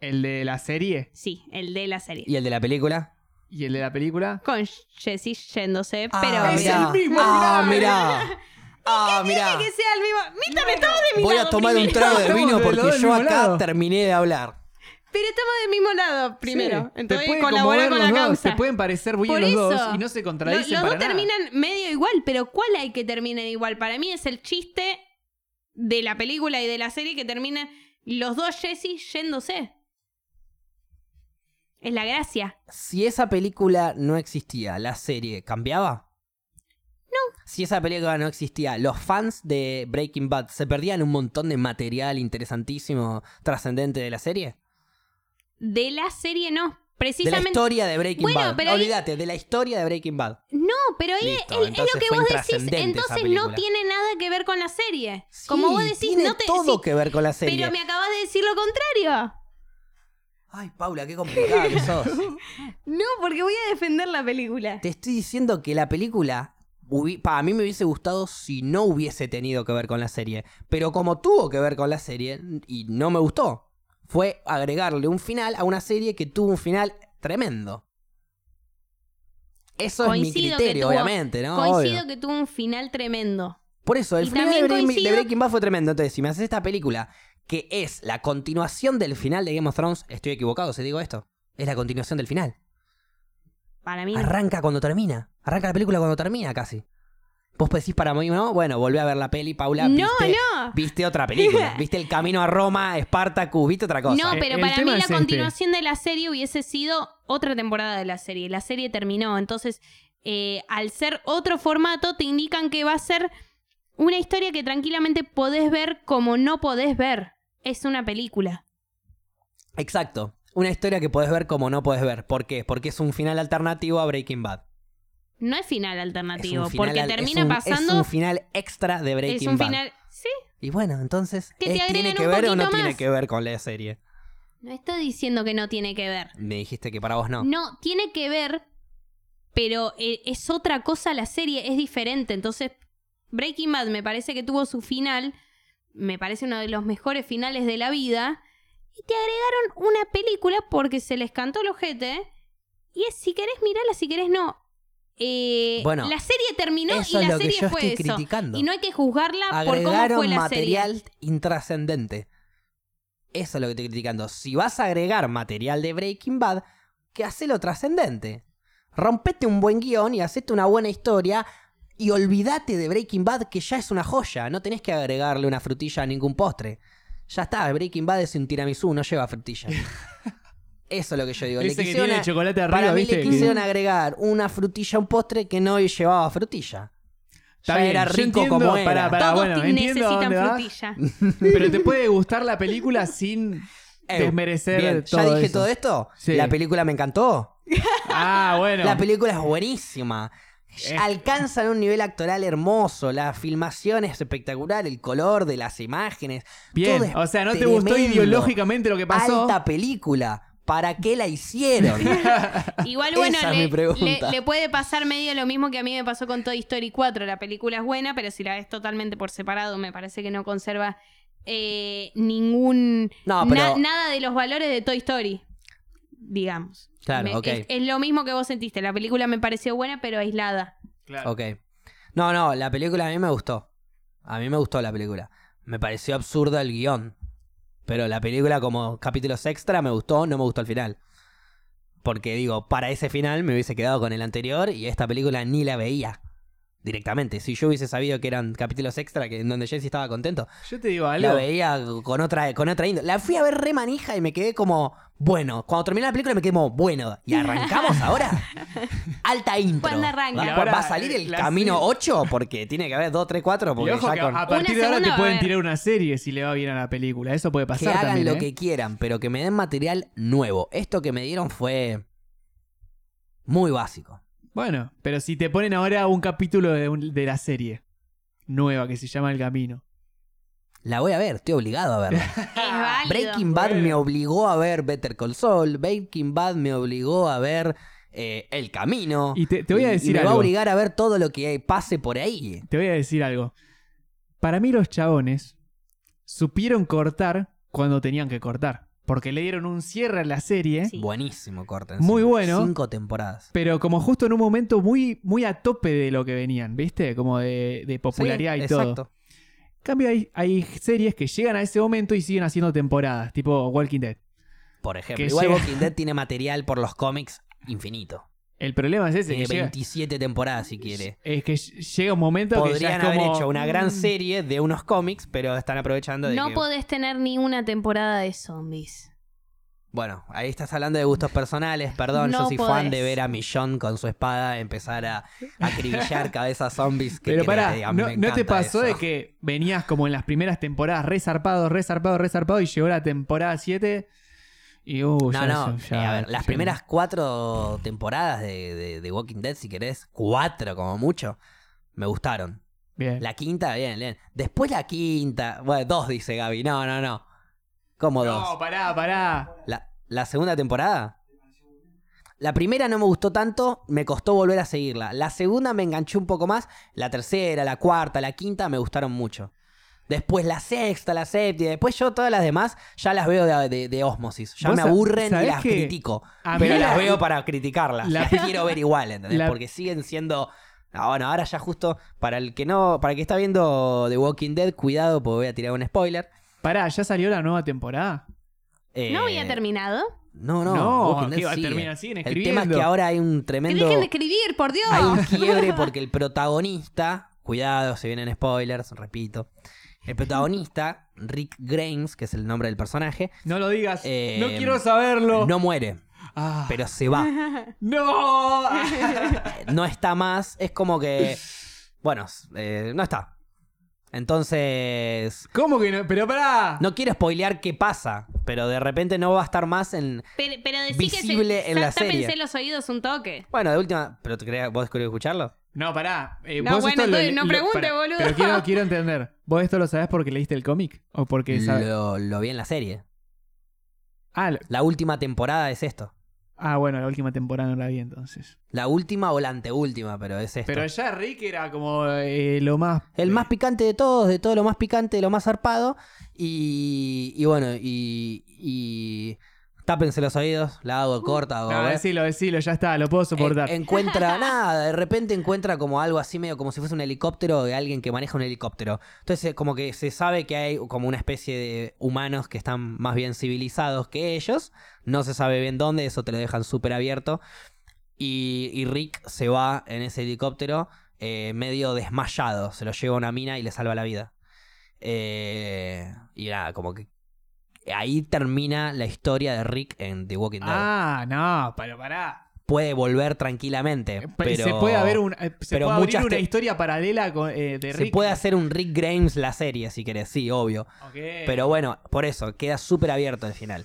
[SPEAKER 3] el de la serie
[SPEAKER 2] Sí, el de la serie.
[SPEAKER 1] ¿Y el de la película?
[SPEAKER 3] y el de la película.
[SPEAKER 2] Con Jesse yéndose,
[SPEAKER 1] ah,
[SPEAKER 2] pero.
[SPEAKER 1] mirá.
[SPEAKER 2] obvio.
[SPEAKER 1] Ah, mirá. Ah, mirá.
[SPEAKER 2] que sea el mismo. Milton, estamos de mi
[SPEAKER 1] Voy
[SPEAKER 2] lado
[SPEAKER 1] a tomar un
[SPEAKER 2] primero.
[SPEAKER 1] trago de
[SPEAKER 3] Estamos
[SPEAKER 1] vino
[SPEAKER 3] de los
[SPEAKER 1] porque
[SPEAKER 3] dos
[SPEAKER 1] yo
[SPEAKER 3] del mismo
[SPEAKER 1] acá
[SPEAKER 3] lado.
[SPEAKER 1] terminé de hablar.
[SPEAKER 2] Pero estamos del mismo lado primero.
[SPEAKER 3] Sí, te
[SPEAKER 2] Entonces
[SPEAKER 3] puede
[SPEAKER 2] colabora
[SPEAKER 3] conmover
[SPEAKER 2] con
[SPEAKER 3] los
[SPEAKER 2] la
[SPEAKER 3] dos,
[SPEAKER 2] causa.
[SPEAKER 3] Te pueden parecer
[SPEAKER 2] Por
[SPEAKER 3] bien los
[SPEAKER 2] eso.
[SPEAKER 3] dos y no se contradicen
[SPEAKER 2] Lo- Los
[SPEAKER 3] para
[SPEAKER 2] dos
[SPEAKER 3] nada.
[SPEAKER 2] terminan medio igual, pero ¿cuál hay que terminen igual? Para mí es el chiste de la película y de la serie que terminan los dos Jesse yéndose. Es la gracia.
[SPEAKER 1] si esa película no existía, ¿la serie cambiaba? No. Si esa película no existía, ¿los fans de Breaking Bad se perdían un montón de material interesantísimo, trascendente de la serie?
[SPEAKER 2] De la serie no.
[SPEAKER 1] De la
[SPEAKER 2] Precisamente.
[SPEAKER 1] historia de Breaking
[SPEAKER 2] Bueno,
[SPEAKER 1] Bad.
[SPEAKER 2] pero ahí-
[SPEAKER 1] Olvídate, de la historia de Breaking Bad.
[SPEAKER 2] No, pero ahí
[SPEAKER 1] Listo,
[SPEAKER 2] es- es,
[SPEAKER 1] entonces
[SPEAKER 2] lo que
[SPEAKER 1] fue
[SPEAKER 2] vos decís.
[SPEAKER 1] intrascendente esa
[SPEAKER 2] Entonces no
[SPEAKER 1] película.
[SPEAKER 2] tiene nada que ver con la serie.
[SPEAKER 1] Sí,
[SPEAKER 2] Como vos decís,
[SPEAKER 1] tiene
[SPEAKER 2] no te.
[SPEAKER 1] todo
[SPEAKER 2] sí,
[SPEAKER 1] que ver con la serie.
[SPEAKER 2] pero me acabas de decir lo contrario.
[SPEAKER 1] Ay, Paula, qué complicada que sos.
[SPEAKER 2] No, porque voy a defender la película.
[SPEAKER 1] Te estoy diciendo que la película para mí me hubiese gustado si no hubiese tenido que ver con la serie, pero como tuvo que ver con la serie y no me gustó, fue agregarle un final a una serie que tuvo un final tremendo. Eso es mi
[SPEAKER 2] Coincido que
[SPEAKER 1] criterio,
[SPEAKER 2] tuvo-
[SPEAKER 1] obviamente, ¿no?
[SPEAKER 2] Coincido
[SPEAKER 1] Obvio.
[SPEAKER 2] que tuvo un final tremendo.
[SPEAKER 1] Por eso, el
[SPEAKER 2] y
[SPEAKER 1] final de,
[SPEAKER 2] también
[SPEAKER 1] Breaking- de
[SPEAKER 2] coincido-
[SPEAKER 1] Breaking Bad fue tremendo. Entonces, si me haces esta película que es la continuación del final de Game of Thrones, estoy equivocado si digo esto. Es la continuación del final.
[SPEAKER 2] Para mí. no.
[SPEAKER 1] Arranca cuando termina. Arranca la película cuando termina casi. Vos decís para mí, ¿no? Bueno, volví a ver la peli, Paula.
[SPEAKER 2] No,
[SPEAKER 1] viste,
[SPEAKER 2] no.
[SPEAKER 1] Viste otra película. Viste el camino a Roma, Espartacus, viste otra cosa.
[SPEAKER 2] No,
[SPEAKER 3] Eh,
[SPEAKER 2] pero
[SPEAKER 3] el
[SPEAKER 2] para
[SPEAKER 3] tema
[SPEAKER 2] mí la
[SPEAKER 3] es este.
[SPEAKER 2] continuación de la serie hubiese sido otra temporada de la serie. La serie terminó. Entonces, eh, al ser otro formato, te indican que va a ser una historia que tranquilamente podés ver como no podés ver. Es una película.
[SPEAKER 1] Exacto. Una historia que podés ver como no podés ver. ¿Por qué? Porque es un final alternativo a Breaking Bad.
[SPEAKER 2] No es final
[SPEAKER 1] Es
[SPEAKER 2] alternativo,
[SPEAKER 1] un final
[SPEAKER 2] porque
[SPEAKER 1] al- es
[SPEAKER 2] termina
[SPEAKER 1] un-
[SPEAKER 2] pasando.
[SPEAKER 1] Es un final extra de Breaking
[SPEAKER 2] es un
[SPEAKER 1] Bad.
[SPEAKER 2] final. Sí,
[SPEAKER 1] Y bueno, entonces,
[SPEAKER 2] Que te
[SPEAKER 1] ¿es- ¿tiene
[SPEAKER 2] agregan
[SPEAKER 1] que
[SPEAKER 2] un
[SPEAKER 1] ver o no
[SPEAKER 2] poquito
[SPEAKER 1] tiene
[SPEAKER 2] más.
[SPEAKER 1] que ver con la serie?
[SPEAKER 2] no estoy diciendo que no tiene que ver.
[SPEAKER 1] Me dijiste que para vos no.
[SPEAKER 2] No, tiene que ver, pero eh, es otra cosa la serie, es diferente. Entonces, Breaking Bad me parece que tuvo su final, me parece uno de los mejores finales de la vida, y te agregaron una película porque se les cantó el ojete, y es si querés mirala, si querés no. Eh,
[SPEAKER 1] Bueno,
[SPEAKER 2] la serie terminó y
[SPEAKER 1] Eso es
[SPEAKER 2] la
[SPEAKER 1] lo que
[SPEAKER 2] serie
[SPEAKER 1] yo
[SPEAKER 2] fue
[SPEAKER 1] estoy
[SPEAKER 2] eso.
[SPEAKER 1] criticando.
[SPEAKER 2] Y no hay que juzgarla por cómo
[SPEAKER 1] agregaron
[SPEAKER 2] fue la
[SPEAKER 1] material
[SPEAKER 2] serie.
[SPEAKER 1] intrascendente. Eso es lo que estoy criticando. Si vas a agregar material de Breaking Bad, que hacelo trascendente. Rompete un buen guión y hacete una buena historia Y olvídate de Breaking Bad, que ya es una joya. No tenés que agregarle una frutilla a ningún postre. Ya está, Breaking Bad es un tiramisú, no lleva frutilla. Eso es lo que yo digo. Le
[SPEAKER 3] Ese que
[SPEAKER 1] quisieron
[SPEAKER 3] tiene
[SPEAKER 1] a-
[SPEAKER 3] el chocolate arriba,
[SPEAKER 1] para mí
[SPEAKER 3] ¿viste?
[SPEAKER 1] le
[SPEAKER 3] Que-
[SPEAKER 1] quisieron agregar una frutilla a un postre que no llevaba frutilla.
[SPEAKER 3] Está
[SPEAKER 1] ya
[SPEAKER 3] bien,
[SPEAKER 1] era
[SPEAKER 3] yo
[SPEAKER 1] rico
[SPEAKER 3] entiendo,
[SPEAKER 1] como era.
[SPEAKER 3] pará, pará.
[SPEAKER 2] Todos
[SPEAKER 3] bueno,
[SPEAKER 2] ti-
[SPEAKER 3] entiendo
[SPEAKER 2] necesitan
[SPEAKER 3] dónde vas.
[SPEAKER 2] frutilla.
[SPEAKER 3] Pero te puede gustar la película sin
[SPEAKER 1] Eh,
[SPEAKER 3] desmerecer
[SPEAKER 1] Bien,
[SPEAKER 3] todo
[SPEAKER 1] ya dije
[SPEAKER 3] eso.
[SPEAKER 1] todo esto.
[SPEAKER 3] Sí.
[SPEAKER 1] La película me encantó.
[SPEAKER 3] Ah, bueno.
[SPEAKER 1] La película es buenísima.
[SPEAKER 3] Eh.
[SPEAKER 1] Alcanzan un nivel actoral hermoso, la filmación es espectacular, el color de las imágenes. todo
[SPEAKER 3] Bien,
[SPEAKER 1] es
[SPEAKER 3] o sea, no te gustó
[SPEAKER 1] tremendo.
[SPEAKER 3] ideológicamente lo que pasó.
[SPEAKER 1] Alta película. ¿Para qué la hicieron?
[SPEAKER 2] Igual,
[SPEAKER 1] Esa
[SPEAKER 2] bueno,
[SPEAKER 1] es
[SPEAKER 2] le,
[SPEAKER 1] mi pregunta.
[SPEAKER 2] le- le puede pasar medio lo mismo que a mí me pasó con Toy Story 4. La película es buena, pero si la ves totalmente por separado, me parece que no conserva eh, ningún.
[SPEAKER 1] No, pero-
[SPEAKER 2] na- nada de los valores de Toy Story, digamos.
[SPEAKER 1] Claro,
[SPEAKER 2] Me-
[SPEAKER 1] ok.
[SPEAKER 2] es, es lo mismo que vos sentiste. La película me pareció buena, pero aislada.
[SPEAKER 3] Claro.
[SPEAKER 1] ok. No, no, la película a mí me gustó. A mí me gustó la película. Me pareció absurdo el guión. Pero la película como capítulos extra me gustó, no me gustó el final. Porque digo, para ese final me hubiese quedado con el anterior y esta película ni la veía directamente. Si yo hubiese sabido que eran capítulos extra que, en donde Jesse estaba contento,
[SPEAKER 3] Yo te digo
[SPEAKER 1] La
[SPEAKER 3] algo.
[SPEAKER 1] veía con otra, con otra índole. La fui a ver re manija y me quedé como, bueno. Cuando terminé la película me quedé como, bueno. ¿Y arrancamos ahora? Alta intro.
[SPEAKER 2] ¿Cuándo arranca?
[SPEAKER 1] Va-
[SPEAKER 2] Y
[SPEAKER 3] ahora,
[SPEAKER 1] ¿Va a salir el
[SPEAKER 3] la
[SPEAKER 1] camino
[SPEAKER 3] serie-
[SPEAKER 1] 8? Porque tiene que haber 2, 3, 4.
[SPEAKER 3] Y
[SPEAKER 1] Porque
[SPEAKER 3] ojo
[SPEAKER 1] ya
[SPEAKER 3] que
[SPEAKER 1] con-
[SPEAKER 3] a
[SPEAKER 2] Una
[SPEAKER 3] partir de ahora te
[SPEAKER 2] segunda va a
[SPEAKER 3] pueden
[SPEAKER 2] haber.
[SPEAKER 3] tirar una serie si le va bien a la película. Eso puede
[SPEAKER 1] que
[SPEAKER 3] pasar
[SPEAKER 1] hagan
[SPEAKER 3] también.
[SPEAKER 1] lo
[SPEAKER 3] ¿eh?
[SPEAKER 1] que quieran, pero que me den material nuevo. Esto que me dieron fue muy básico.
[SPEAKER 3] Bueno, pero si te ponen ahora un capítulo de, un- de la serie nueva que se llama El Camino.
[SPEAKER 1] La voy a ver, estoy obligado a verla.
[SPEAKER 2] Es válido.
[SPEAKER 1] Breaking Bad
[SPEAKER 3] Bueno.
[SPEAKER 1] me obligó a ver Better Call Saul. Breaking Bad me obligó a ver eh, El Camino.
[SPEAKER 3] Y te, te voy a
[SPEAKER 1] Y- y
[SPEAKER 3] decir
[SPEAKER 1] me va a
[SPEAKER 3] algo.
[SPEAKER 1] obligar a ver todo lo que pase por ahí.
[SPEAKER 3] Te voy a decir algo. Para mí los chabones supieron cortar cuando tenían que cortar. Porque le dieron un cierre a la serie.
[SPEAKER 2] Sí.
[SPEAKER 1] Buenísimo, corten.
[SPEAKER 3] Muy bueno.
[SPEAKER 1] Cinco temporadas.
[SPEAKER 3] Pero como justo en un momento muy, muy a tope de lo que venían, ¿viste? Como de, de popularidad
[SPEAKER 1] Sí,
[SPEAKER 3] y todo.
[SPEAKER 1] exacto.
[SPEAKER 3] En cambio, hay, hay series que llegan a ese momento y siguen haciendo temporadas, tipo Walking Dead.
[SPEAKER 1] Por ejemplo.
[SPEAKER 3] Que
[SPEAKER 1] Igual
[SPEAKER 3] llega-
[SPEAKER 1] Walking Dead tiene material por los cómics infinito.
[SPEAKER 3] El problema es ese, que
[SPEAKER 1] Tiene
[SPEAKER 3] llega,
[SPEAKER 1] 27 temporadas si Eh, quiere.
[SPEAKER 3] es que llega un momento que ya
[SPEAKER 1] Podrían
[SPEAKER 3] es como...
[SPEAKER 1] haber hecho una gran
[SPEAKER 3] mm,
[SPEAKER 1] serie de unos cómics, pero están aprovechando de
[SPEAKER 2] No
[SPEAKER 1] que-
[SPEAKER 2] podés tener ni una temporada de zombies.
[SPEAKER 1] Bueno, ahí estás hablando de gustos personales, perdón.
[SPEAKER 2] No
[SPEAKER 1] yo soy fan de
[SPEAKER 2] podés.
[SPEAKER 1] ver a Millón con su espada empezar a a acribillar cabezas zombies. Que
[SPEAKER 3] Pero
[SPEAKER 1] quiere que
[SPEAKER 3] pará,
[SPEAKER 1] te digan,
[SPEAKER 3] ¿no,
[SPEAKER 1] "Me
[SPEAKER 3] no te
[SPEAKER 1] encanta
[SPEAKER 3] pasó de
[SPEAKER 1] eso".
[SPEAKER 3] que venías como en las primeras temporadas resarpado, resarpado, resarpado y llegó la temporada 7 y... Uh,
[SPEAKER 1] No,
[SPEAKER 3] ya-
[SPEAKER 1] no.
[SPEAKER 3] ya-
[SPEAKER 1] eh,
[SPEAKER 3] ya-
[SPEAKER 1] a ver, las
[SPEAKER 3] ya-
[SPEAKER 1] primeras cuatro temporadas de, de- de Walking Dead, si querés, cuatro como mucho, me gustaron.
[SPEAKER 3] Bien.
[SPEAKER 1] La quinta, bien, bien. Después la quinta, bueno, dos dice Gaby. No, no, no. ¿Cómo
[SPEAKER 3] No,
[SPEAKER 1] dos?
[SPEAKER 3] pará, pará.
[SPEAKER 1] La, la segunda temporada. La primera no me gustó tanto, me costó volver a seguirla. La segunda me enganché un poco más. La tercera, la cuarta, la quinta me gustaron mucho. Después la sexta, la séptima. Después yo todas las demás ya las veo de, de- de ósmosis. Ya
[SPEAKER 3] Vos
[SPEAKER 1] me
[SPEAKER 3] sab-
[SPEAKER 1] aburren y
[SPEAKER 3] ¿sabés
[SPEAKER 1] las
[SPEAKER 3] que
[SPEAKER 1] critico.
[SPEAKER 3] a
[SPEAKER 1] Pero
[SPEAKER 3] mí
[SPEAKER 1] las
[SPEAKER 3] la-
[SPEAKER 1] veo para criticarlas.
[SPEAKER 3] la-
[SPEAKER 1] las quiero ver igual, ¿entendés?
[SPEAKER 3] la-
[SPEAKER 1] Porque siguen siendo. Ah, bueno, ahora ya justo. Para el que no. Para el que está viendo The Walking Dead, cuidado, porque voy a tirar un spoiler.
[SPEAKER 3] Pará, ¿ya salió la nueva temporada?
[SPEAKER 1] Eh,
[SPEAKER 2] ¿No había terminado?
[SPEAKER 1] No, no.
[SPEAKER 3] No,
[SPEAKER 1] Walking Dead
[SPEAKER 3] que va-
[SPEAKER 1] sigue.
[SPEAKER 3] termina, siguen
[SPEAKER 1] El tema es
[SPEAKER 3] escribiendo.
[SPEAKER 1] que ahora hay un
[SPEAKER 2] Que
[SPEAKER 1] tremendo.
[SPEAKER 2] dejen de escribir, por Dios.
[SPEAKER 1] Hay un quiebre porque el protagonista, cuidado, se vienen spoilers, repito. El protagonista, Rick Grimes, que es el nombre del personaje,
[SPEAKER 3] No lo digas.
[SPEAKER 1] Eh,
[SPEAKER 3] no quiero saberlo.
[SPEAKER 1] no muere,
[SPEAKER 3] Ah.
[SPEAKER 1] pero se va.
[SPEAKER 3] ¡No! Ah.
[SPEAKER 1] Eh, No está más, es como que. Bueno, eh, no está. Entonces.
[SPEAKER 3] ¿Cómo que no? Pero pará.
[SPEAKER 1] No quiero spoilear qué pasa, pero de repente no va a estar más en.
[SPEAKER 2] Pero, pero decí que
[SPEAKER 1] visible
[SPEAKER 2] se,
[SPEAKER 1] en la
[SPEAKER 2] tápense
[SPEAKER 1] serie.
[SPEAKER 2] los oídos un toque.
[SPEAKER 1] Bueno, de última. ¿Pero te creas- vos querés escucharlo?
[SPEAKER 3] No, pará. Eh,
[SPEAKER 2] No, bueno,
[SPEAKER 3] esto lo-
[SPEAKER 2] entonces no
[SPEAKER 3] lo-
[SPEAKER 2] pregunte,
[SPEAKER 3] pará.
[SPEAKER 2] boludo.
[SPEAKER 3] Pero quiero, quiero entender. ¿Vos esto lo sabés porque leíste el cómic? ¿O porque sabés?
[SPEAKER 1] Lo, lo vi en la serie.
[SPEAKER 3] Ah, lo-
[SPEAKER 1] La última temporada es esto.
[SPEAKER 3] ah, bueno, la última temporada no la vi entonces.
[SPEAKER 1] La última o la anteúltima, pero es esto.
[SPEAKER 3] Pero ya Rick era como eh, lo más.
[SPEAKER 1] El más picante de todos, de todo lo más picante, de lo más zarpado. Y, y bueno, y, y. Tápense los oídos, la hago corta. hago
[SPEAKER 3] No,
[SPEAKER 1] ver.
[SPEAKER 3] decilo, decilo, ya está, lo puedo soportar.
[SPEAKER 1] En- encuentra nada, de repente encuentra como algo así medio como si fuese un helicóptero de alguien que maneja un helicóptero. Entonces eh, como que se sabe que hay como una especie de humanos que están más bien civilizados que ellos. No se sabe bien dónde, eso te lo dejan súper abierto. Y, y Rick se va en ese helicóptero eh, medio desmayado. Se lo lleva a una mina y le salva la vida. Eh, y nada, como que ahí termina la historia de Rick en The Walking Dead.
[SPEAKER 3] Ah, no, pero pará.
[SPEAKER 1] Puede volver tranquilamente,
[SPEAKER 3] Eh, pa-
[SPEAKER 1] pero
[SPEAKER 3] se puede haber un, eh, se
[SPEAKER 1] pero
[SPEAKER 3] puede abrir
[SPEAKER 1] muchas
[SPEAKER 3] una
[SPEAKER 1] te-
[SPEAKER 3] historia paralela con, eh, de
[SPEAKER 1] se
[SPEAKER 3] Rick.
[SPEAKER 1] puede hacer un Rick Grimes la serie si querés, sí, obvio.
[SPEAKER 3] Ok.
[SPEAKER 1] Pero bueno, por eso, queda súper abierto el final.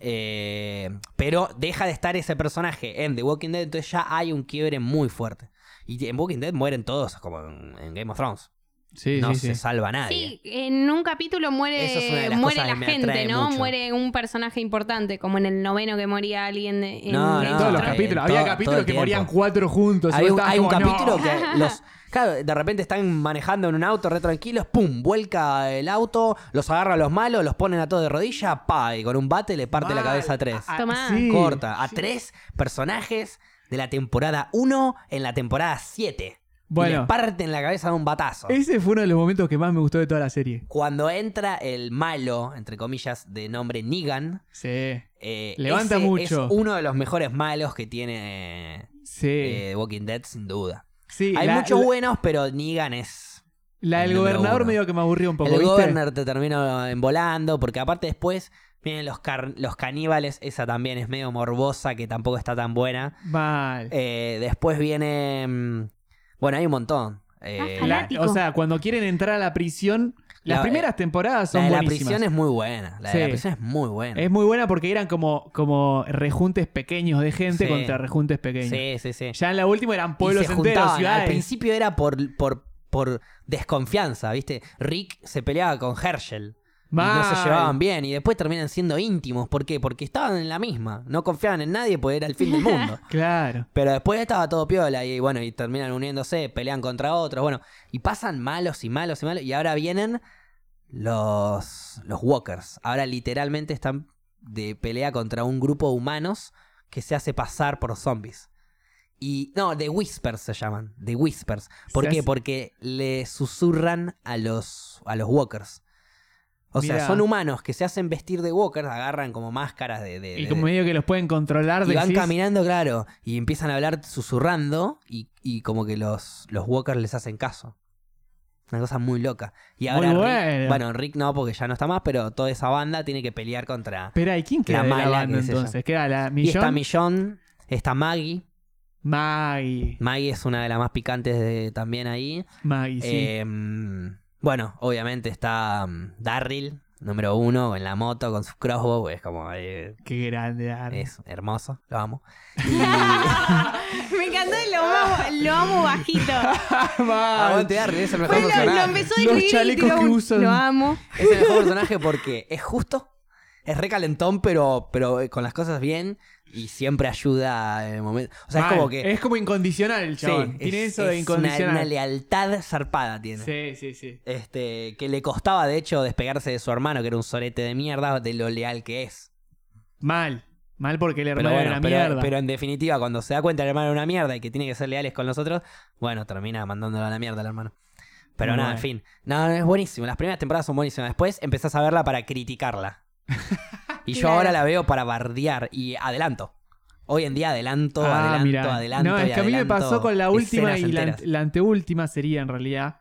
[SPEAKER 1] Eh, pero deja de estar ese personaje en The Walking Dead, entonces ya hay un quiebre muy fuerte. Y en Walking Dead mueren todos, como en, en Game of Thrones.
[SPEAKER 3] sí,
[SPEAKER 1] no
[SPEAKER 3] sí,
[SPEAKER 1] se
[SPEAKER 3] sí.
[SPEAKER 1] salva nadie.
[SPEAKER 2] Sí, en un capítulo
[SPEAKER 1] Eso es una
[SPEAKER 2] muere,
[SPEAKER 1] de las
[SPEAKER 2] muere
[SPEAKER 1] cosas que
[SPEAKER 2] la
[SPEAKER 1] me
[SPEAKER 2] gente,
[SPEAKER 1] atrae
[SPEAKER 2] ¿no?
[SPEAKER 1] mucho.
[SPEAKER 2] Muere un personaje importante, como en el noveno que moría alguien de, en
[SPEAKER 1] No,
[SPEAKER 2] Game
[SPEAKER 1] no,
[SPEAKER 2] of
[SPEAKER 3] Todos los
[SPEAKER 2] Thrones.
[SPEAKER 1] todo-
[SPEAKER 3] capítulos. Había
[SPEAKER 1] todo
[SPEAKER 3] capítulos
[SPEAKER 1] el
[SPEAKER 3] que
[SPEAKER 1] tiempo.
[SPEAKER 3] morían cuatro juntos. y
[SPEAKER 1] Hay
[SPEAKER 3] vos
[SPEAKER 1] un,
[SPEAKER 3] estabas
[SPEAKER 1] hay un
[SPEAKER 3] como, "No".
[SPEAKER 1] capítulo que los. Claro, de repente están manejando en un auto re tranquilos, pum, vuelca el auto, los agarra a los malos, los ponen a todos de rodilla, pa, y con un bate le parte la
[SPEAKER 3] Mal.
[SPEAKER 1] cabeza a tres.
[SPEAKER 3] Ah,
[SPEAKER 2] Tomá.
[SPEAKER 3] sí.
[SPEAKER 1] Corta, a tres personajes de la temporada 1 en la temporada 7. Y les
[SPEAKER 3] Bueno,
[SPEAKER 1] parten la cabeza de un batazo.
[SPEAKER 3] ese fue uno de los momentos que más me gustó de toda la serie.
[SPEAKER 1] Cuando entra el malo, entre comillas, de nombre Negan,
[SPEAKER 3] Sí,
[SPEAKER 1] eh,
[SPEAKER 3] Levanta
[SPEAKER 1] ese
[SPEAKER 3] mucho.
[SPEAKER 1] Es uno de los mejores malos que tiene eh,
[SPEAKER 3] sí.
[SPEAKER 1] eh, Walking Dead, sin duda.
[SPEAKER 3] sí
[SPEAKER 1] Hay
[SPEAKER 3] la-
[SPEAKER 1] muchos
[SPEAKER 3] la-
[SPEAKER 1] buenos, pero Negan es.
[SPEAKER 3] La
[SPEAKER 1] El
[SPEAKER 3] del
[SPEAKER 1] número
[SPEAKER 3] gobernador
[SPEAKER 1] uno.
[SPEAKER 3] medio que me aburrió un poco,
[SPEAKER 1] el
[SPEAKER 3] ¿viste?
[SPEAKER 1] Governor te termina envolando, porque aparte después vienen los, car- los caníbales, esa también es medio morbosa, que tampoco está tan buena.
[SPEAKER 3] Mal.
[SPEAKER 1] Eh, después viene. mm, Bueno, hay un montón. Eh,
[SPEAKER 2] Ah,
[SPEAKER 3] La-
[SPEAKER 2] fanático.
[SPEAKER 3] o sea, cuando quieren entrar a la prisión,
[SPEAKER 1] La-
[SPEAKER 3] las
[SPEAKER 1] eh,
[SPEAKER 3] primeras temporadas son
[SPEAKER 1] la de la
[SPEAKER 3] buenísimas.
[SPEAKER 1] prisión es muy buena. La de la
[SPEAKER 3] Sí.
[SPEAKER 1] prisión es muy buena.
[SPEAKER 3] Es muy buena porque eran como, como rejuntes pequeños de gente
[SPEAKER 1] Sí.
[SPEAKER 3] contra rejuntes pequeños.
[SPEAKER 1] sí, sí, sí.
[SPEAKER 3] Ya en la última eran
[SPEAKER 1] Y
[SPEAKER 3] pueblos
[SPEAKER 1] se
[SPEAKER 3] enteros,
[SPEAKER 1] juntaban. Al
[SPEAKER 3] ciudades.
[SPEAKER 1] principio era por, por, por desconfianza, ¿viste? Rick se peleaba con Herschel. Y no se
[SPEAKER 3] Mal.
[SPEAKER 1] llevaban bien. Y después terminan siendo íntimos. ¿Por qué? Porque estaban en la misma. No confiaban en nadie porque era el fin del mundo.
[SPEAKER 3] Claro.
[SPEAKER 1] Pero después estaba todo piola y bueno, y terminan uniéndose, pelean contra otros, bueno, y pasan malos y malos y malos, y ahora vienen los, los walkers. Ahora literalmente están de pelea contra un grupo de humanos que se hace pasar por zombies. Y no, The Whispers se llaman, The Whispers. ¿Por
[SPEAKER 3] Se
[SPEAKER 1] qué?
[SPEAKER 3] hace-
[SPEAKER 1] Porque le susurran a los, a los walkers. O sea,
[SPEAKER 3] Mirá.
[SPEAKER 1] son humanos que se hacen vestir de walkers, agarran como máscaras de... de-
[SPEAKER 3] Y
[SPEAKER 1] de-
[SPEAKER 3] como medio que los pueden controlar.
[SPEAKER 1] Eh, y van
[SPEAKER 3] decís,
[SPEAKER 1] caminando, claro, y empiezan a hablar susurrando y, y como que los, los walkers les hacen caso. Una cosa muy loca. Y
[SPEAKER 3] Muy
[SPEAKER 1] ahora Rick,
[SPEAKER 3] bueno.
[SPEAKER 1] bueno, Rick no porque ya no está más, pero toda esa banda tiene que pelear contra...
[SPEAKER 3] Espera, ¿y quién
[SPEAKER 1] La
[SPEAKER 3] queda de la
[SPEAKER 1] mala,
[SPEAKER 3] banda
[SPEAKER 1] qué sé yo.
[SPEAKER 3] entonces? Queda la
[SPEAKER 1] Y está
[SPEAKER 3] Millón.
[SPEAKER 1] Millón, está Maggie.
[SPEAKER 3] Maggie.
[SPEAKER 1] Maggie es una de las más picantes de- también ahí.
[SPEAKER 3] Maggie, sí.
[SPEAKER 1] Eh, mm, bueno, obviamente está mm, Darryl, número uno, en la moto con sus crossbow, es como... eh,
[SPEAKER 3] Qué grande Arnold.
[SPEAKER 1] es hermoso, lo amo.
[SPEAKER 2] Me encantó y lo amo, lo amo bajito.
[SPEAKER 1] Ah,
[SPEAKER 3] Mal.
[SPEAKER 1] aguante Darryl, es el mejor
[SPEAKER 2] Fue lo, lo
[SPEAKER 1] personaje.
[SPEAKER 2] empezó a
[SPEAKER 3] Los
[SPEAKER 2] escribir y
[SPEAKER 3] chalecos
[SPEAKER 2] tiró
[SPEAKER 3] que
[SPEAKER 2] un-
[SPEAKER 3] usan.
[SPEAKER 2] Lo amo.
[SPEAKER 1] Es el mejor personaje porque es justo, es recalentón, pero, pero eh, con las cosas bien y siempre ayuda en el momento. O sea,
[SPEAKER 3] Mal.
[SPEAKER 1] es como que.
[SPEAKER 3] Es como incondicional el chabón.
[SPEAKER 1] sí,
[SPEAKER 3] Tiene
[SPEAKER 1] es-
[SPEAKER 3] eso de
[SPEAKER 1] es una-
[SPEAKER 3] incondicional.
[SPEAKER 1] Una, lealtad zarpada tiene.
[SPEAKER 3] Sí, sí, sí.
[SPEAKER 1] Este, que le costaba, de hecho, despegarse de su hermano, que era un sorete de mierda, de lo leal que es.
[SPEAKER 3] Mal. Mal porque el
[SPEAKER 1] Pero
[SPEAKER 3] hermano
[SPEAKER 1] bueno,
[SPEAKER 3] era una
[SPEAKER 1] pero,
[SPEAKER 3] mierda.
[SPEAKER 1] pero en definitiva, cuando se da cuenta el hermano era una mierda y que tiene que ser leales con nosotros, bueno, termina mandándolo a la mierda al hermano. Pero
[SPEAKER 3] Muy
[SPEAKER 1] nada, en
[SPEAKER 3] bueno.
[SPEAKER 1] fin. No, no, es buenísimo. Las primeras temporadas son buenísimas. Después empezás a verla para criticarla. y yo
[SPEAKER 2] Claro.
[SPEAKER 1] ahora la veo para bardear y adelanto. Hoy en día adelanto,
[SPEAKER 3] Ah,
[SPEAKER 1] adelanto,
[SPEAKER 3] mirá.
[SPEAKER 1] adelanto.
[SPEAKER 3] No,
[SPEAKER 1] y
[SPEAKER 3] es que a mí me
[SPEAKER 1] adelanto
[SPEAKER 3] pasó con la última
[SPEAKER 1] escenas
[SPEAKER 3] y la,
[SPEAKER 1] enteras.
[SPEAKER 3] la anteúltima sería en realidad.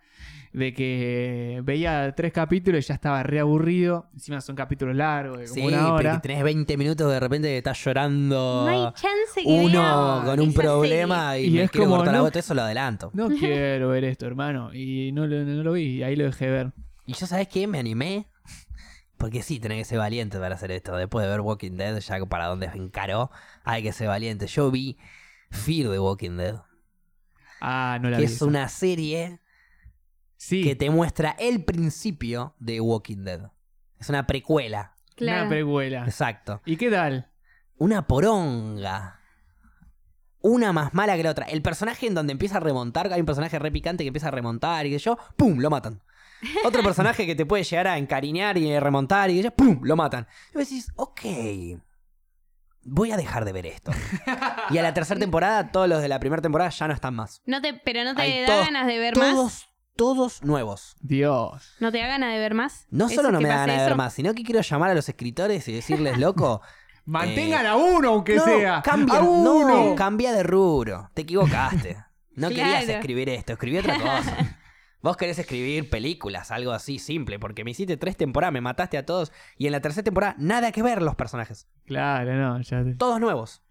[SPEAKER 3] De que veía tres capítulos y ya estaba re aburrido. Encima son capítulos largos, de como
[SPEAKER 1] Sí,
[SPEAKER 3] una
[SPEAKER 1] pero que
[SPEAKER 3] hora.
[SPEAKER 1] tenés 20 minutos de repente que estás llorando.
[SPEAKER 2] No hay chance que
[SPEAKER 1] Oh.
[SPEAKER 2] "Ah,
[SPEAKER 1] uno
[SPEAKER 2] veamos
[SPEAKER 1] con un
[SPEAKER 2] esa
[SPEAKER 1] problema y,
[SPEAKER 3] Y
[SPEAKER 1] me
[SPEAKER 3] es
[SPEAKER 1] quiero
[SPEAKER 3] como,
[SPEAKER 1] cortar la
[SPEAKER 3] no-
[SPEAKER 1] gota, eso lo adelanto.
[SPEAKER 3] No quiero ver esto, hermano. Y no lo, no lo vi, y ahí lo dejé ver.
[SPEAKER 1] Y yo, ¿sabes qué? Me animé. Porque sí, tenés que ser valiente para hacer esto. Después de ver Walking Dead, ya para dónde se encaró, hay que ser valiente. Yo vi Fear the Walking Dead,
[SPEAKER 3] Ah, no la
[SPEAKER 1] que
[SPEAKER 3] vi.
[SPEAKER 1] es una serie
[SPEAKER 3] sí,
[SPEAKER 1] que te muestra el principio de Walking Dead. Es una precuela.
[SPEAKER 3] una
[SPEAKER 2] Claro.
[SPEAKER 3] precuela.
[SPEAKER 1] Exacto.
[SPEAKER 3] ¿Y qué tal?
[SPEAKER 1] Una poronga. Una más mala que la otra. El personaje en donde empieza a remontar, hay un personaje re picante que empieza a remontar y que yo, ¡pum! lo matan. Otro personaje que te puede llegar a encariñar y remontar y que yo, ¡pum! lo matan. Y vos decís, ok, voy a dejar de ver esto. Y a la tercera temporada, todos los de la primera temporada ya no están más.
[SPEAKER 2] No te, pero no
[SPEAKER 1] Hay
[SPEAKER 2] te da
[SPEAKER 1] todos-
[SPEAKER 2] ganas de ver más.
[SPEAKER 1] Todos, todos nuevos.
[SPEAKER 3] Dios.
[SPEAKER 2] No te da ganas de ver más.
[SPEAKER 1] No
[SPEAKER 2] Eso
[SPEAKER 1] solo no
[SPEAKER 2] que
[SPEAKER 1] me da
[SPEAKER 2] pase
[SPEAKER 1] ganas de ver
[SPEAKER 2] eso.
[SPEAKER 1] más, sino que quiero llamar a los escritores y decirles, loco,
[SPEAKER 3] Mantengan a uno, aunque
[SPEAKER 1] Eh, no,
[SPEAKER 3] sea.
[SPEAKER 1] Cambia,
[SPEAKER 3] ¡A
[SPEAKER 1] no,
[SPEAKER 3] uno!
[SPEAKER 1] cambia de rubro. Te equivocaste. No querías
[SPEAKER 2] Claro.
[SPEAKER 1] escribir esto, escribí otra cosa. Vos querés escribir películas, algo así simple, porque me hiciste tres temporadas, me mataste a todos, y en la tercera temporada nada que ver los personajes.
[SPEAKER 3] Claro, no, ya. te-
[SPEAKER 1] Todos nuevos.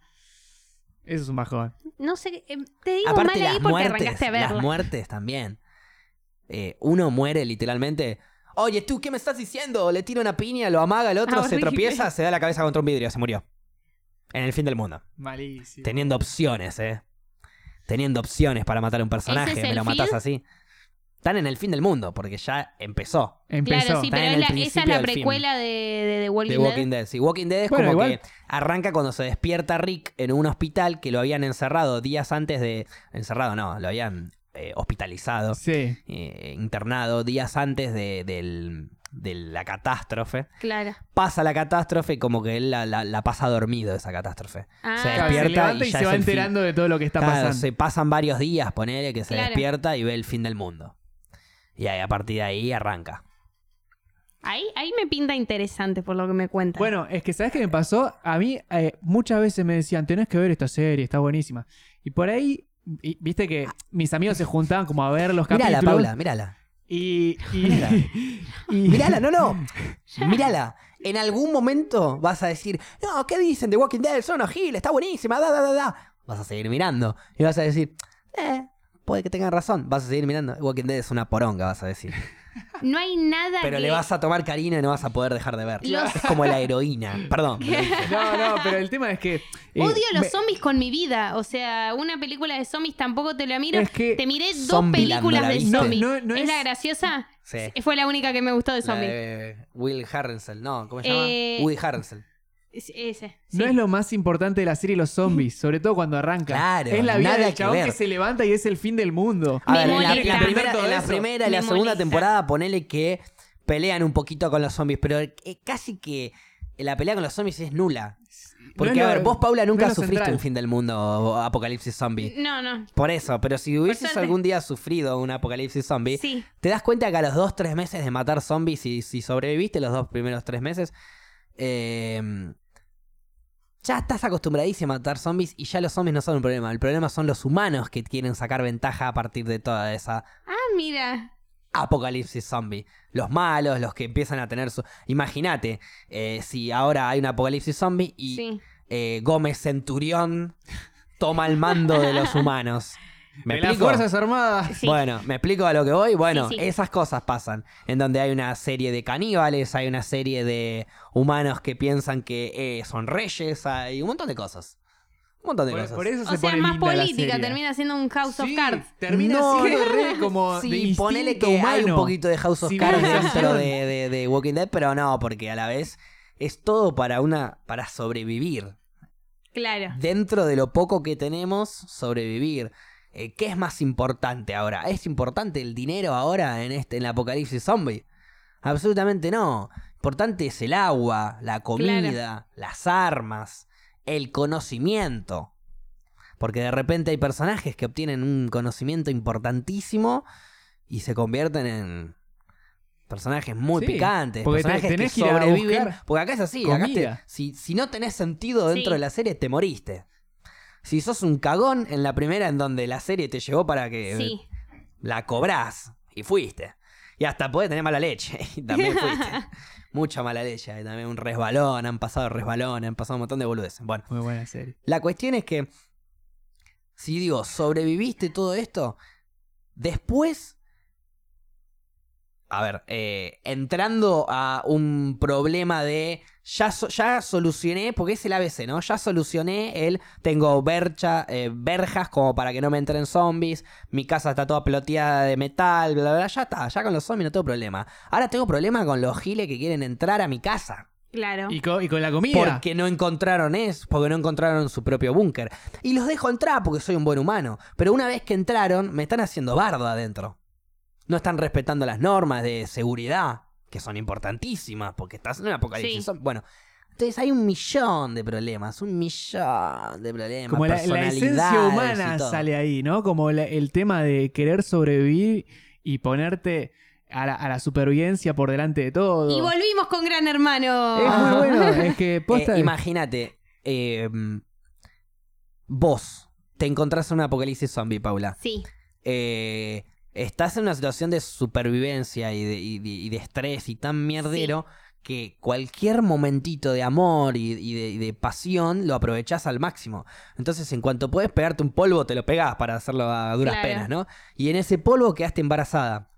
[SPEAKER 3] Eso es un bajón.
[SPEAKER 2] No sé, eh, te digo
[SPEAKER 1] Aparte
[SPEAKER 2] mal ahí
[SPEAKER 1] las
[SPEAKER 2] porque
[SPEAKER 1] muertes,
[SPEAKER 2] arrancaste a
[SPEAKER 1] las
[SPEAKER 2] verla.
[SPEAKER 1] muertes también. Eh, uno muere literalmente. Oye, tú, ¿qué me estás diciendo? Le tira una piña, lo amaga el otro,
[SPEAKER 2] Ah,
[SPEAKER 1] se
[SPEAKER 2] horrible.
[SPEAKER 1] tropieza, se da la cabeza contra un vidrio, se murió. En el fin del mundo.
[SPEAKER 3] Malísimo.
[SPEAKER 1] Teniendo opciones, ¿eh? Teniendo opciones para matar a un personaje,
[SPEAKER 2] ¿Ese es
[SPEAKER 1] me
[SPEAKER 2] el
[SPEAKER 1] lo matás
[SPEAKER 2] fin?
[SPEAKER 1] así. Están en el fin del mundo, porque ya empezó.
[SPEAKER 3] Empezó.
[SPEAKER 2] Claro, sí,
[SPEAKER 1] Está
[SPEAKER 2] pero
[SPEAKER 1] en
[SPEAKER 2] es
[SPEAKER 1] el
[SPEAKER 2] la- esa es
[SPEAKER 1] principio
[SPEAKER 2] la
[SPEAKER 1] del film.
[SPEAKER 2] precuela de, de The Walking,
[SPEAKER 1] de Walking
[SPEAKER 2] Dead.
[SPEAKER 1] Dead. Sí, Walking Dead es
[SPEAKER 3] Bueno,
[SPEAKER 1] como
[SPEAKER 3] igual.
[SPEAKER 1] que arranca cuando se despierta Rick en un hospital que lo habían encerrado días antes de. Encerrado, no, lo habían eh, hospitalizado,
[SPEAKER 3] Sí.
[SPEAKER 1] eh, internado días antes de, del- de la catástrofe.
[SPEAKER 2] Claro.
[SPEAKER 1] Pasa la catástrofe y como que él la, la- la pasa dormido esa catástrofe.
[SPEAKER 2] Ah,
[SPEAKER 1] Se
[SPEAKER 3] Claro, se
[SPEAKER 1] despierta
[SPEAKER 3] levanta y,
[SPEAKER 1] y ya
[SPEAKER 3] se
[SPEAKER 1] es
[SPEAKER 3] va
[SPEAKER 1] el fin.
[SPEAKER 3] enterando de todo lo que está
[SPEAKER 1] Claro,
[SPEAKER 3] pasando.
[SPEAKER 1] se pasan varios días, ponele que se
[SPEAKER 2] Claro.
[SPEAKER 1] despierta y ve el fin del mundo. Y ahí, a partir de ahí arranca.
[SPEAKER 2] ahí, ahí me pinta interesante por lo que me cuentas.
[SPEAKER 3] Bueno, es que ¿sabes qué me pasó? A mí eh, muchas veces me decían, tenés que ver esta serie, está buenísima. Y por ahí, y- viste que mis amigos se juntaban como a ver los capítulos.
[SPEAKER 1] Mírala, Paula, mírala.
[SPEAKER 3] Y, y-
[SPEAKER 1] Mírala.
[SPEAKER 3] y-
[SPEAKER 1] Mírala, no, no. Mírala. En algún momento vas a decir, no, ¿qué dicen de Walking Dead? Son unos giles, está buenísima, da, da, da, da. Vas a seguir mirando. Y vas a decir, eh, puede que tengan razón. Vas a seguir mirando. Walking Dead es una poronga, vas a decir.
[SPEAKER 2] no hay nada
[SPEAKER 1] Pero
[SPEAKER 2] que...
[SPEAKER 1] le vas a tomar cariño y no vas a poder dejar de ver.
[SPEAKER 2] Los-
[SPEAKER 1] Es como la heroína. Perdón. me lo dije.
[SPEAKER 3] No, no, pero el tema es que... eh,
[SPEAKER 2] Odio los
[SPEAKER 3] me-
[SPEAKER 2] zombies con mi vida. O sea, una película de zombies tampoco te la miro.
[SPEAKER 3] Es que
[SPEAKER 2] te miré dos
[SPEAKER 1] Zombieland,
[SPEAKER 2] películas
[SPEAKER 1] ¿no la
[SPEAKER 2] de
[SPEAKER 1] viste?
[SPEAKER 2] zombies.
[SPEAKER 3] No, no, no
[SPEAKER 2] ¿Es,
[SPEAKER 3] es-
[SPEAKER 2] la graciosa?
[SPEAKER 1] Sí.
[SPEAKER 2] Fue la única que me gustó de
[SPEAKER 1] La
[SPEAKER 2] zombies.
[SPEAKER 1] de Will Harrensel, no, ¿cómo se llama?
[SPEAKER 2] Eh,
[SPEAKER 1] Woody Harrensel.
[SPEAKER 2] Es- Ese. sí.
[SPEAKER 3] No es lo más importante de la serie los zombies, sobre todo cuando arranca.
[SPEAKER 1] Claro,
[SPEAKER 3] es la vida
[SPEAKER 1] nada
[SPEAKER 3] del
[SPEAKER 1] que
[SPEAKER 3] chabón que,
[SPEAKER 1] ver.
[SPEAKER 3] se levanta y es el fin del mundo.
[SPEAKER 1] A
[SPEAKER 2] Me
[SPEAKER 1] ver, en la,
[SPEAKER 2] molesta.
[SPEAKER 1] en la primera,
[SPEAKER 3] Todo
[SPEAKER 1] en la
[SPEAKER 3] eso.
[SPEAKER 1] primera y
[SPEAKER 2] Me
[SPEAKER 1] la segunda
[SPEAKER 2] molesta.
[SPEAKER 1] temporada, ponele que pelean un poquito con los zombies, pero eh, casi que la pelea con los zombies es nula. Porque,
[SPEAKER 3] No es
[SPEAKER 1] a
[SPEAKER 3] lo-
[SPEAKER 1] ver, vos, Paula,
[SPEAKER 3] no
[SPEAKER 1] nunca
[SPEAKER 3] es lo
[SPEAKER 1] sufriste
[SPEAKER 3] central.
[SPEAKER 1] un fin del mundo o apocalipsis zombie.
[SPEAKER 2] No, no.
[SPEAKER 1] Por eso, pero si hubieses
[SPEAKER 2] suerte.
[SPEAKER 1] algún día sufrido un apocalipsis zombie,
[SPEAKER 2] Sí.
[SPEAKER 1] te das cuenta que a los dos, tres meses de matar zombies, y si sobreviviste los dos primeros tres meses, eh, ya estás acostumbradísimo a matar zombies y ya los zombies no son un problema. El problema son los humanos que quieren sacar ventaja a partir de toda esa
[SPEAKER 2] Ah, mira.
[SPEAKER 1] apocalipsis zombie. Los malos, los que empiezan a tener su... Imagínate, eh, si ahora hay un apocalipsis zombie y
[SPEAKER 2] Sí.
[SPEAKER 1] eh, Gómez Centurión toma el mando de los humanos. ¿Me
[SPEAKER 3] de las
[SPEAKER 1] explico?
[SPEAKER 3] Fuerzas Armadas.
[SPEAKER 2] Sí.
[SPEAKER 1] Bueno, me explico a lo que voy. Bueno,
[SPEAKER 2] Sí, sí.
[SPEAKER 1] esas cosas pasan. En donde hay una serie de caníbales, hay una serie de humanos que piensan que eh, son reyes, hay un montón de cosas. Un montón de
[SPEAKER 3] Por,
[SPEAKER 1] cosas.
[SPEAKER 3] por eso
[SPEAKER 2] O
[SPEAKER 3] se
[SPEAKER 2] sea,
[SPEAKER 3] pone
[SPEAKER 2] más
[SPEAKER 3] linda la
[SPEAKER 2] política.
[SPEAKER 3] serie.
[SPEAKER 2] Termina siendo un House of
[SPEAKER 3] Sí,
[SPEAKER 2] Cards.
[SPEAKER 3] Termina
[SPEAKER 1] No,
[SPEAKER 3] siendo re como de
[SPEAKER 1] Sí, ponele que
[SPEAKER 3] instinto humano.
[SPEAKER 1] hay un poquito de House of Cards
[SPEAKER 3] Civilización.
[SPEAKER 1] dentro de, de- de Walking Dead, pero no, porque a la vez es todo para una para sobrevivir.
[SPEAKER 2] Claro.
[SPEAKER 1] Dentro de lo poco que tenemos, sobrevivir. Eh, ¿Qué es más importante ahora? ¿Es importante el dinero ahora en este en el apocalipsis zombie? Absolutamente no. Importante es el agua, la comida, las armas, el conocimiento. Porque de repente hay personajes que obtienen un conocimiento importantísimo y se convierten en personajes muy
[SPEAKER 3] Sí,
[SPEAKER 1] picantes,
[SPEAKER 3] porque te-
[SPEAKER 1] personajes
[SPEAKER 3] tenés que
[SPEAKER 1] que
[SPEAKER 3] ir a
[SPEAKER 1] sobreviven.
[SPEAKER 3] buscar
[SPEAKER 1] Porque acá es así, acá te-
[SPEAKER 3] comida.
[SPEAKER 1] si, si no tenés sentido dentro
[SPEAKER 2] Sí.
[SPEAKER 1] de la serie, te moriste. Si sos un cagón en la primera en donde la serie te llevó para que
[SPEAKER 2] Sí.
[SPEAKER 1] la cobrás y fuiste. Y hasta podés tener mala leche y también fuiste. Mucha mala leche, hay también un resbalón, han pasado resbalón, han pasado un montón de boludeces. Bueno,
[SPEAKER 3] Muy buena serie.
[SPEAKER 1] la cuestión es que, si digo, sobreviviste todo esto, después... A ver, eh, entrando a un problema de... Ya, so- ya solucioné, porque es el ABC, ¿no? Ya solucioné el... Tengo bercha, eh, verjas como para que no me entren zombies. Mi casa está toda peloteada de metal, bla, bla, bla. Ya está, ya con los zombies no tengo problema. Ahora tengo problema con los giles que quieren entrar a mi casa.
[SPEAKER 2] Claro.
[SPEAKER 3] Y con, y con la comida.
[SPEAKER 1] Porque no encontraron es, porque no encontraron su propio búnker. Y los dejo entrar porque soy un buen humano. Pero una vez que entraron, me están haciendo bardo adentro. No están respetando las normas de seguridad, que son importantísimas, porque estás en un apocalipsis.
[SPEAKER 2] Sí.
[SPEAKER 1] Son- Bueno, entonces hay un millón de problemas, un millón de problemas.
[SPEAKER 3] Como la, la esencia
[SPEAKER 1] personalidades y
[SPEAKER 3] humana
[SPEAKER 1] todo.
[SPEAKER 3] sale ahí, ¿no? Como la- el tema de querer sobrevivir y ponerte a la, a la supervivencia por delante de todo.
[SPEAKER 2] Y volvimos con Gran
[SPEAKER 3] es
[SPEAKER 2] Hermano.
[SPEAKER 3] muy Eh, bueno. Es que
[SPEAKER 1] Eh,
[SPEAKER 3] posta.
[SPEAKER 1] Imagínate, eh, em, vos te encontrás en un apocalipsis zombie, Paula.
[SPEAKER 2] Sí.
[SPEAKER 1] Eh, estás en una situación de supervivencia y de, y de- y de estrés y tan mierdero que cualquier momentito de amor y, y de, y de pasión lo aprovechás al máximo. Entonces, en cuanto puedes pegarte un polvo, te lo pegás para hacerlo a duras
[SPEAKER 2] Claro.
[SPEAKER 1] penas, ¿no? Y en ese polvo quedaste embarazada.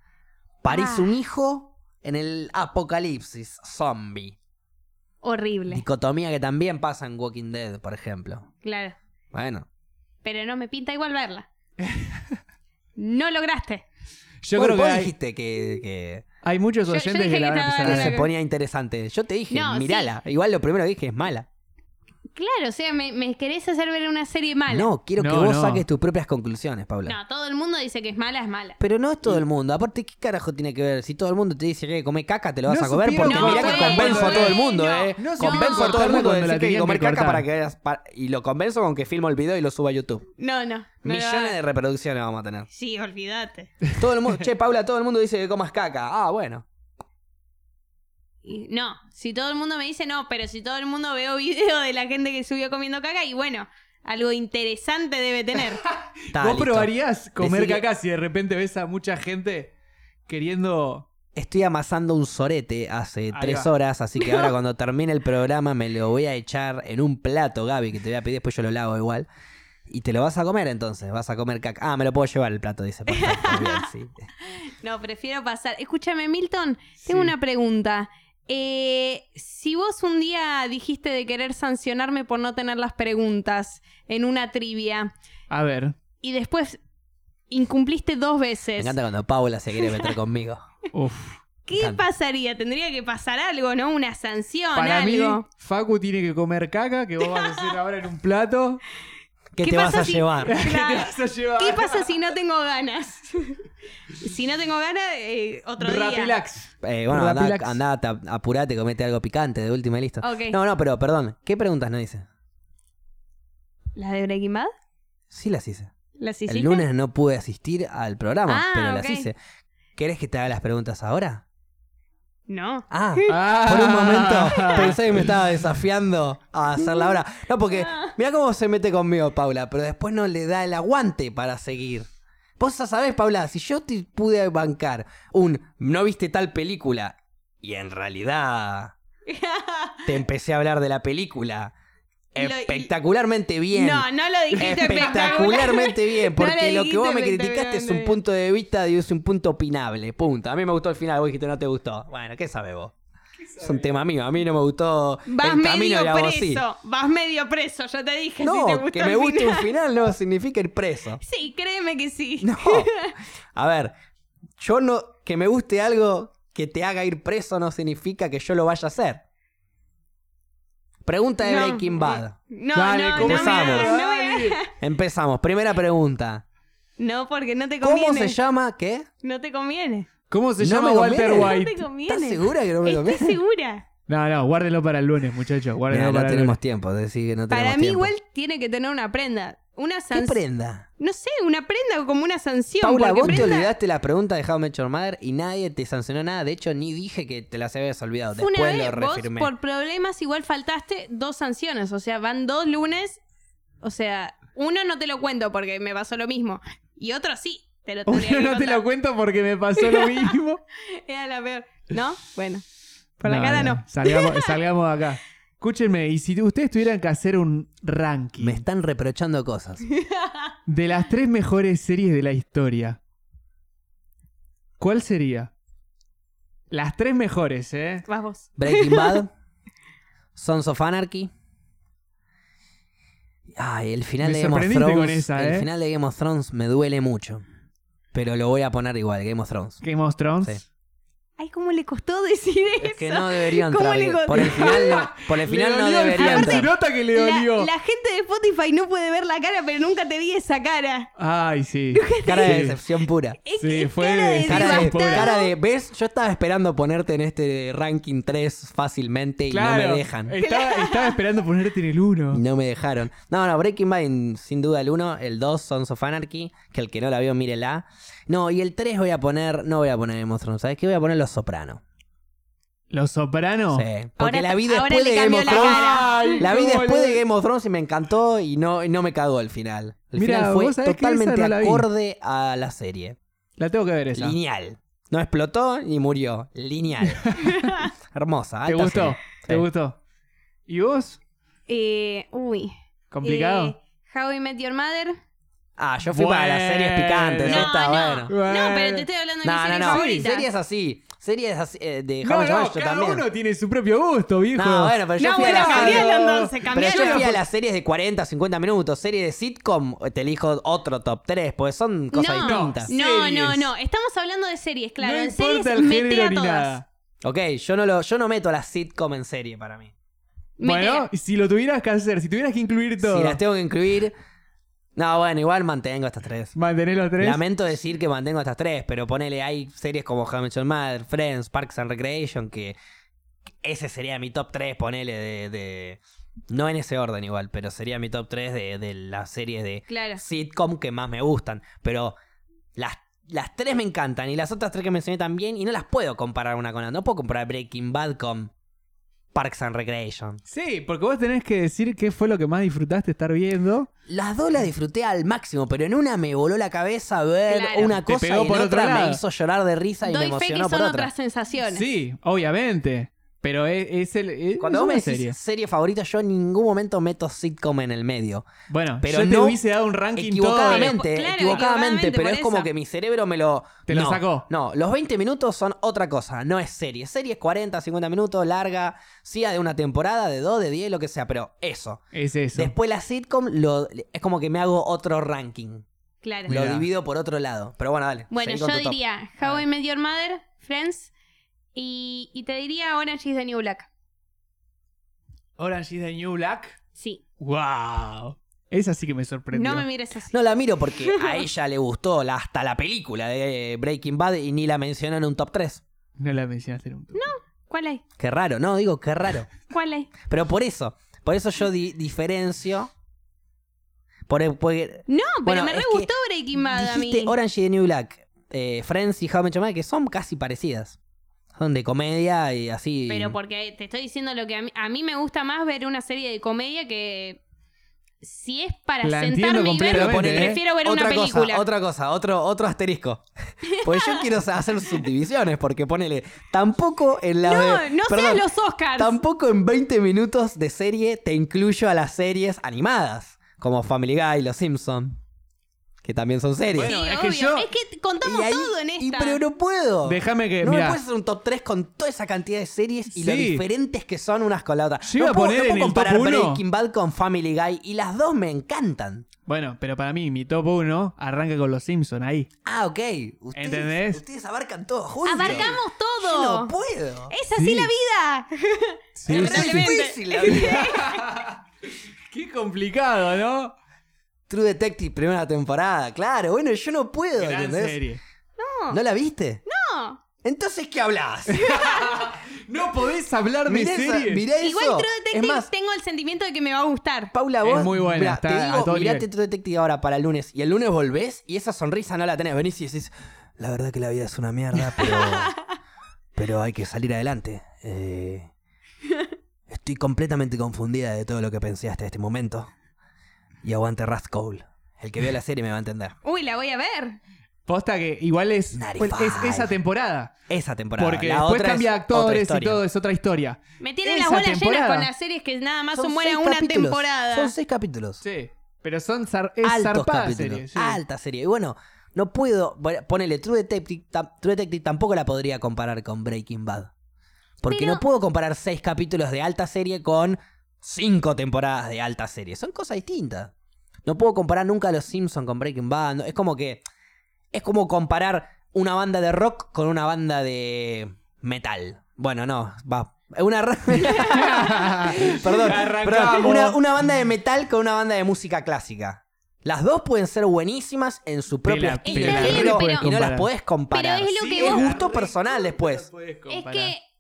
[SPEAKER 1] París
[SPEAKER 2] Ah.
[SPEAKER 1] un hijo en el apocalipsis zombie.
[SPEAKER 2] Horrible.
[SPEAKER 1] Dicotomía que también pasa en Walking Dead, por ejemplo.
[SPEAKER 2] Claro.
[SPEAKER 1] Bueno.
[SPEAKER 2] Pero no me pinta igual verla. No lograste.
[SPEAKER 3] Yo
[SPEAKER 1] Vos-
[SPEAKER 3] creo que
[SPEAKER 1] vos
[SPEAKER 3] hay,
[SPEAKER 1] dijiste que- que...
[SPEAKER 3] hay muchos
[SPEAKER 2] Yo- yo
[SPEAKER 3] oyentes
[SPEAKER 2] dije
[SPEAKER 3] que la
[SPEAKER 2] que
[SPEAKER 3] van a
[SPEAKER 2] estaba
[SPEAKER 3] empezar a
[SPEAKER 1] Pero
[SPEAKER 2] en
[SPEAKER 3] ver.
[SPEAKER 1] se ponía interesante. Yo te dije,
[SPEAKER 2] No,
[SPEAKER 1] mirala. Igual lo primero que dije es mala.
[SPEAKER 2] Claro, o sea, me, me querés hacer ver una serie mala.
[SPEAKER 1] No, quiero que
[SPEAKER 3] No,
[SPEAKER 1] vos
[SPEAKER 3] no.
[SPEAKER 1] saques tus propias conclusiones, Paula.
[SPEAKER 2] No, todo el mundo dice que es mala, es mala.
[SPEAKER 1] Pero no es todo el mundo. Aparte, ¿qué carajo tiene que ver? Si todo el mundo te dice que come caca, te lo vas
[SPEAKER 3] No
[SPEAKER 1] a comer
[SPEAKER 3] supieron
[SPEAKER 1] porque
[SPEAKER 2] No,
[SPEAKER 1] mirá que
[SPEAKER 2] bueno,
[SPEAKER 1] convenzo a todo el
[SPEAKER 2] bueno.
[SPEAKER 1] mundo, ¿eh?
[SPEAKER 3] No supieron
[SPEAKER 1] convenzo a todo el mundo de decir
[SPEAKER 3] cuando la
[SPEAKER 1] que hay que
[SPEAKER 3] tenían
[SPEAKER 1] comer
[SPEAKER 3] que
[SPEAKER 1] caca
[SPEAKER 3] cortar.
[SPEAKER 1] para que veas. pa- Y lo convenzo con que filmo el video y lo suba a YouTube.
[SPEAKER 2] No, no. no lo
[SPEAKER 1] Millones
[SPEAKER 2] hagas.
[SPEAKER 1] de reproducciones vamos a tener.
[SPEAKER 2] Sí, olvídate.
[SPEAKER 1] Todo el mundo, che, Paula, todo el mundo dice que comas caca. Ah, bueno.
[SPEAKER 2] Y no, si todo el mundo me dice no, pero si todo el mundo veo video de la gente que subió comiendo caca y bueno, algo interesante debe tener.
[SPEAKER 1] Está,
[SPEAKER 3] ¿Vos
[SPEAKER 1] listo.
[SPEAKER 3] probarías comer
[SPEAKER 1] Decí que-
[SPEAKER 3] caca si de repente ves a mucha gente queriendo...
[SPEAKER 1] Estoy amasando un sorete hace
[SPEAKER 3] Ahí
[SPEAKER 1] tres
[SPEAKER 3] va.
[SPEAKER 1] horas, así que ahora cuando termine el programa me lo voy a echar en un plato, Gaby, que te voy a pedir, después yo lo lavo igual. Y te lo vas a comer entonces, vas a comer caca. Ah, me lo puedo llevar el plato, dice. Perfecto, bien, sí.
[SPEAKER 2] No, prefiero pasar. Escúchame, Milton, tengo
[SPEAKER 3] Sí.
[SPEAKER 2] una pregunta. Eh, si vos un día dijiste de querer sancionarme por no tener las preguntas en una trivia
[SPEAKER 3] A ver.
[SPEAKER 2] y después incumpliste dos
[SPEAKER 1] Me
[SPEAKER 2] veces,
[SPEAKER 1] encanta cuando Paula se quiere meter conmigo.
[SPEAKER 3] Uf.
[SPEAKER 1] me
[SPEAKER 2] ¿qué
[SPEAKER 1] encanta.
[SPEAKER 2] pasaría? Tendría que pasar algo, ¿no? Una sanción,
[SPEAKER 3] Para mí,
[SPEAKER 2] algo.
[SPEAKER 3] Facu tiene que comer caca, que vos vas a hacer ahora en un plato.
[SPEAKER 1] ¿Qué,
[SPEAKER 2] ¿Qué
[SPEAKER 1] te vas
[SPEAKER 2] pasa
[SPEAKER 1] a
[SPEAKER 2] si-
[SPEAKER 1] llevar?
[SPEAKER 3] que te
[SPEAKER 2] Claro.
[SPEAKER 3] vas a llevar.
[SPEAKER 2] ¿Qué pasa si no tengo ganas? si no tengo ganas, eh, otro día.
[SPEAKER 3] Rapilax.
[SPEAKER 1] Eh, bueno, andá,
[SPEAKER 3] Rapilax.
[SPEAKER 1] andá, te- apurate, comete algo picante, de última y listo.
[SPEAKER 2] Ok.
[SPEAKER 1] No, no, pero perdón, ¿qué preguntas no hice?
[SPEAKER 2] ¿La de Breaking Bad?
[SPEAKER 1] Sí las hice.
[SPEAKER 2] ¿Las hiciste?
[SPEAKER 1] El lunes no pude asistir al programa,
[SPEAKER 2] Ah,
[SPEAKER 1] pero las
[SPEAKER 2] ok.
[SPEAKER 1] hice. ¿Querés que te haga las preguntas ahora?
[SPEAKER 2] No.
[SPEAKER 1] Ah,
[SPEAKER 3] Ah.
[SPEAKER 1] Por un momento pensé que me estaba desafiando a hacerla ahora. No, porque
[SPEAKER 2] Ah.
[SPEAKER 1] mira cómo se mete conmigo, Paula, pero después no le da el aguante para seguir. Vos ya sabés, Paula, si yo te pude bancar un no viste tal película y en realidad te empecé a hablar de la película
[SPEAKER 2] Y lo- y-
[SPEAKER 1] espectacularmente bien.
[SPEAKER 2] No, no lo dijiste espectacular.
[SPEAKER 1] Espectacularmente bien, porque
[SPEAKER 2] le
[SPEAKER 1] lo que vos me
[SPEAKER 2] dijiste
[SPEAKER 1] criticaste es un
[SPEAKER 2] espectacularmente
[SPEAKER 1] punto de vista y es un punto opinable. Punto. A mí me gustó el final, vos dijiste no te gustó. Bueno, ¿qué sabes vos? Es un tema mío. A mí no me gustó
[SPEAKER 2] Vas
[SPEAKER 1] el camino
[SPEAKER 2] medio
[SPEAKER 1] de la
[SPEAKER 2] preso.
[SPEAKER 1] voz sí.
[SPEAKER 2] Vas medio preso. Yo te dije si te
[SPEAKER 1] No,
[SPEAKER 2] gustó
[SPEAKER 1] que
[SPEAKER 2] el
[SPEAKER 1] me guste
[SPEAKER 2] final.
[SPEAKER 1] un final no significa ir preso.
[SPEAKER 2] Sí, créeme que sí.
[SPEAKER 1] No. A ver, yo no. Que me guste algo que te haga ir preso no significa que yo lo vaya a hacer. Pregunta de
[SPEAKER 2] No.
[SPEAKER 1] Breaking Bad.
[SPEAKER 2] No,
[SPEAKER 3] Dale,
[SPEAKER 2] no, no, me
[SPEAKER 1] comenzamos.
[SPEAKER 2] hagas, no, me hagas.
[SPEAKER 1] Empezamos. Primera pregunta.
[SPEAKER 2] No, porque no te conviene.
[SPEAKER 1] ¿Cómo se llama? ¿Qué?
[SPEAKER 2] No te conviene.
[SPEAKER 3] ¿Cómo se
[SPEAKER 1] No
[SPEAKER 3] llama
[SPEAKER 1] me
[SPEAKER 3] Walter
[SPEAKER 1] conviene.
[SPEAKER 2] No te
[SPEAKER 3] White?
[SPEAKER 2] conviene.
[SPEAKER 1] ¿Estás segura que no me lo
[SPEAKER 2] Estoy segura.
[SPEAKER 3] No, no, guárdenlo para el lunes, muchachos. Guárdenlo
[SPEAKER 1] Mirá, no
[SPEAKER 3] para el
[SPEAKER 1] tenemos tiempo, decir que no tenemos
[SPEAKER 2] Para mí
[SPEAKER 1] tiempo.
[SPEAKER 2] igual tiene que tener una prenda. Una
[SPEAKER 1] ¿Qué
[SPEAKER 2] sanción.
[SPEAKER 1] prenda?
[SPEAKER 2] No sé, una prenda o como una sanción.
[SPEAKER 1] Paula,
[SPEAKER 2] porque
[SPEAKER 1] vos te
[SPEAKER 2] prenda
[SPEAKER 1] olvidaste la pregunta de How I Met Your Mother y nadie te sancionó nada. De hecho, ni dije que te las habías olvidado.
[SPEAKER 2] fue
[SPEAKER 1] Después
[SPEAKER 2] Una
[SPEAKER 1] lo
[SPEAKER 2] vez vos
[SPEAKER 1] reafirmé.
[SPEAKER 2] por problemas igual faltaste dos sanciones, o sea, van dos lunes, o sea, uno no te lo cuento porque me pasó lo mismo y otro sí, te lo
[SPEAKER 3] lunes.
[SPEAKER 2] tenía que
[SPEAKER 3] Uno no te
[SPEAKER 2] contar.
[SPEAKER 3] lo cuento porque me pasó lo mismo.
[SPEAKER 2] Era la peor. ¿No? Bueno, por la cara no.
[SPEAKER 3] Salgamos, salgamos de acá. Escúchenme, y si ustedes tuvieran que hacer un ranking
[SPEAKER 1] Me están reprochando cosas.
[SPEAKER 3] de las tres mejores series de la historia, ¿cuál sería? Las tres mejores, ¿eh?
[SPEAKER 2] Vas vos.
[SPEAKER 1] Breaking Bad, Sons of Anarchy. Ay, el final
[SPEAKER 3] Me
[SPEAKER 1] de Game of
[SPEAKER 3] sorprendiste
[SPEAKER 1] Thrones.
[SPEAKER 3] con esa,
[SPEAKER 1] El
[SPEAKER 3] eh.
[SPEAKER 1] final de Game of Thrones me duele mucho. Pero lo voy a poner igual, Game of Thrones.
[SPEAKER 3] Game of Thrones.
[SPEAKER 1] Sí.
[SPEAKER 2] Ay, cómo le costó decir eso.
[SPEAKER 1] Es que no deberían
[SPEAKER 2] ¿Cómo
[SPEAKER 1] entrar.
[SPEAKER 2] le
[SPEAKER 1] Game- Por el
[SPEAKER 2] contestó?
[SPEAKER 1] final no, por el final
[SPEAKER 3] Le
[SPEAKER 1] no
[SPEAKER 3] dolió,
[SPEAKER 1] debería
[SPEAKER 3] se
[SPEAKER 1] entrar.
[SPEAKER 3] nota que le
[SPEAKER 2] La,
[SPEAKER 3] dolió.
[SPEAKER 2] la gente de Spotify no puede ver la cara, pero nunca te vi esa cara.
[SPEAKER 3] Ay, sí.
[SPEAKER 1] Cara de
[SPEAKER 3] Sí.
[SPEAKER 1] decepción pura.
[SPEAKER 2] Es,
[SPEAKER 3] Sí,
[SPEAKER 2] es
[SPEAKER 3] fue
[SPEAKER 2] cara de
[SPEAKER 3] de-
[SPEAKER 1] Cara de,
[SPEAKER 2] devastado.
[SPEAKER 3] Devastado.
[SPEAKER 1] cara de- ¿Ves? Yo estaba esperando ponerte en este ranking 3 fácilmente y no me dejan.
[SPEAKER 3] Estaba, estaba esperando ponerte en el 1.
[SPEAKER 1] No me dejaron. No, no, Breaking Bad, in- sin duda el 1, el 2, Sons of Anarchy, que el que no la vio, mírela. No, y el 3 voy a poner, no voy a poner Game of Thrones, ¿sabes qué? Voy a poner Los Soprano.
[SPEAKER 3] Los Soprano.
[SPEAKER 1] Sí. Porque
[SPEAKER 2] Ahora-
[SPEAKER 1] la vi después
[SPEAKER 2] ahora le
[SPEAKER 1] de Game
[SPEAKER 2] cambió
[SPEAKER 1] of
[SPEAKER 2] la
[SPEAKER 1] Thrones.
[SPEAKER 2] cara.
[SPEAKER 3] Ay,
[SPEAKER 1] La vi
[SPEAKER 3] cómo
[SPEAKER 1] después
[SPEAKER 3] le-
[SPEAKER 1] de Game of Thrones y me encantó y no, y no me cagó el final. El
[SPEAKER 3] Mirá,
[SPEAKER 1] final fue
[SPEAKER 3] vos sabés que esa
[SPEAKER 1] totalmente
[SPEAKER 3] no la vi.
[SPEAKER 1] acorde a la serie.
[SPEAKER 3] La tengo que ver esa.
[SPEAKER 1] Lineal. No explotó ni murió. Lineal. Hermosa.
[SPEAKER 3] ¿Te
[SPEAKER 1] alta
[SPEAKER 3] gustó?
[SPEAKER 1] serie.
[SPEAKER 3] ¿Te
[SPEAKER 1] Sí.
[SPEAKER 3] gustó? ¿Y vos?
[SPEAKER 2] Eh, uy.
[SPEAKER 3] ¿Complicado?
[SPEAKER 2] Eh, How I Met Your Mother.
[SPEAKER 1] Ah, yo fui para las series picantes.
[SPEAKER 3] Bueno.
[SPEAKER 1] ya
[SPEAKER 2] No,
[SPEAKER 1] está
[SPEAKER 2] no.
[SPEAKER 1] bueno.
[SPEAKER 3] Bueno.
[SPEAKER 2] No, pero te estoy hablando de mi
[SPEAKER 1] No, no,
[SPEAKER 2] serie
[SPEAKER 1] no.
[SPEAKER 2] favorita.
[SPEAKER 1] Series así. Series así, eh, de How I Met Your Mother, yo
[SPEAKER 3] cada
[SPEAKER 1] también.
[SPEAKER 3] uno tiene su propio gusto, viejo.
[SPEAKER 1] No, bueno, pero yo
[SPEAKER 2] No,
[SPEAKER 1] fui a
[SPEAKER 2] bueno,
[SPEAKER 1] las series-
[SPEAKER 2] cambialo entonces,
[SPEAKER 1] Pero yo fui
[SPEAKER 2] cambialo.
[SPEAKER 1] a las series de 40, 50 minutos. Series de sitcom, te elijo otro top 3, porque son cosas
[SPEAKER 2] no,
[SPEAKER 1] distintas.
[SPEAKER 2] no, no,
[SPEAKER 3] Series.
[SPEAKER 2] no. Estamos hablando de series, claro.
[SPEAKER 3] no
[SPEAKER 2] en series
[SPEAKER 3] importa el
[SPEAKER 2] mete
[SPEAKER 3] género
[SPEAKER 2] a
[SPEAKER 3] ni
[SPEAKER 2] todas.
[SPEAKER 3] nada.
[SPEAKER 1] Ok, yo no, lo, yo no meto las sitcom en serie para mí.
[SPEAKER 2] Mete-
[SPEAKER 3] Bueno, si lo tuvieras que hacer, si tuvieras que incluir todo,
[SPEAKER 1] Si las tengo que incluir. No, bueno, igual mantengo estas tres.
[SPEAKER 3] mantener los tres.
[SPEAKER 1] Lamento decir que mantengo estas tres, pero ponele, hay series como Hamilton Mother, Friends, Parks and Recreation, que ese sería mi top 3, ponele, de, de- No en ese orden igual, pero sería mi top 3 de, de las series de
[SPEAKER 2] Claro.
[SPEAKER 1] sitcom que más me gustan. Pero las, las tres me encantan y las otras tres que mencioné también, y no las puedo comparar una con la otra. No puedo comparar Breaking Bad con Parks and Recreation.
[SPEAKER 3] Sí, porque vos tenés que decir qué fue lo que más disfrutaste estar viendo.
[SPEAKER 1] Las dos las disfruté al máximo, pero en una me voló la cabeza ver
[SPEAKER 2] Claro.
[SPEAKER 1] una
[SPEAKER 3] Te
[SPEAKER 1] cosa y
[SPEAKER 3] pegó
[SPEAKER 1] en
[SPEAKER 3] por otro
[SPEAKER 1] otra
[SPEAKER 3] lado.
[SPEAKER 1] me hizo llorar de risa y me
[SPEAKER 2] Doy fe que
[SPEAKER 1] emocionó
[SPEAKER 2] son
[SPEAKER 1] por otra.
[SPEAKER 2] otras sensaciones.
[SPEAKER 3] Sí, obviamente. Pero es, es el. es-
[SPEAKER 1] Cuando
[SPEAKER 3] es
[SPEAKER 1] vos me
[SPEAKER 3] una
[SPEAKER 1] decís
[SPEAKER 3] serie.
[SPEAKER 1] serie. favorita, yo en ningún momento meto sitcom en el medio.
[SPEAKER 3] Bueno,
[SPEAKER 1] pero
[SPEAKER 3] yo te
[SPEAKER 1] no
[SPEAKER 3] hubiese dado un ranking todo.
[SPEAKER 1] Equivocadamente,
[SPEAKER 2] Pero, claro,
[SPEAKER 1] equivocadamente,
[SPEAKER 2] equivocadamente,
[SPEAKER 1] pero
[SPEAKER 2] por
[SPEAKER 1] es como
[SPEAKER 2] eso.
[SPEAKER 1] que mi cerebro me lo...
[SPEAKER 3] Te lo
[SPEAKER 1] no,
[SPEAKER 3] sacó.
[SPEAKER 1] No, los 20 minutos son otra cosa, no es serie. Serie es 40, 50 minutos, larga, sea de una temporada, de dos, de 10, lo que sea, pero eso.
[SPEAKER 3] Es eso.
[SPEAKER 1] Después la sitcom lo, es como que me hago otro ranking.
[SPEAKER 2] Claro.
[SPEAKER 1] Lo
[SPEAKER 3] Mirá.
[SPEAKER 1] divido por otro lado. Pero bueno, dale.
[SPEAKER 2] Bueno,
[SPEAKER 1] seguí con
[SPEAKER 2] yo
[SPEAKER 1] tu top.
[SPEAKER 2] diría How I Met Your Mother, Friends, y, y te diría Orange is the New Black.
[SPEAKER 3] Orange is the New Black.
[SPEAKER 2] Sí.
[SPEAKER 3] ¡Wow! Esa sí que me sorprendió.
[SPEAKER 2] No me mires así.
[SPEAKER 1] No la miro porque a ella le gustó la- hasta la película de Breaking Bad y ni la mencionó en un top 3.
[SPEAKER 3] No la mencionaste nunca. No.
[SPEAKER 2] ¿Cuál hay?
[SPEAKER 1] Qué raro, no, digo, qué raro.
[SPEAKER 2] ¿Cuál hay?
[SPEAKER 1] Pero por eso, por eso yo di- diferencio. Por, porque
[SPEAKER 2] No, pero
[SPEAKER 1] Bueno,
[SPEAKER 2] me re
[SPEAKER 1] es que
[SPEAKER 2] gustó Breaking Bad a mí.
[SPEAKER 1] dijiste Orange y the New Black, eh, Friends y How I Met Your Mother, que son casi parecidas. Son de comedia y así.
[SPEAKER 2] Pero porque te estoy diciendo lo que a mí, a mí me gusta más ver una serie de comedia que si es para
[SPEAKER 3] La entiendo
[SPEAKER 2] sentarme y ver,
[SPEAKER 1] Pero
[SPEAKER 3] completamente,
[SPEAKER 1] ponele,
[SPEAKER 2] prefiero ver
[SPEAKER 1] ¿eh? otra
[SPEAKER 2] una
[SPEAKER 1] cosa,
[SPEAKER 2] película.
[SPEAKER 1] Otra cosa, otro, otro asterisco. Pues yo quiero hacer subdivisiones, porque ponele, tampoco en la.
[SPEAKER 2] no,
[SPEAKER 1] de-
[SPEAKER 2] no
[SPEAKER 1] perdón,
[SPEAKER 2] sean los Oscars.
[SPEAKER 1] Tampoco en 20 minutos de serie te incluyo a las series animadas, como Family Guy, Los Simpson, que también son series.
[SPEAKER 2] Sí,
[SPEAKER 3] Bueno, es
[SPEAKER 2] obvio.
[SPEAKER 3] que
[SPEAKER 2] Es que,
[SPEAKER 3] yo-
[SPEAKER 2] contamos
[SPEAKER 1] Y ahí-
[SPEAKER 2] todo en esta.
[SPEAKER 1] y pero no puedo.
[SPEAKER 3] Déjame que.
[SPEAKER 1] no me
[SPEAKER 3] mirá,
[SPEAKER 1] puedes hacer un top 3 con toda esa cantidad de series y lo
[SPEAKER 3] Sí.
[SPEAKER 1] diferentes que son unas con la otra.
[SPEAKER 3] Yo iba
[SPEAKER 1] no
[SPEAKER 3] a
[SPEAKER 1] puedo,
[SPEAKER 3] poner
[SPEAKER 1] no puedo
[SPEAKER 3] en el
[SPEAKER 1] comparar
[SPEAKER 3] top uno.
[SPEAKER 1] Breaking Bad con Family Guy y las dos me encantan.
[SPEAKER 3] Bueno, pero para mí, mi top 1 arranca con los Simpsons ahí.
[SPEAKER 1] Ah, ok. Ustedes,
[SPEAKER 3] ¿Entendés?
[SPEAKER 1] ustedes abarcan todo juntos.
[SPEAKER 2] Abarcamos
[SPEAKER 1] Yo
[SPEAKER 2] todo.
[SPEAKER 1] no puedo.
[SPEAKER 2] es así
[SPEAKER 3] Sí.
[SPEAKER 2] la vida.
[SPEAKER 3] Sí,
[SPEAKER 1] es
[SPEAKER 2] sí, sí.
[SPEAKER 1] difícil la vida.
[SPEAKER 3] Qué complicado, ¿no?
[SPEAKER 1] True Detective, primera temporada. Claro, bueno, yo no puedo,
[SPEAKER 3] Gran
[SPEAKER 1] ¿entendés?
[SPEAKER 3] serie.
[SPEAKER 2] No,
[SPEAKER 1] ¿No la viste?
[SPEAKER 2] no.
[SPEAKER 1] Entonces, ¿qué hablas?
[SPEAKER 3] No podés hablar de
[SPEAKER 1] mirá esa-
[SPEAKER 3] serie.
[SPEAKER 1] mirá eso.
[SPEAKER 2] Igual True Detective
[SPEAKER 1] Es más,
[SPEAKER 2] tengo el sentimiento de que me va a gustar.
[SPEAKER 1] Paula,
[SPEAKER 3] Es
[SPEAKER 1] vos.
[SPEAKER 3] muy buena,
[SPEAKER 1] mirá,
[SPEAKER 3] está
[SPEAKER 1] te
[SPEAKER 3] a
[SPEAKER 1] digo,
[SPEAKER 3] todo
[SPEAKER 1] mirate
[SPEAKER 3] nivel.
[SPEAKER 1] True Detective ahora para el lunes. Y el lunes volvés y esa sonrisa no la tenés. Venís y decís, la verdad que la vida es una mierda, pero. pero hay que salir adelante. Eh, estoy completamente confundida de todo lo que pensé hasta este momento. Y aguante Rust Cole. El que vio la serie me va a entender.
[SPEAKER 2] Uy, la voy a ver.
[SPEAKER 3] Posta que igual es, pues,
[SPEAKER 1] Narify.
[SPEAKER 3] es esa temporada.
[SPEAKER 1] Esa temporada.
[SPEAKER 3] Porque
[SPEAKER 1] la
[SPEAKER 3] después
[SPEAKER 1] otra es
[SPEAKER 3] cambia
[SPEAKER 1] otra
[SPEAKER 3] actores y
[SPEAKER 1] historia.
[SPEAKER 3] todo, es otra historia.
[SPEAKER 2] Me tienen
[SPEAKER 3] Esa
[SPEAKER 2] las bolas
[SPEAKER 3] temporada.
[SPEAKER 2] llenas con las series que nada más
[SPEAKER 1] Son
[SPEAKER 2] son buenas
[SPEAKER 1] seis
[SPEAKER 2] una
[SPEAKER 1] capítulos.
[SPEAKER 2] temporada.
[SPEAKER 1] Son seis capítulos.
[SPEAKER 3] Sí. Pero son zar es
[SPEAKER 1] altos
[SPEAKER 3] zarpada
[SPEAKER 1] capítulos.
[SPEAKER 3] serie. sí.
[SPEAKER 1] Alta serie. Y bueno, no puedo. bueno, Ponele True Detective, tam- True Detective tampoco la podría comparar con Breaking Bad. Porque
[SPEAKER 2] Pero-
[SPEAKER 1] no puedo comparar seis capítulos de alta serie con cinco temporadas de alta serie. Son cosas distintas. No puedo comparar nunca a Los Simpsons con Breaking Bad. No- Es como que. Es como comparar una banda de rock con una banda de metal. Bueno, no, va. Una. ra- Perdón,
[SPEAKER 3] Arrancamos.
[SPEAKER 1] perdón. Una, una banda de metal con una banda de música clásica. Las dos pueden ser buenísimas en su
[SPEAKER 3] Te
[SPEAKER 1] propio
[SPEAKER 3] la-
[SPEAKER 1] estilo,
[SPEAKER 2] te la
[SPEAKER 1] pero-
[SPEAKER 2] re puedes
[SPEAKER 1] y no
[SPEAKER 3] comparar.
[SPEAKER 1] las podés comparar.
[SPEAKER 2] Pero es lo
[SPEAKER 1] Sí,
[SPEAKER 2] que vos-
[SPEAKER 1] gusto personal después.
[SPEAKER 2] es que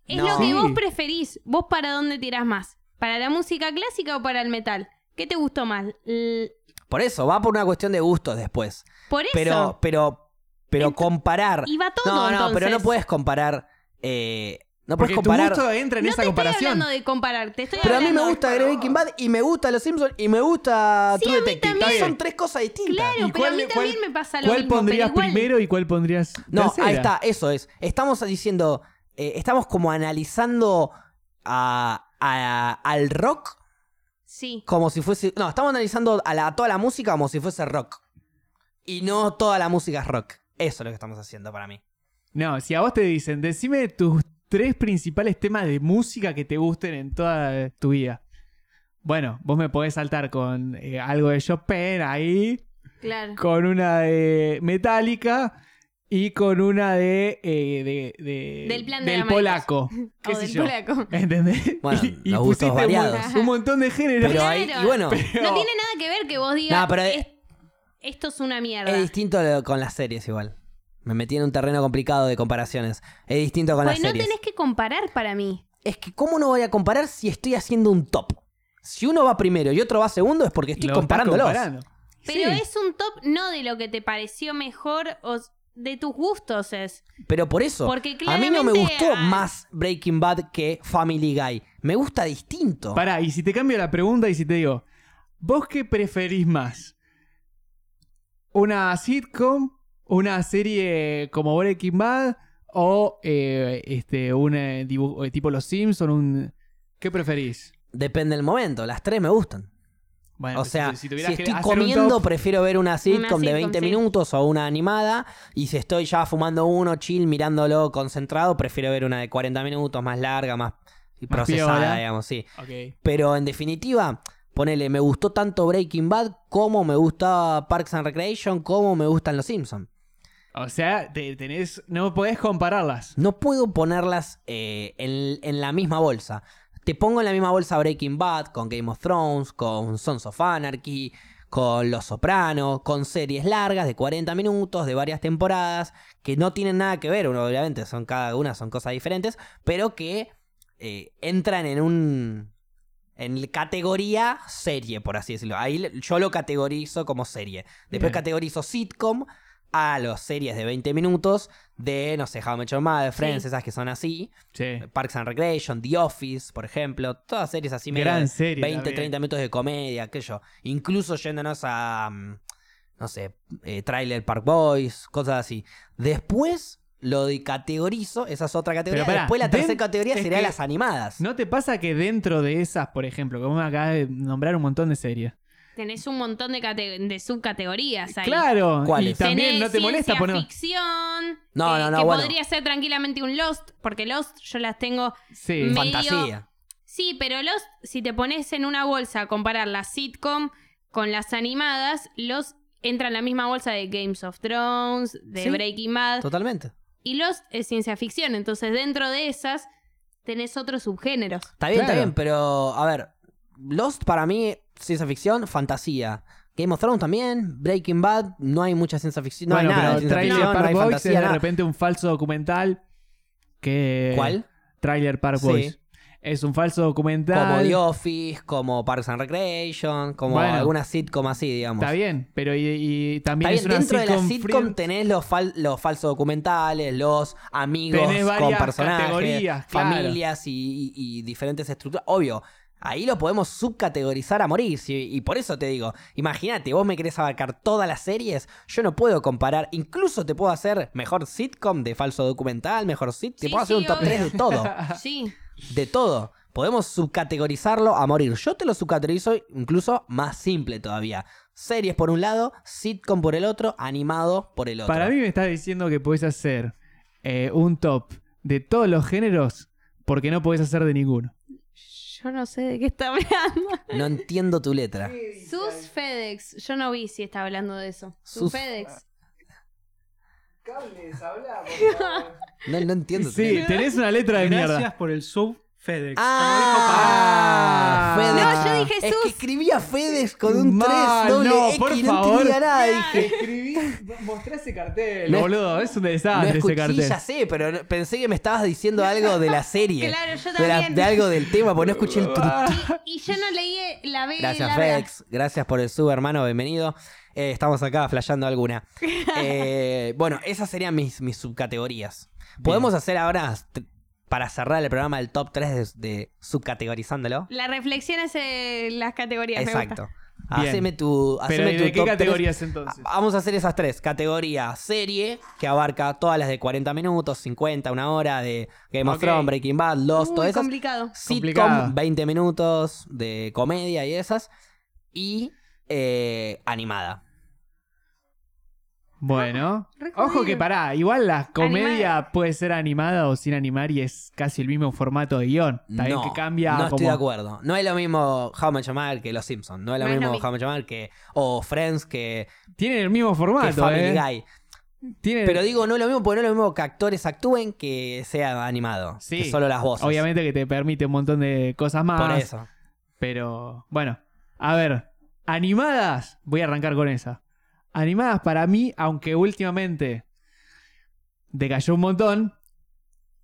[SPEAKER 2] es
[SPEAKER 1] No.
[SPEAKER 2] lo que
[SPEAKER 3] Sí.
[SPEAKER 2] vos preferís. ¿Vos para dónde tirás más? ¿Para la música clásica o para el metal? ¿Qué te gustó más? L-
[SPEAKER 1] Por eso, va por una cuestión de gustos después.
[SPEAKER 2] Por eso.
[SPEAKER 1] Pero, pero, pero
[SPEAKER 2] Ento-
[SPEAKER 1] comparar.
[SPEAKER 2] y va todo
[SPEAKER 1] No, no, pero
[SPEAKER 2] entonces.
[SPEAKER 1] no puedes comparar eh, No puedes
[SPEAKER 3] Porque tu
[SPEAKER 1] comparar.
[SPEAKER 3] gusto entra en
[SPEAKER 2] No te
[SPEAKER 3] esa
[SPEAKER 2] estoy
[SPEAKER 3] comparación.
[SPEAKER 2] hablando de comparar, te estoy
[SPEAKER 1] Pero a mí me
[SPEAKER 2] hablando-
[SPEAKER 1] gusta Grey Breaking Bad y me gusta Los Simpsons y me gusta
[SPEAKER 2] Sí,
[SPEAKER 1] True
[SPEAKER 2] a mí
[SPEAKER 1] Detective.
[SPEAKER 2] también.
[SPEAKER 1] Son tres cosas distintas.
[SPEAKER 2] Claro,
[SPEAKER 3] ¿Y
[SPEAKER 2] pero a
[SPEAKER 3] cuál-
[SPEAKER 2] mí
[SPEAKER 3] cuál-
[SPEAKER 2] también me pasa lo
[SPEAKER 3] ¿Cuál
[SPEAKER 2] mismo. pero
[SPEAKER 3] pondrías
[SPEAKER 2] igual-
[SPEAKER 3] primero y cuál pondrías
[SPEAKER 1] No,
[SPEAKER 3] tercera?
[SPEAKER 1] ahí está, eso es. Estamos diciendo, eh, estamos como analizando a- a- al rock
[SPEAKER 2] Sí.
[SPEAKER 1] como si fuese... No, estamos analizando a, la- a toda la música como si fuese rock. Y no toda la música es rock. Eso es lo que estamos haciendo para mí.
[SPEAKER 3] No, si a vos te dicen, decime tus tres principales temas de música que te gusten en toda tu vida. Bueno, vos me podés saltar con eh, algo de Chopin ahí,
[SPEAKER 2] Claro.
[SPEAKER 3] con una de Metallica y con una de, eh, de- de-
[SPEAKER 2] Del plan de
[SPEAKER 3] del
[SPEAKER 2] Américas.
[SPEAKER 3] polaco. ¿Qué
[SPEAKER 2] O
[SPEAKER 3] sé
[SPEAKER 2] del
[SPEAKER 3] yo?
[SPEAKER 2] polaco.
[SPEAKER 3] ¿Entendés?
[SPEAKER 1] Bueno,
[SPEAKER 3] y, y
[SPEAKER 1] los
[SPEAKER 3] pusiste
[SPEAKER 1] gustos
[SPEAKER 3] un,
[SPEAKER 1] variados.
[SPEAKER 3] un montón de géneros.
[SPEAKER 1] Pero ahí,
[SPEAKER 2] Claro.
[SPEAKER 1] y bueno,
[SPEAKER 2] No tiene nada que ver que vos digas,
[SPEAKER 1] No, pero-
[SPEAKER 2] "Es- esto es una mierda.
[SPEAKER 1] es distinto lo- con las series igual. Me metí en un terreno complicado de comparaciones. Es distinto con
[SPEAKER 2] pues
[SPEAKER 1] las
[SPEAKER 2] no
[SPEAKER 1] series.
[SPEAKER 2] tenés que comparar para mí.
[SPEAKER 1] Es que ¿cómo no voy a comparar si estoy haciendo un top? Si uno va primero y otro va segundo es porque estoy
[SPEAKER 3] Lo estás
[SPEAKER 1] comparándolos.
[SPEAKER 3] comparando.
[SPEAKER 2] Pero
[SPEAKER 3] Sí.
[SPEAKER 2] es un top no de lo que te pareció mejor o s- de tus gustos es.
[SPEAKER 1] Pero por eso,
[SPEAKER 2] Porque
[SPEAKER 1] a mí no me
[SPEAKER 2] claramente
[SPEAKER 1] gustó
[SPEAKER 2] hay-
[SPEAKER 1] más Breaking Bad que Family Guy. Me gusta distinto.
[SPEAKER 3] Oh. Pará, y si te cambio la pregunta y si te digo, ¿vos qué preferís más? ¿Una sitcom? ¿Una serie como Breaking Bad? ¿O eh, este, un eh, dibu- eh, tipo Los Simpsons? Un... ¿Qué preferís?
[SPEAKER 1] Depende del momento, las tres me gustan.
[SPEAKER 3] Bueno,
[SPEAKER 1] O sea, si,
[SPEAKER 3] si tuvieras que
[SPEAKER 1] estoy
[SPEAKER 3] hacer un
[SPEAKER 1] comiendo,
[SPEAKER 3] top-
[SPEAKER 1] prefiero ver una sitcom, de
[SPEAKER 2] sitcom,
[SPEAKER 1] 20
[SPEAKER 2] sí.
[SPEAKER 1] minutos o una animada. Y si estoy ya fumando uno, chill, mirándolo concentrado, prefiero ver una de 40 minutos, más larga, más, y
[SPEAKER 3] Más
[SPEAKER 1] procesada,
[SPEAKER 3] piola.
[SPEAKER 1] digamos, sí.
[SPEAKER 3] Ok.
[SPEAKER 1] Pero en definitiva, ponele, me gustó tanto Breaking Bad como me gustaba Parks and Recreation, como me gustan Los Simpsons.
[SPEAKER 3] O sea, te- tenés, no podés compararlas.
[SPEAKER 1] No puedo ponerlas eh, en, en la misma bolsa. Te pongo en la misma bolsa Breaking Bad, con Game of Thrones, con Sons of Anarchy, con Los Sopranos, con series largas de 40 minutos, de varias temporadas, que no tienen nada que ver, obviamente, son cada una, son cosas diferentes, pero que eh, entran en un. en categoría serie, por así decirlo. Ahí le- yo lo categorizo como serie. Después
[SPEAKER 3] Bien.
[SPEAKER 1] categorizo sitcom a las series de 20 minutos de, no sé, How I Met Your Mother, Friends,
[SPEAKER 2] Sí.
[SPEAKER 1] esas que son así.
[SPEAKER 3] Sí.
[SPEAKER 1] Parks and Recreation, The Office, por ejemplo. Todas series así medio
[SPEAKER 3] Gran
[SPEAKER 1] de
[SPEAKER 3] serie
[SPEAKER 1] 20,
[SPEAKER 3] también.
[SPEAKER 1] 30 minutos de comedia, qué yo. Incluso yéndonos a, mm, no sé, eh, Trailer Park Boys, cosas así. Después lo de- categorizo, esa es otra categoría.
[SPEAKER 3] pará,
[SPEAKER 1] Después la tercera
[SPEAKER 3] den-
[SPEAKER 1] categoría
[SPEAKER 3] es
[SPEAKER 1] sería
[SPEAKER 3] que-
[SPEAKER 1] las animadas.
[SPEAKER 3] ¿No te pasa que dentro de esas, por ejemplo, como acabas de nombrar un montón de series?
[SPEAKER 2] Tenés un montón de, cate- de subcategorías ahí.
[SPEAKER 3] Claro, y
[SPEAKER 1] ¿Cuáles?
[SPEAKER 3] también
[SPEAKER 2] Tenés
[SPEAKER 3] no te molesta
[SPEAKER 2] ciencia
[SPEAKER 3] poner.
[SPEAKER 2] ficción.
[SPEAKER 1] pues No,
[SPEAKER 2] eh,
[SPEAKER 1] no, no,
[SPEAKER 2] Que
[SPEAKER 1] bueno.
[SPEAKER 2] podría ser tranquilamente un Lost, porque Lost yo las tengo.
[SPEAKER 3] Sí.
[SPEAKER 2] medio-
[SPEAKER 1] Fantasía.
[SPEAKER 2] Sí, pero Lost, si te pones en una bolsa a comparar la sitcom con las animadas, Lost entra en la misma bolsa de Games of Thrones, de
[SPEAKER 1] Sí.
[SPEAKER 2] Breaking Bad.
[SPEAKER 1] Totalmente.
[SPEAKER 2] Y Lost es ciencia ficción, entonces dentro de esas tenés otros subgéneros.
[SPEAKER 1] Está bien,
[SPEAKER 3] Claro.
[SPEAKER 1] está bien, pero a ver, Lost para mí, ciencia ficción, fantasía. Game of Thrones también, Breaking Bad, no hay mucha ciencia ficción, no
[SPEAKER 3] bueno,
[SPEAKER 1] hay nada de
[SPEAKER 3] pero
[SPEAKER 1] ciencia
[SPEAKER 3] Trailer
[SPEAKER 1] ficción, no
[SPEAKER 3] Park
[SPEAKER 1] hay
[SPEAKER 3] Boys
[SPEAKER 1] fantasía,
[SPEAKER 3] es de
[SPEAKER 1] nada.
[SPEAKER 3] repente un falso documental que...
[SPEAKER 1] ¿Cuál?
[SPEAKER 3] Trailer Park
[SPEAKER 1] Sí.
[SPEAKER 3] Boys. Es un falso documental.
[SPEAKER 1] Como The Office, como Parks and Recreation, como
[SPEAKER 3] Bueno.
[SPEAKER 1] alguna sitcom así, digamos.
[SPEAKER 3] Está bien, pero y, y
[SPEAKER 1] Está
[SPEAKER 3] también
[SPEAKER 1] bien,
[SPEAKER 3] es
[SPEAKER 1] dentro
[SPEAKER 3] una
[SPEAKER 1] de la
[SPEAKER 3] sitcom,
[SPEAKER 1] sitcom
[SPEAKER 3] free-
[SPEAKER 1] tenés los, fal- los falsos documentales, los amigos
[SPEAKER 3] Tenés
[SPEAKER 1] con
[SPEAKER 3] varias
[SPEAKER 1] personajes,
[SPEAKER 3] categorías, claro.
[SPEAKER 1] familias y, y- y diferentes estructuras. Obvio, ahí lo podemos subcategorizar a morir. sí, y por eso te digo, imagínate, vos me querés abarcar todas las series, yo no puedo comparar. Incluso te puedo hacer mejor sitcom de falso documental, mejor sitcom. te
[SPEAKER 2] Sí,
[SPEAKER 1] puedo hacer
[SPEAKER 2] sí,
[SPEAKER 1] un top
[SPEAKER 2] obvio.
[SPEAKER 1] 3 de todo.
[SPEAKER 2] Sí.
[SPEAKER 1] de todo. Podemos subcategorizarlo a morir. Yo te lo subcategorizo incluso más simple todavía. Series por un lado, sitcom por el otro, animado por el otro.
[SPEAKER 3] Para mí me estás diciendo que podés hacer eh, un top de todos los géneros porque no podés hacer de ninguno.
[SPEAKER 2] Yo no sé de qué está hablando.
[SPEAKER 1] No entiendo tu letra.
[SPEAKER 2] Sus FedEx. Yo no vi si está hablando de eso. Sus,
[SPEAKER 1] Sus- Ah,
[SPEAKER 2] FedEx.
[SPEAKER 1] No, no entiendo tu
[SPEAKER 3] Sí,
[SPEAKER 1] letra.
[SPEAKER 3] tenés una letra de
[SPEAKER 4] Gracias
[SPEAKER 3] mierda.
[SPEAKER 4] por el sub FedEx.
[SPEAKER 1] Ah,
[SPEAKER 3] Pablo.
[SPEAKER 1] Fedex.
[SPEAKER 2] No, yo dije
[SPEAKER 1] Es que
[SPEAKER 2] sus.
[SPEAKER 1] escribía Fedex con un
[SPEAKER 3] Mal,
[SPEAKER 1] 3 doble
[SPEAKER 3] no,
[SPEAKER 1] X
[SPEAKER 3] por
[SPEAKER 1] y no
[SPEAKER 3] favor.
[SPEAKER 1] entendía nada. Dije,
[SPEAKER 3] Escribí, mostré ese cartel.
[SPEAKER 1] No es-
[SPEAKER 3] boludo, es un
[SPEAKER 1] no
[SPEAKER 3] desastre ese
[SPEAKER 1] escuché,
[SPEAKER 3] cartel.
[SPEAKER 1] ya sé, pero no- pensé que me estabas diciendo algo de la serie.
[SPEAKER 2] Claro, yo
[SPEAKER 1] de, la-
[SPEAKER 2] también.
[SPEAKER 1] de algo del tema, porque no escuché el truquito.
[SPEAKER 2] Y yo no leí eh, la B.
[SPEAKER 1] Gracias,
[SPEAKER 2] la B.
[SPEAKER 1] Fedex. Gracias por el sub, hermano. Bienvenido. Eh, estamos acá flasheando alguna. Eh, bueno, esas serían mis, mis subcategorías. Podemos hacer ahora t- para cerrar el programa del top 3 de, de subcategorizándolo.
[SPEAKER 2] La reflexión es eh, las categorías. me gusta.
[SPEAKER 1] Exacto.
[SPEAKER 3] Bien.
[SPEAKER 1] Haceme tu,
[SPEAKER 3] Pero
[SPEAKER 1] haceme
[SPEAKER 3] ¿y
[SPEAKER 1] tu
[SPEAKER 3] ¿de qué
[SPEAKER 1] top tres. Ah,
[SPEAKER 3] categorías entonces?
[SPEAKER 1] A- Vamos a hacer esas tres. Categoría serie, que abarca todas las de 40 minutos, 50, una hora de Game of
[SPEAKER 3] Ok.
[SPEAKER 1] Thrones, Breaking Bad, Lost,
[SPEAKER 2] Uy,
[SPEAKER 1] todo eso.
[SPEAKER 2] complicado.
[SPEAKER 1] Sitcom,
[SPEAKER 3] Complicado.
[SPEAKER 1] 20 minutos de comedia y esas. Y eh, animada. ah,
[SPEAKER 3] Bueno.
[SPEAKER 2] Re
[SPEAKER 3] Ojo
[SPEAKER 2] jodido.
[SPEAKER 3] que pará, igual la comedia
[SPEAKER 2] Animada.
[SPEAKER 3] puede ser animada o sin animar y es casi el mismo formato de guión. También
[SPEAKER 1] no,
[SPEAKER 3] que cambia
[SPEAKER 1] no estoy
[SPEAKER 3] como-
[SPEAKER 1] de acuerdo. No es lo mismo How Much Mother que Los Simpsons. No es lo
[SPEAKER 2] No es lo
[SPEAKER 1] mismo
[SPEAKER 2] mismo.
[SPEAKER 1] How Much Mother que o Friends que,
[SPEAKER 3] Tienen el mismo
[SPEAKER 1] que
[SPEAKER 3] formato,
[SPEAKER 1] Family
[SPEAKER 3] eh.
[SPEAKER 1] Guy.
[SPEAKER 3] Tienen-
[SPEAKER 1] Pero digo, no es lo mismo porque no es lo mismo que actores actúen que sea animado.
[SPEAKER 3] Sí,
[SPEAKER 1] que solo las voces.
[SPEAKER 3] Obviamente Ah, que te permite un montón de cosas más.
[SPEAKER 1] Por eso.
[SPEAKER 3] Pero bueno, a ver, animadas, voy a arrancar con esa. Animadas para mí, aunque últimamente decayó un montón,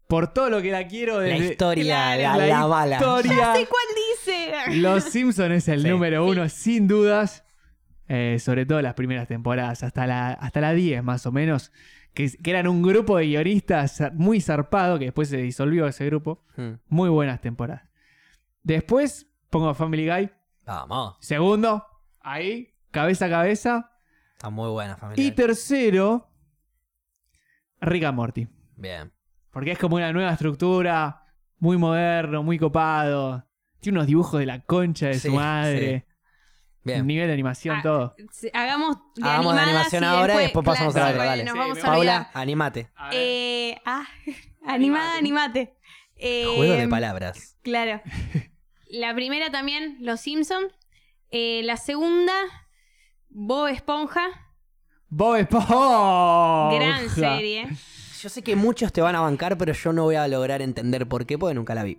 [SPEAKER 3] por todo lo que la quiero
[SPEAKER 1] La
[SPEAKER 3] desde
[SPEAKER 1] historia,
[SPEAKER 2] Claro,
[SPEAKER 1] la, la, bala.
[SPEAKER 3] historia,
[SPEAKER 2] sé cuál dice.
[SPEAKER 3] Los Simpson es el
[SPEAKER 1] Sí.
[SPEAKER 3] número uno, sin dudas. Eh, sobre todo las primeras temporadas, hasta la, hasta la 10 más o menos, que, que eran un grupo de guionistas muy zarpado, que después se disolvió ese grupo.
[SPEAKER 1] Mm.
[SPEAKER 3] Muy buenas temporadas. Después pongo a Family Guy,
[SPEAKER 1] Vamos,
[SPEAKER 3] Segundo, ahí, cabeza a cabeza.
[SPEAKER 1] está muy buena familia.
[SPEAKER 3] Y tercero, Rick and Morty.
[SPEAKER 1] Bien.
[SPEAKER 3] Porque es como una nueva estructura, muy moderno, muy copado. Tiene unos dibujos de la concha de
[SPEAKER 1] Sí,
[SPEAKER 3] su madre.
[SPEAKER 1] Bien.
[SPEAKER 3] Nivel de animación,
[SPEAKER 2] Ah,
[SPEAKER 3] todo.
[SPEAKER 2] Sí, Hagamos de
[SPEAKER 1] Hagamos de
[SPEAKER 2] animadas
[SPEAKER 1] animación
[SPEAKER 2] y
[SPEAKER 1] ahora y después pasamos
[SPEAKER 3] a la
[SPEAKER 2] claro,
[SPEAKER 1] otra, dale.
[SPEAKER 2] Nos
[SPEAKER 3] Sí,
[SPEAKER 2] vamos
[SPEAKER 3] me
[SPEAKER 2] a
[SPEAKER 1] Paula,
[SPEAKER 2] olvidar.
[SPEAKER 1] animate.
[SPEAKER 2] Eh, ah, animada, animate. Eh,
[SPEAKER 1] Juego de palabras.
[SPEAKER 2] Claro. La primera también, Los Simpson. Eh, la segunda, Bob Esponja.
[SPEAKER 3] Bob Esponja.
[SPEAKER 2] Gran serie.
[SPEAKER 1] Yo sé que muchos te van a bancar, pero yo no voy a lograr entender por qué, porque nunca la vi.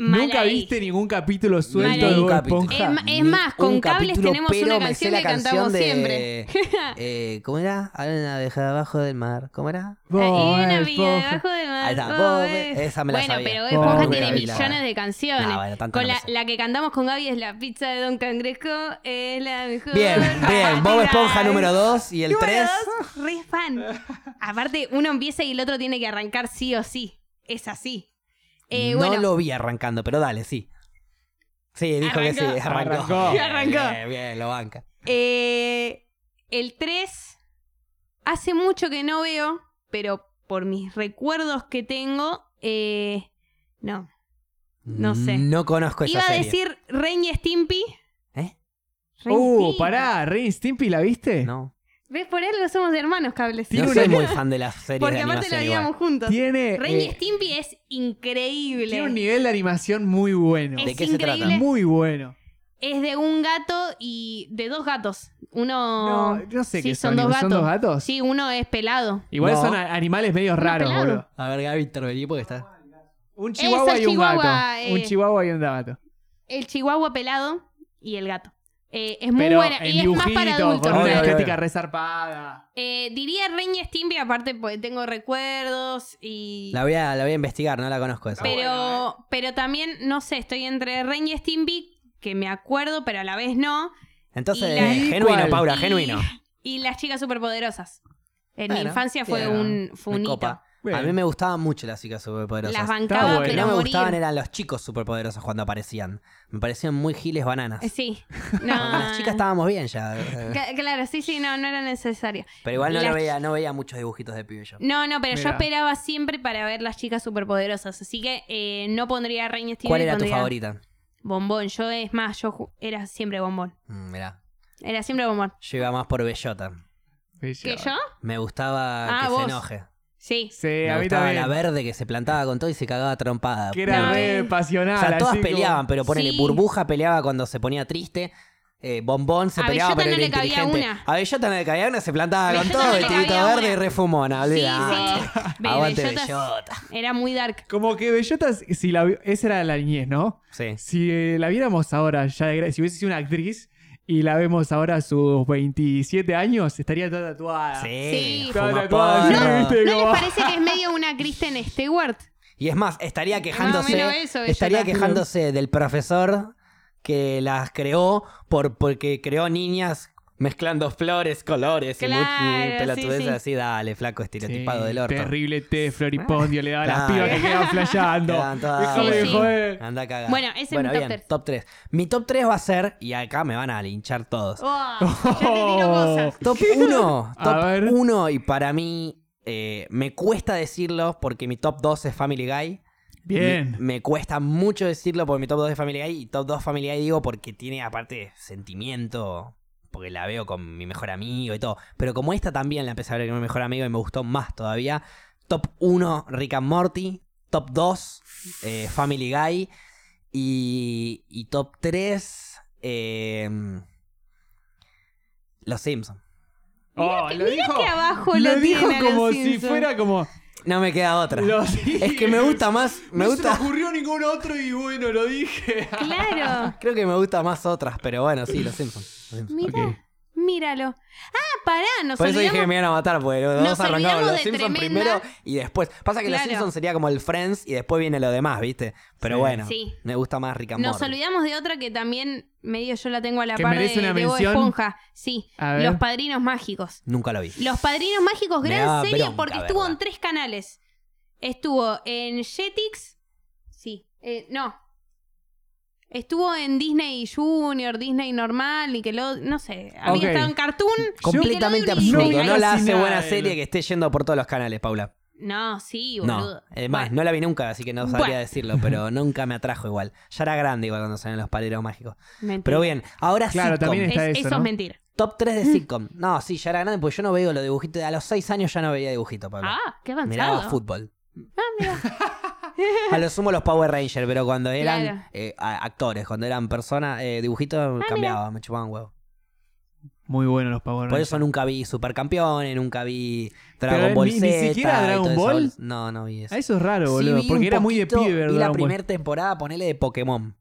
[SPEAKER 2] Mal
[SPEAKER 3] Nunca
[SPEAKER 2] ahí.
[SPEAKER 3] viste ningún capítulo
[SPEAKER 2] Mal
[SPEAKER 3] suelto
[SPEAKER 2] ahí.
[SPEAKER 3] de Bob
[SPEAKER 1] Ningún capítulo.
[SPEAKER 3] Esponja.
[SPEAKER 2] Es, Eh, ma- es
[SPEAKER 1] Ni
[SPEAKER 2] más, con
[SPEAKER 1] un
[SPEAKER 2] cables
[SPEAKER 1] capítulo,
[SPEAKER 2] tenemos
[SPEAKER 1] pero
[SPEAKER 2] una
[SPEAKER 1] me sé
[SPEAKER 2] canción
[SPEAKER 1] la
[SPEAKER 2] que cantamos
[SPEAKER 1] de-
[SPEAKER 2] siempre.
[SPEAKER 1] eh, ¿Cómo era? Arena dejada abajo del mar. ¿Cómo era?
[SPEAKER 3] Bob
[SPEAKER 2] eh, Hay una vida
[SPEAKER 3] Esponja.
[SPEAKER 2] debajo del mar.
[SPEAKER 1] Ahí está,
[SPEAKER 2] Bob
[SPEAKER 1] Bob,
[SPEAKER 2] es-
[SPEAKER 1] esa me la
[SPEAKER 2] bueno,
[SPEAKER 1] sabía.
[SPEAKER 2] pero Bob
[SPEAKER 3] Bob
[SPEAKER 2] Esponja
[SPEAKER 3] nunca
[SPEAKER 2] tiene
[SPEAKER 3] vi la-
[SPEAKER 2] millones de canciones.
[SPEAKER 1] No, bueno, tanto
[SPEAKER 2] Con
[SPEAKER 1] no
[SPEAKER 2] la,
[SPEAKER 1] me sé.
[SPEAKER 2] la que cantamos con Gaby es la pizza de Don Cangrejo es la mejor.
[SPEAKER 1] Bien, bien. Bob Esponja número 2 y el 3.
[SPEAKER 2] Re fan. Aparte, uno empieza y el otro tiene que arrancar sí o sí. Es así. Eh,
[SPEAKER 1] no
[SPEAKER 2] bueno,
[SPEAKER 1] lo vi arrancando, pero dale, sí. Sí, dijo que sí,
[SPEAKER 2] Arrancó.
[SPEAKER 1] arrancó.
[SPEAKER 3] Arrancó.
[SPEAKER 1] Bien,
[SPEAKER 2] Arrancó.
[SPEAKER 1] Bien, bien, lo banca.
[SPEAKER 2] eh, el 3 hace mucho que no veo, pero por mis recuerdos que tengo, eh, no. No sé.
[SPEAKER 1] No conozco esa
[SPEAKER 2] Iba a
[SPEAKER 1] serie.
[SPEAKER 2] decir Ren y Stimpy.
[SPEAKER 1] Pues ¿Eh?
[SPEAKER 2] Ren y
[SPEAKER 3] Uh,
[SPEAKER 2] Stimpy.
[SPEAKER 3] pará, Ren Stimpy, ¿la viste?
[SPEAKER 1] No.
[SPEAKER 2] ¿Ves? Por algo somos hermanos, cables.
[SPEAKER 3] Tiene
[SPEAKER 1] no
[SPEAKER 3] una-
[SPEAKER 1] soy muy fan de las series
[SPEAKER 2] Porque
[SPEAKER 1] de
[SPEAKER 2] aparte la
[SPEAKER 1] animación. igual.
[SPEAKER 2] veíamos juntos.
[SPEAKER 3] Tiene.
[SPEAKER 2] Ren
[SPEAKER 3] eh,
[SPEAKER 2] y Stimpy es increíble.
[SPEAKER 3] Tiene un nivel de animación muy bueno.
[SPEAKER 2] es
[SPEAKER 1] ¿De qué se
[SPEAKER 2] increíble.
[SPEAKER 1] trata?
[SPEAKER 3] Muy bueno.
[SPEAKER 2] Es de un gato y de dos gatos. Uno.
[SPEAKER 3] No, no sé
[SPEAKER 2] sí,
[SPEAKER 3] qué
[SPEAKER 2] son
[SPEAKER 3] son.
[SPEAKER 2] dos gatos.
[SPEAKER 3] ¿Son dos gatos?
[SPEAKER 2] Sí, uno es pelado.
[SPEAKER 3] Igual
[SPEAKER 1] No.
[SPEAKER 3] son a- animales medio raros,
[SPEAKER 2] pelado.
[SPEAKER 3] boludo.
[SPEAKER 1] A ver, Gaby, intervení porque está.
[SPEAKER 3] Un chihuahua
[SPEAKER 2] Eso,
[SPEAKER 3] y un
[SPEAKER 2] chihuahua,
[SPEAKER 3] gato.
[SPEAKER 2] eh.
[SPEAKER 3] Un chihuahua y un gato.
[SPEAKER 2] El chihuahua pelado y el gato. Eh, es muy
[SPEAKER 3] Pero
[SPEAKER 2] buena.
[SPEAKER 3] en
[SPEAKER 2] Y es más para
[SPEAKER 3] dibujitos,
[SPEAKER 2] adultos.
[SPEAKER 3] con una
[SPEAKER 1] Obvio,
[SPEAKER 3] estética
[SPEAKER 1] obvio.
[SPEAKER 3] resarpada.
[SPEAKER 2] Eh, diría Ren y Stimpy, aparte porque tengo recuerdos y.
[SPEAKER 1] La voy, a, la voy a investigar, no la conozco esa.
[SPEAKER 2] Pero,
[SPEAKER 3] eh.
[SPEAKER 2] pero también, no sé, estoy entre Ren y Stimpy, que me acuerdo, pero a la vez no.
[SPEAKER 1] Entonces,
[SPEAKER 2] y la-
[SPEAKER 1] eh, genuino,
[SPEAKER 3] ¿Cuál?
[SPEAKER 1] Paula,
[SPEAKER 2] Y-
[SPEAKER 1] genuino.
[SPEAKER 2] Y las chicas superpoderosas. En mi
[SPEAKER 1] Bueno,
[SPEAKER 2] infancia fue
[SPEAKER 1] bien.
[SPEAKER 2] un, fue un
[SPEAKER 1] Me
[SPEAKER 2] hito.
[SPEAKER 1] copa.
[SPEAKER 3] Bien.
[SPEAKER 1] A mí me gustaban mucho las chicas superpoderosas.
[SPEAKER 2] Las bancaba,
[SPEAKER 3] bueno.
[SPEAKER 1] Lo que
[SPEAKER 2] pero
[SPEAKER 1] no
[SPEAKER 2] a
[SPEAKER 1] me
[SPEAKER 2] morir.
[SPEAKER 1] gustaban eran los chicos superpoderosos cuando aparecían. Me parecían muy giles bananas.
[SPEAKER 2] Eh, Sí. No,
[SPEAKER 1] Las chicas estábamos bien ya. eh,
[SPEAKER 2] Ca- Claro, sí, sí, no, no era necesario.
[SPEAKER 1] Pero igual no,
[SPEAKER 2] Las-
[SPEAKER 1] lo veía, no veía muchos dibujitos de pibe yo.
[SPEAKER 2] No, no, pero yo
[SPEAKER 3] Mirá.
[SPEAKER 2] esperaba siempre para ver las chicas superpoderosas. Así que eh, no pondría a Ren y Stimpy.
[SPEAKER 1] ¿Cuál era tu
[SPEAKER 2] pondría
[SPEAKER 1] favorita?
[SPEAKER 2] Bombón. Yo, es más, yo ju- era siempre bombón.
[SPEAKER 1] Mm, mirá,
[SPEAKER 2] Era siempre bombón.
[SPEAKER 1] yo iba más por Bellota.
[SPEAKER 2] ¿Que yo?
[SPEAKER 1] Me gustaba
[SPEAKER 2] Ah,
[SPEAKER 1] que
[SPEAKER 2] vos.
[SPEAKER 1] se enoje.
[SPEAKER 2] Sí.
[SPEAKER 3] Sí,
[SPEAKER 1] Me
[SPEAKER 3] Eh, a mí
[SPEAKER 1] gustaba
[SPEAKER 3] también.
[SPEAKER 1] la verde que se plantaba con todo y se cagaba trompada.
[SPEAKER 3] Que era
[SPEAKER 2] No,
[SPEAKER 3] re
[SPEAKER 2] eh.
[SPEAKER 1] o
[SPEAKER 3] pasional.
[SPEAKER 1] sea, todas
[SPEAKER 3] así como-
[SPEAKER 1] peleaban, pero ponele,
[SPEAKER 2] Sí.
[SPEAKER 1] Burbuja peleaba cuando se ponía triste. eh, bombón se
[SPEAKER 2] A
[SPEAKER 1] peleaba,
[SPEAKER 2] Bellota
[SPEAKER 1] pero
[SPEAKER 2] no
[SPEAKER 1] era
[SPEAKER 2] le cabía
[SPEAKER 1] inteligente.
[SPEAKER 2] una.
[SPEAKER 1] A Bellota no le cabía una, se plantaba con
[SPEAKER 2] Bellota
[SPEAKER 1] todo,
[SPEAKER 2] no le
[SPEAKER 1] vestidito
[SPEAKER 2] cabía
[SPEAKER 1] verde
[SPEAKER 2] una.
[SPEAKER 1] y refumona,
[SPEAKER 2] Sí,
[SPEAKER 1] olvidá.
[SPEAKER 2] sí. Be-
[SPEAKER 1] Aguante
[SPEAKER 2] Bellota
[SPEAKER 1] Bellota.
[SPEAKER 2] Era muy dark.
[SPEAKER 3] Como que Bellotas, si la, vi- esa era la niñez, ¿no?
[SPEAKER 1] Sí.
[SPEAKER 3] Si eh, la viéramos ahora, ya de gra- si hubiese sido una actriz y la vemos ahora a sus 27 años, estaría toda tatuada.
[SPEAKER 1] Sí,
[SPEAKER 2] Sí.
[SPEAKER 1] fuma
[SPEAKER 3] Toda tatuada,
[SPEAKER 1] porro.
[SPEAKER 3] ¿no? ¿Viste
[SPEAKER 2] ¿No
[SPEAKER 3] cómo?
[SPEAKER 2] les parece que es medio una Kristen Stewart?
[SPEAKER 1] Y es más, estaría quejándose.
[SPEAKER 2] menos eso, Bellota.
[SPEAKER 1] estaría quejándose del profesor que las creó por, porque creó niñas mezclando flores, colores y mu-
[SPEAKER 2] Claro,
[SPEAKER 1] mm,
[SPEAKER 2] sí,
[SPEAKER 1] pelotudez
[SPEAKER 2] sí.
[SPEAKER 1] así, dale, flaco estereotipado
[SPEAKER 3] Sí,
[SPEAKER 1] del orto.
[SPEAKER 3] Terrible té floripondio le da a las
[SPEAKER 1] Claro.
[SPEAKER 3] pibas que quedan flasheando.
[SPEAKER 1] Quedan todas-
[SPEAKER 3] Déjame de
[SPEAKER 2] Sí, sí.
[SPEAKER 3] joder.
[SPEAKER 1] Anda a cagar.
[SPEAKER 2] Bueno, ese es mi top
[SPEAKER 1] bien,
[SPEAKER 2] tres.
[SPEAKER 1] top 3. Mi top 3 va a ser, y acá me van a linchar todos.
[SPEAKER 2] Oh, ya te tiro cosas.
[SPEAKER 1] Top 1.
[SPEAKER 3] A ver.
[SPEAKER 1] Top 1 y para mí eh, me cuesta decirlo porque mi top 2 es Family Guy.
[SPEAKER 3] Bien.
[SPEAKER 1] Me, me cuesta mucho decirlo porque mi top 2 es Family Guy y top 2 Family Guy digo porque tiene aparte sentimiento, porque la veo con mi mejor amigo y todo. Pero como esta también la empecé a ver con mi mejor amigo y me gustó más todavía. Top 1 Rick and Morty, top 2 eh, Family Guy y, y top 3 Los Simpsons.
[SPEAKER 3] Oh, lo dijo,
[SPEAKER 2] que abajo
[SPEAKER 3] lo
[SPEAKER 2] lo
[SPEAKER 3] dijo
[SPEAKER 2] tiene a los
[SPEAKER 3] como si
[SPEAKER 2] Simpsons.
[SPEAKER 3] fuera como
[SPEAKER 1] No me queda otra.
[SPEAKER 3] los
[SPEAKER 1] Es que me gusta más, me
[SPEAKER 3] no
[SPEAKER 1] gusta
[SPEAKER 3] se me ocurrió ningún otro y bueno, lo dije.
[SPEAKER 2] Claro.
[SPEAKER 1] Creo que me gusta más otras, pero bueno, sí, los Simpsons. Los Simpsons.
[SPEAKER 2] Mira,
[SPEAKER 3] Ok.
[SPEAKER 2] míralo. Ah, pará, nos
[SPEAKER 1] Por eso
[SPEAKER 2] olvidamos.
[SPEAKER 1] dije que me iban a matar, porque los
[SPEAKER 2] Nos
[SPEAKER 1] dos arrancaron
[SPEAKER 2] olvidamos
[SPEAKER 1] los
[SPEAKER 2] de
[SPEAKER 1] Simpsons
[SPEAKER 2] Tremenda.
[SPEAKER 1] primero y después. Pasa que
[SPEAKER 2] Claro.
[SPEAKER 1] los Simpsons sería como el Friends y después viene lo demás, ¿viste? Pero
[SPEAKER 3] Sí.
[SPEAKER 1] bueno,
[SPEAKER 2] Sí.
[SPEAKER 1] me gusta más Rick and
[SPEAKER 2] Nos
[SPEAKER 1] Morty.
[SPEAKER 2] olvidamos de otra que también medio yo la tengo a la
[SPEAKER 3] Que
[SPEAKER 2] par
[SPEAKER 3] merece
[SPEAKER 2] de,
[SPEAKER 3] una
[SPEAKER 2] de Bob
[SPEAKER 3] mención.
[SPEAKER 2] Esponja. Sí,
[SPEAKER 3] A ver.
[SPEAKER 2] Los Padrinos Mágicos.
[SPEAKER 1] Nunca lo vi.
[SPEAKER 2] Los Padrinos Mágicos,
[SPEAKER 1] Me
[SPEAKER 2] gran
[SPEAKER 1] daba
[SPEAKER 2] serie
[SPEAKER 1] bronca
[SPEAKER 2] porque estuvo
[SPEAKER 1] verla.
[SPEAKER 2] en tres canales. Estuvo en Jetix. Sí, eh, no. Estuvo en Disney Junior, Disney normal, y que lo no sé, había
[SPEAKER 3] Ok.
[SPEAKER 2] estado en Cartoon.
[SPEAKER 1] Completamente
[SPEAKER 2] Nickelodeon y
[SPEAKER 1] absurdo. No,
[SPEAKER 2] Disney.
[SPEAKER 1] la hace
[SPEAKER 3] Nada
[SPEAKER 1] buena
[SPEAKER 3] de
[SPEAKER 1] serie
[SPEAKER 3] lo-
[SPEAKER 1] que esté yendo por todos los canales, Paula.
[SPEAKER 2] No, sí,
[SPEAKER 1] No.
[SPEAKER 2] boludo.
[SPEAKER 3] eh,
[SPEAKER 1] Además,
[SPEAKER 2] Bueno,
[SPEAKER 1] no la vi nunca, así que no sabría
[SPEAKER 2] Bueno.
[SPEAKER 1] decirlo, pero nunca me atrajo igual. Ya era grande igual cuando salían los paleros mágicos.
[SPEAKER 2] mentira.
[SPEAKER 1] Pero bien, ahora
[SPEAKER 3] Claro,
[SPEAKER 1] sitcom.
[SPEAKER 3] también está
[SPEAKER 2] Es-
[SPEAKER 3] eso,
[SPEAKER 2] eso
[SPEAKER 3] ¿no?
[SPEAKER 2] es mentira.
[SPEAKER 1] Top 3 de sitcom. No, sí, ya era grande porque yo no veo los dibujitos. A los 6 años ya no veía dibujitos, Pablo.
[SPEAKER 2] Ah, qué avanzado.
[SPEAKER 1] Miraba fútbol.
[SPEAKER 2] Ah,
[SPEAKER 1] A lo sumo los Power Rangers, pero cuando eran
[SPEAKER 2] Claro. Ah,
[SPEAKER 1] eh, a- actores, cuando eran personas, eh, dibujitos, cambiaba, me chupaban huevo.
[SPEAKER 3] Muy bueno los Power
[SPEAKER 1] Por
[SPEAKER 3] Rangers.
[SPEAKER 1] eso nunca vi Supercampeones, nunca vi
[SPEAKER 3] Pero
[SPEAKER 1] Dragon Ball
[SPEAKER 3] ni- ni
[SPEAKER 1] Z.
[SPEAKER 3] siquiera
[SPEAKER 1] y
[SPEAKER 3] Dragon
[SPEAKER 1] todo eso.
[SPEAKER 3] Ball.
[SPEAKER 1] No, no vi eso.
[SPEAKER 3] Ah, Eso es raro,
[SPEAKER 1] Sí,
[SPEAKER 3] boludo,
[SPEAKER 1] vi un
[SPEAKER 3] porque era muy de
[SPEAKER 1] poquito,
[SPEAKER 3] pibe,
[SPEAKER 1] Vi la
[SPEAKER 3] ¿verdad?
[SPEAKER 1] primera temporada, ponele de Pokémon.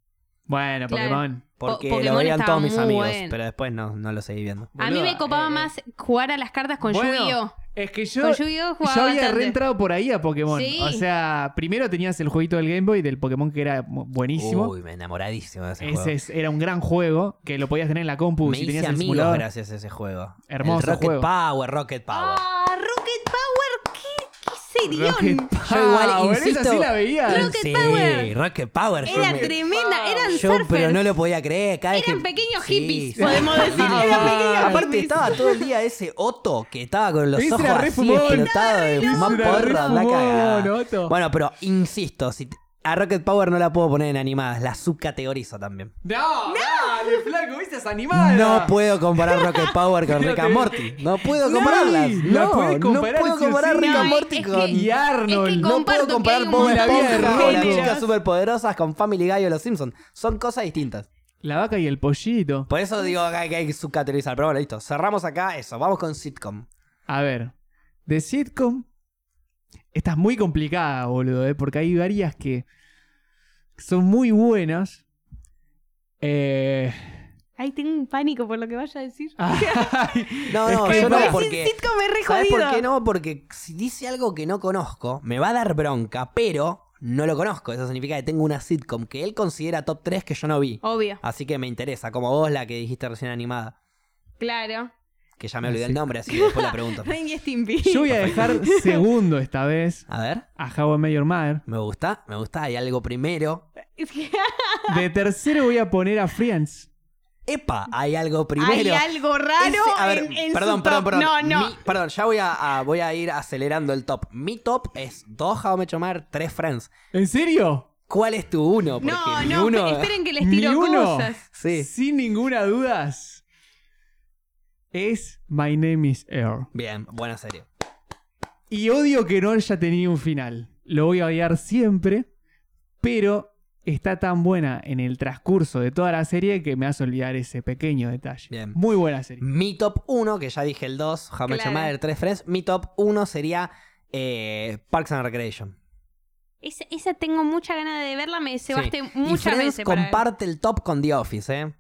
[SPEAKER 3] Bueno,
[SPEAKER 2] Claro.
[SPEAKER 3] Pokémon.
[SPEAKER 1] Porque
[SPEAKER 2] Pokémon
[SPEAKER 1] lo veían
[SPEAKER 2] estaba
[SPEAKER 1] todos mis
[SPEAKER 2] muy
[SPEAKER 1] amigos,
[SPEAKER 2] bueno.
[SPEAKER 1] pero después no, no lo seguí viendo.
[SPEAKER 2] A mí me
[SPEAKER 3] Boluda,
[SPEAKER 2] copaba
[SPEAKER 3] eh,
[SPEAKER 2] más jugar a las cartas con
[SPEAKER 3] Bueno,
[SPEAKER 2] Yu-Gi-Oh.
[SPEAKER 3] Es que yo,
[SPEAKER 2] Con
[SPEAKER 3] yo
[SPEAKER 2] Yu-Gi-Oh jugaba
[SPEAKER 3] había
[SPEAKER 2] bastante.
[SPEAKER 3] reentrado por ahí a Pokémon.
[SPEAKER 2] Sí.
[SPEAKER 3] O sea, primero tenías el jueguito del Game Boy, del Pokémon que era mu- buenísimo.
[SPEAKER 1] Uy, me enamoradísimo de ese,
[SPEAKER 3] Ese
[SPEAKER 1] juego.
[SPEAKER 3] es- era un gran juego que lo podías tener en la compu
[SPEAKER 1] me
[SPEAKER 3] si
[SPEAKER 1] hice
[SPEAKER 3] tenías el
[SPEAKER 1] amigos
[SPEAKER 3] simulador.
[SPEAKER 1] gracias a ese juego.
[SPEAKER 3] Hermoso
[SPEAKER 1] El Rocket
[SPEAKER 3] juego.
[SPEAKER 1] Power, Rocket Power.
[SPEAKER 2] Ah, Rocket Power, qué, qué
[SPEAKER 3] Rocket
[SPEAKER 2] serión.
[SPEAKER 1] Yo igual,
[SPEAKER 3] Power, esa
[SPEAKER 1] insisto-
[SPEAKER 3] sí la veía.
[SPEAKER 2] Creo Rocket
[SPEAKER 1] sí,
[SPEAKER 2] Power.
[SPEAKER 1] Rocket Power. yo
[SPEAKER 2] Era
[SPEAKER 1] me-
[SPEAKER 2] tremenda, eran
[SPEAKER 1] Yo,
[SPEAKER 2] surfers.
[SPEAKER 1] pero no lo podía creer. Cada vez
[SPEAKER 2] Eran
[SPEAKER 1] que-
[SPEAKER 2] pequeños
[SPEAKER 1] Sí,
[SPEAKER 2] hippies,
[SPEAKER 1] sí.
[SPEAKER 2] podemos decir.
[SPEAKER 3] Ah,
[SPEAKER 2] Eran pequeños
[SPEAKER 3] ah,
[SPEAKER 1] Aparte
[SPEAKER 2] hippies.
[SPEAKER 1] estaba todo el día ese Otto que estaba con los
[SPEAKER 3] Ese
[SPEAKER 1] ojos
[SPEAKER 3] era re
[SPEAKER 1] así
[SPEAKER 3] fumón.
[SPEAKER 1] explotados de
[SPEAKER 3] Ese
[SPEAKER 1] fumar
[SPEAKER 3] era re
[SPEAKER 1] porro, anda a
[SPEAKER 3] fumón,
[SPEAKER 1] cagar.
[SPEAKER 3] Otto.
[SPEAKER 1] Bueno, pero insisto, si te- a Rocket Power no la puedo poner en animadas, la subcategorizo también.
[SPEAKER 3] No, dale, flaco, viste es animada.
[SPEAKER 1] No puedo comparar Rocket Power con
[SPEAKER 3] Pero
[SPEAKER 1] Rick
[SPEAKER 3] te-
[SPEAKER 1] and Morty. No puedo
[SPEAKER 3] Sí,
[SPEAKER 1] compararlas.
[SPEAKER 3] la
[SPEAKER 1] No,
[SPEAKER 3] puedes
[SPEAKER 1] no
[SPEAKER 3] comparar
[SPEAKER 1] puedo
[SPEAKER 3] sí o
[SPEAKER 1] comparar
[SPEAKER 3] sí.
[SPEAKER 1] Rick and
[SPEAKER 2] No,
[SPEAKER 1] Morty
[SPEAKER 2] es que-
[SPEAKER 1] con...
[SPEAKER 3] Y Arnold.
[SPEAKER 2] Es que
[SPEAKER 1] No puedo
[SPEAKER 2] Comparto que
[SPEAKER 1] comparar
[SPEAKER 2] hay un
[SPEAKER 1] Bob
[SPEAKER 3] montón de
[SPEAKER 1] Esponja con las
[SPEAKER 3] reglas.
[SPEAKER 1] chicas superpoderosas con Family Guy o Los Simpsons. Son cosas distintas.
[SPEAKER 3] La vaca y el pollito.
[SPEAKER 1] Por eso digo que hay que hay que subcategorizar. Pero bueno, listo. Cerramos acá eso. Vamos con sitcom.
[SPEAKER 3] A ver, de sitcom. Esta es muy complicada, boludo, eh, porque hay varias que son muy buenas. Eh,
[SPEAKER 2] Ay, tengo un pánico por lo que vaya a decir.
[SPEAKER 3] ay,
[SPEAKER 1] No, no,
[SPEAKER 3] Es que
[SPEAKER 1] yo
[SPEAKER 3] pará.
[SPEAKER 1] no,
[SPEAKER 2] Decir
[SPEAKER 1] porque...
[SPEAKER 2] sitcom es re
[SPEAKER 1] ¿Sabes
[SPEAKER 2] jodido.
[SPEAKER 1] por qué no? Porque si dice algo que no conozco, me va a dar bronca, pero no lo conozco. Eso significa que tengo una sitcom que él considera top 3 que yo no vi.
[SPEAKER 2] Obvio,
[SPEAKER 1] Así que me interesa, como vos la que dijiste recién animada,
[SPEAKER 2] claro.
[SPEAKER 1] que ya me olvidé
[SPEAKER 3] Sí.
[SPEAKER 1] el nombre, así que después la pregunto.
[SPEAKER 2] Ren y Stimpy.
[SPEAKER 3] yo voy a dejar segundo esta vez
[SPEAKER 1] A ver,
[SPEAKER 3] a How I Met Your Mother.
[SPEAKER 1] me gusta, me gusta, hay algo primero.
[SPEAKER 2] Es que
[SPEAKER 3] De tercero voy a poner a Friends.
[SPEAKER 1] ¡Epa! Hay algo
[SPEAKER 2] Hay
[SPEAKER 1] primero.
[SPEAKER 2] algo raro
[SPEAKER 1] Ese- a ver,
[SPEAKER 2] en, en
[SPEAKER 1] perdón,
[SPEAKER 2] su
[SPEAKER 1] perdón,
[SPEAKER 2] top.
[SPEAKER 1] perdón.
[SPEAKER 2] No, no.
[SPEAKER 1] Mi- perdón, ya voy a, a- voy a ir acelerando el top. Mi top es dos How I Met Your Mother, tres Friends.
[SPEAKER 3] ¿En serio?
[SPEAKER 1] ¿Cuál es tu uno? Porque
[SPEAKER 2] No,
[SPEAKER 1] mi
[SPEAKER 2] no,
[SPEAKER 1] uno-
[SPEAKER 2] esperen que les
[SPEAKER 3] Mi
[SPEAKER 2] tiro
[SPEAKER 3] uno.
[SPEAKER 2] cosas.
[SPEAKER 1] Sí.
[SPEAKER 3] Sin ninguna duda. Es My Name is Earl.
[SPEAKER 1] Bien, buena serie.
[SPEAKER 3] Y odio que no haya tenido un final. Lo voy a odiar siempre, pero está tan buena en el transcurso de toda la serie que me hace olvidar ese pequeño detalle.
[SPEAKER 1] Bien.
[SPEAKER 3] Muy buena serie.
[SPEAKER 1] Mi top 1, que ya dije el 2, How I Met Your
[SPEAKER 2] Claro.
[SPEAKER 1] Mother, 3 Friends. Mi top 1 sería eh, Parks and Recreation.
[SPEAKER 2] Esa, esa tengo mucha ganas de verla, me cebaste
[SPEAKER 1] Sí. y
[SPEAKER 2] muchas
[SPEAKER 1] Friends
[SPEAKER 2] veces. para ver.
[SPEAKER 1] comparte el top con The Office, ¿eh?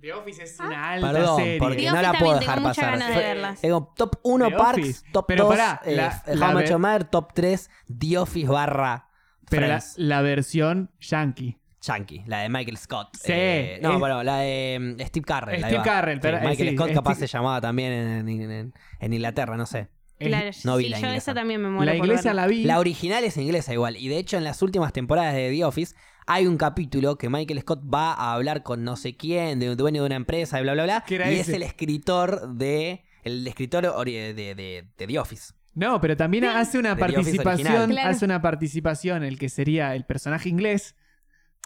[SPEAKER 3] The Office es una alta
[SPEAKER 1] Perdón,
[SPEAKER 3] serie.
[SPEAKER 1] porque
[SPEAKER 2] Ah. The
[SPEAKER 1] no la
[SPEAKER 2] Office
[SPEAKER 1] puedo
[SPEAKER 2] también
[SPEAKER 1] dejar
[SPEAKER 2] tengo muchas
[SPEAKER 1] pasar.
[SPEAKER 2] ganas de
[SPEAKER 1] Fue-
[SPEAKER 2] verlas.
[SPEAKER 1] Tengo top 1
[SPEAKER 3] The
[SPEAKER 1] Parks,
[SPEAKER 3] Office.
[SPEAKER 1] top
[SPEAKER 3] Pero
[SPEAKER 1] 2
[SPEAKER 3] pará,
[SPEAKER 1] eh,
[SPEAKER 3] la-
[SPEAKER 1] How
[SPEAKER 3] la
[SPEAKER 1] I Met
[SPEAKER 3] ve-
[SPEAKER 1] Your Mother, top 3 The Office barra
[SPEAKER 3] Pero la,
[SPEAKER 1] Friends.
[SPEAKER 3] la versión yankee.
[SPEAKER 1] Yankee, la de Michael Scott.
[SPEAKER 3] Sí,
[SPEAKER 1] Eh, no,
[SPEAKER 3] es-
[SPEAKER 1] bueno, la de mm, Steve Carrell. ahí
[SPEAKER 3] Steve
[SPEAKER 1] va.
[SPEAKER 3] Carrell, pero- eh,
[SPEAKER 1] Michael
[SPEAKER 3] sí,
[SPEAKER 1] Scott capaz
[SPEAKER 3] Steve-
[SPEAKER 1] se llamaba también en, en- en- en Inglaterra, no sé.
[SPEAKER 3] Es-
[SPEAKER 2] Claro,
[SPEAKER 1] no vi
[SPEAKER 2] sí,
[SPEAKER 1] la
[SPEAKER 2] yo
[SPEAKER 1] inglesa.
[SPEAKER 2] esa también me muero
[SPEAKER 3] eh, la
[SPEAKER 2] por
[SPEAKER 3] iglesia
[SPEAKER 2] verla.
[SPEAKER 3] la vi.
[SPEAKER 1] La original es inglesa igual. Y de hecho, en las últimas temporadas de The Office hay un capítulo que Michael Scott va a hablar con no sé quién, de un dueño de una empresa, de bla, bla, bla.
[SPEAKER 3] Que
[SPEAKER 1] Y
[SPEAKER 3] era
[SPEAKER 1] es
[SPEAKER 3] ese.
[SPEAKER 1] el escritor de. El escritor ori- de, de- de The Office.
[SPEAKER 3] No, pero también hace una
[SPEAKER 1] De The Office
[SPEAKER 3] participación,
[SPEAKER 1] original.
[SPEAKER 2] Claro.
[SPEAKER 3] hace una participación el que sería el personaje inglés.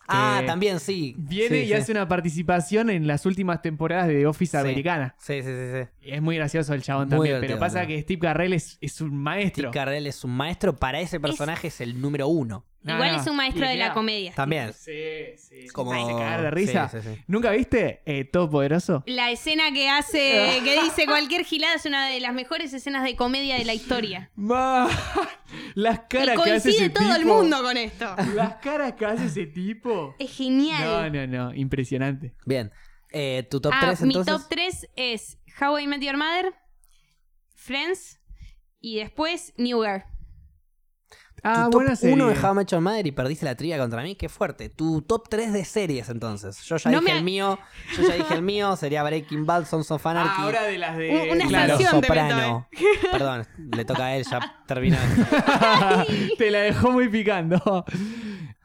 [SPEAKER 1] Ah, también sí.
[SPEAKER 3] Viene
[SPEAKER 1] Sí,
[SPEAKER 3] y
[SPEAKER 1] sí.
[SPEAKER 3] hace una participación en las últimas temporadas de The Office
[SPEAKER 1] Sí.
[SPEAKER 3] americana.
[SPEAKER 1] Sí, sí, sí. sí.
[SPEAKER 3] Es muy gracioso el chabón
[SPEAKER 1] Muy
[SPEAKER 3] también, pero
[SPEAKER 1] divertido,
[SPEAKER 3] pasa
[SPEAKER 1] ¿no?
[SPEAKER 3] que Steve Carrell es, es un maestro.
[SPEAKER 1] Steve Carrell es un maestro. Para ese personaje es, el número uno.
[SPEAKER 3] No,
[SPEAKER 2] Igual
[SPEAKER 3] no,
[SPEAKER 2] es un maestro
[SPEAKER 3] le
[SPEAKER 2] de la
[SPEAKER 3] queda-
[SPEAKER 2] comedia.
[SPEAKER 1] También.
[SPEAKER 3] Sí, sí.
[SPEAKER 1] Como...
[SPEAKER 3] Se cagar de risa.
[SPEAKER 1] Sí, sí, sí.
[SPEAKER 3] ¿Nunca viste eh, Todopoderoso?
[SPEAKER 2] La escena que hace, que dice cualquier gilada es una de las mejores escenas de comedia de la historia.
[SPEAKER 3] Ma- Las
[SPEAKER 2] Y
[SPEAKER 3] caras que hace ese
[SPEAKER 2] coincide
[SPEAKER 3] tipo.
[SPEAKER 2] todo el mundo con esto.
[SPEAKER 3] Las caras que hace ese tipo.
[SPEAKER 2] Es genial.
[SPEAKER 3] No, no, no. Impresionante.
[SPEAKER 1] Bien. Eh, tu top
[SPEAKER 2] Ah,
[SPEAKER 1] 3
[SPEAKER 2] mi
[SPEAKER 1] entonces.
[SPEAKER 2] top 3 es How I Met Your Mother, Friends y después New Girl.
[SPEAKER 3] Ah,
[SPEAKER 1] tu top
[SPEAKER 3] buena serie.
[SPEAKER 1] uno de How I Met Your Mother y perdiste la trivia contra mí, qué fuerte. Tu top 3 de series entonces. Yo ya
[SPEAKER 2] No
[SPEAKER 1] dije
[SPEAKER 2] me-
[SPEAKER 1] el mío, yo ya dije el mío, sería Breaking Bad, Sons of Anarchy.
[SPEAKER 3] Ah, ahora de las de.
[SPEAKER 2] Un- una
[SPEAKER 1] Claro,
[SPEAKER 2] sanción. te
[SPEAKER 1] Soprano. Perdón, le toca a él, ya terminó.
[SPEAKER 3] Te la dejó muy picando.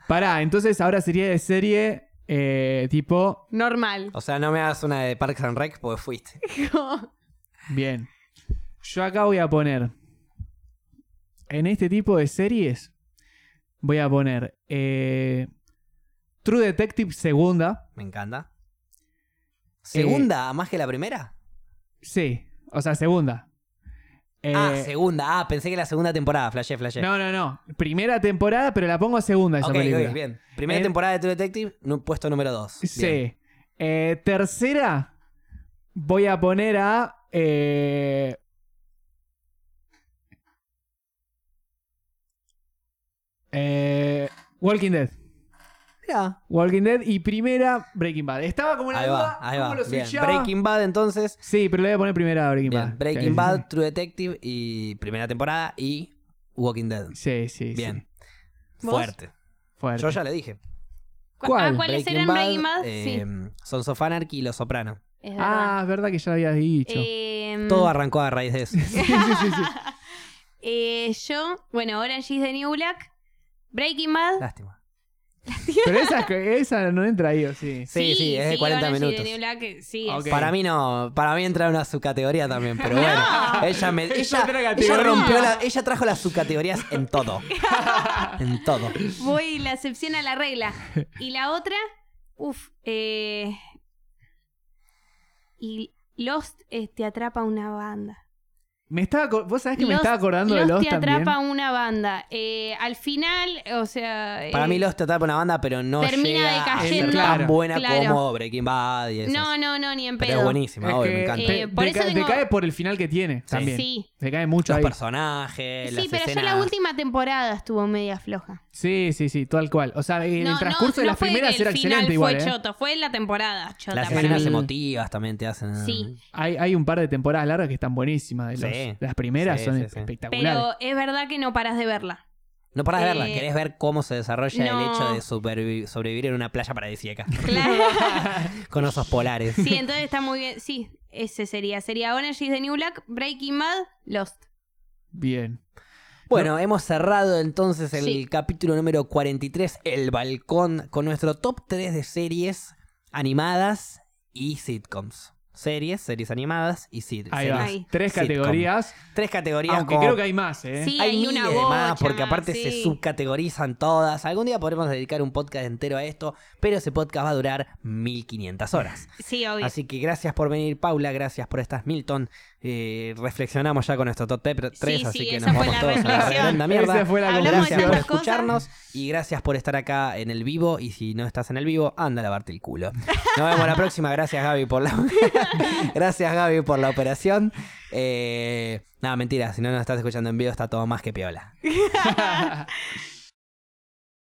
[SPEAKER 3] Pará, entonces ahora sería de serie eh, tipo.
[SPEAKER 2] Normal.
[SPEAKER 1] O sea, no me hagas una de Parks and Rec porque fuiste.
[SPEAKER 3] Bien. Yo acá voy a poner. En este tipo de series. Voy a poner. eh, True Detective segunda.
[SPEAKER 1] Me encanta.
[SPEAKER 3] Eh,
[SPEAKER 1] ¿Segunda más que la primera?
[SPEAKER 3] Sí. O sea, segunda.
[SPEAKER 1] ah,
[SPEAKER 3] Eh,
[SPEAKER 1] segunda. Ah, pensé que la segunda temporada. Flashé, flashé.
[SPEAKER 3] No, no, no. Primera temporada, pero la pongo segunda esa
[SPEAKER 1] ok,
[SPEAKER 3] película.
[SPEAKER 1] ok, bien. Primera
[SPEAKER 3] Eh,
[SPEAKER 1] temporada de True Detective, nu- puesto número 2.
[SPEAKER 3] Sí. Eh, tercera, voy a poner a. eh, eh, Walking Dead.
[SPEAKER 1] Mira,
[SPEAKER 3] Walking Dead y primera Breaking Bad. Estaba como una
[SPEAKER 1] ahí
[SPEAKER 3] duda,
[SPEAKER 1] va, ahí va.
[SPEAKER 3] ¿cómo lo
[SPEAKER 1] Bien.
[SPEAKER 3] switchaba?
[SPEAKER 1] Breaking Bad entonces.
[SPEAKER 3] Sí, pero le voy a poner primera a Breaking
[SPEAKER 1] Bien,
[SPEAKER 3] Bad. Sí,
[SPEAKER 1] Breaking
[SPEAKER 3] sí,
[SPEAKER 1] Bad, True Detective y primera temporada y Walking Dead.
[SPEAKER 3] Sí, sí. sí.
[SPEAKER 1] Bien.
[SPEAKER 2] ¿Vos?
[SPEAKER 1] Fuerte.
[SPEAKER 3] Fuerte.
[SPEAKER 1] Yo ya le dije.
[SPEAKER 3] ¿Cuál?
[SPEAKER 2] Ah, ¿Cuáles eran Breaking Bad?
[SPEAKER 1] eh, Sons of Anarchy y Los Soprano.
[SPEAKER 2] sí, es verdad.
[SPEAKER 3] Ah, es verdad que ya lo habías dicho.
[SPEAKER 2] Em,
[SPEAKER 1] Todo arrancó a raíz de eso.
[SPEAKER 3] Sí, sí, sí, sí.
[SPEAKER 2] eh, yo, bueno, Orange is the New Black, Breaking Bad.
[SPEAKER 1] Lástima.
[SPEAKER 3] Pero esa, esa no entra ahí, ¿o sí.
[SPEAKER 1] Sí, sí, es de 40
[SPEAKER 2] Orange is the
[SPEAKER 1] minutos. Ah,
[SPEAKER 2] New Black, eh, sí, es-
[SPEAKER 3] Ok.
[SPEAKER 1] Para mí no, para mí entraron a su categoría también, pero bueno. Ella me
[SPEAKER 3] Es
[SPEAKER 1] ella,
[SPEAKER 3] otra
[SPEAKER 1] ella
[SPEAKER 3] categoría.
[SPEAKER 1] rompió la- ella trajo las subcategorías en todo. en todo.
[SPEAKER 2] Voy la excepción a la regla. Y la otra, uff, eh, y Lost eh, te atrapa una banda.
[SPEAKER 3] Me estaba, co- vos sabés que me
[SPEAKER 2] Lost-
[SPEAKER 3] estaba acordando
[SPEAKER 2] Lost
[SPEAKER 3] de Lost
[SPEAKER 2] te
[SPEAKER 3] también.
[SPEAKER 2] atrapa una banda. Eh, al final, o sea...
[SPEAKER 1] Para
[SPEAKER 2] eh,
[SPEAKER 1] mí Lost te atrapa una banda, pero no
[SPEAKER 2] Termina
[SPEAKER 1] llega a ser
[SPEAKER 3] decayendo.
[SPEAKER 1] tan
[SPEAKER 3] Claro,
[SPEAKER 1] buena
[SPEAKER 2] claro.
[SPEAKER 1] como Breaking Bad y eso.
[SPEAKER 2] No, no, no, ni en
[SPEAKER 1] pero es
[SPEAKER 2] pedo.
[SPEAKER 1] buenísima,
[SPEAKER 3] Es
[SPEAKER 1] obvio,
[SPEAKER 3] que
[SPEAKER 1] me encanta.
[SPEAKER 2] Eh,
[SPEAKER 3] te-
[SPEAKER 2] por
[SPEAKER 3] te
[SPEAKER 2] eso
[SPEAKER 3] ca-
[SPEAKER 2] tengo-
[SPEAKER 3] te cae por el final que tiene también.
[SPEAKER 2] Sí.
[SPEAKER 3] Te cae mucho
[SPEAKER 1] Los
[SPEAKER 3] ahí.
[SPEAKER 1] personajes, Eh, las
[SPEAKER 2] Sí, pero yo la
[SPEAKER 1] escenas.
[SPEAKER 2] última temporada estuvo media floja.
[SPEAKER 3] Sí, sí, sí, tal cual. O sea, en el transcurso de
[SPEAKER 2] no
[SPEAKER 3] las
[SPEAKER 2] fue que
[SPEAKER 3] primeras
[SPEAKER 2] el
[SPEAKER 3] era
[SPEAKER 2] final
[SPEAKER 3] excelente
[SPEAKER 2] fue
[SPEAKER 3] igual. ¿eh?
[SPEAKER 2] choto, fue la temporada chota
[SPEAKER 1] Las
[SPEAKER 2] para
[SPEAKER 3] Mm.
[SPEAKER 1] escenas
[SPEAKER 2] mí.
[SPEAKER 1] emotivas también te hacen.
[SPEAKER 2] Sí.
[SPEAKER 3] Hay, hay un par de temporadas largas que están buenísimas. de
[SPEAKER 1] Sí.
[SPEAKER 3] los- Las primeras
[SPEAKER 1] Sí,
[SPEAKER 3] son
[SPEAKER 1] sí, sí.
[SPEAKER 3] espectaculares.
[SPEAKER 2] Pero es verdad que no paras de verla.
[SPEAKER 1] No parás de verla,
[SPEAKER 2] Eh,
[SPEAKER 1] querés ver cómo se desarrolla el
[SPEAKER 2] no.
[SPEAKER 1] hecho de supervi- sobrevivir en una playa paradisíaca
[SPEAKER 2] Claro.
[SPEAKER 1] con osos polares.
[SPEAKER 2] Sí, entonces está muy bien. Sí, ese sería. Sería Orange is the New Black, Breaking Bad, Lost.
[SPEAKER 3] Bien.
[SPEAKER 1] Bueno, hemos cerrado entonces el
[SPEAKER 2] Sí.
[SPEAKER 1] capítulo número 43, El Balcón, con nuestro top 3 de series animadas y sitcoms. Series, series animadas y sit-
[SPEAKER 3] Ahí
[SPEAKER 1] series.
[SPEAKER 3] va.
[SPEAKER 2] Ahí.
[SPEAKER 3] Tres
[SPEAKER 1] Sitcom.
[SPEAKER 3] categorías.
[SPEAKER 1] Tres categorías
[SPEAKER 3] Aunque
[SPEAKER 1] como-
[SPEAKER 3] creo que hay más, ¿eh?
[SPEAKER 2] Sí,
[SPEAKER 1] hay,
[SPEAKER 2] hay, una
[SPEAKER 1] miles de más,
[SPEAKER 2] bocha
[SPEAKER 1] porque aparte
[SPEAKER 2] sí.
[SPEAKER 1] se subcategorizan todas. Algún día podremos dedicar un podcast entero a esto, pero ese podcast va a durar 1500 horas.
[SPEAKER 2] Sí, obvio.
[SPEAKER 1] Así que gracias por venir, Paula. Gracias por estas Milton. Eh, reflexionamos ya con nuestro top 3,
[SPEAKER 2] Sí,
[SPEAKER 1] así
[SPEAKER 2] sí,
[SPEAKER 1] que
[SPEAKER 2] esa
[SPEAKER 1] nos
[SPEAKER 2] fue
[SPEAKER 1] vamos
[SPEAKER 2] la
[SPEAKER 1] todos a la
[SPEAKER 2] reflexión.
[SPEAKER 1] redonda mierda.
[SPEAKER 3] Esa fue la
[SPEAKER 2] Hablamos de
[SPEAKER 1] Gracias por
[SPEAKER 2] tantas cosas.
[SPEAKER 1] escucharnos y gracias por estar acá en el vivo. Y si no estás en el vivo, anda a lavarte el culo. Nos vemos la próxima. Gracias, Gaby, por la. gracias, Gaby, por la operación. Eh, Nada, mentira. Si no nos estás escuchando en vivo, está todo más que piola.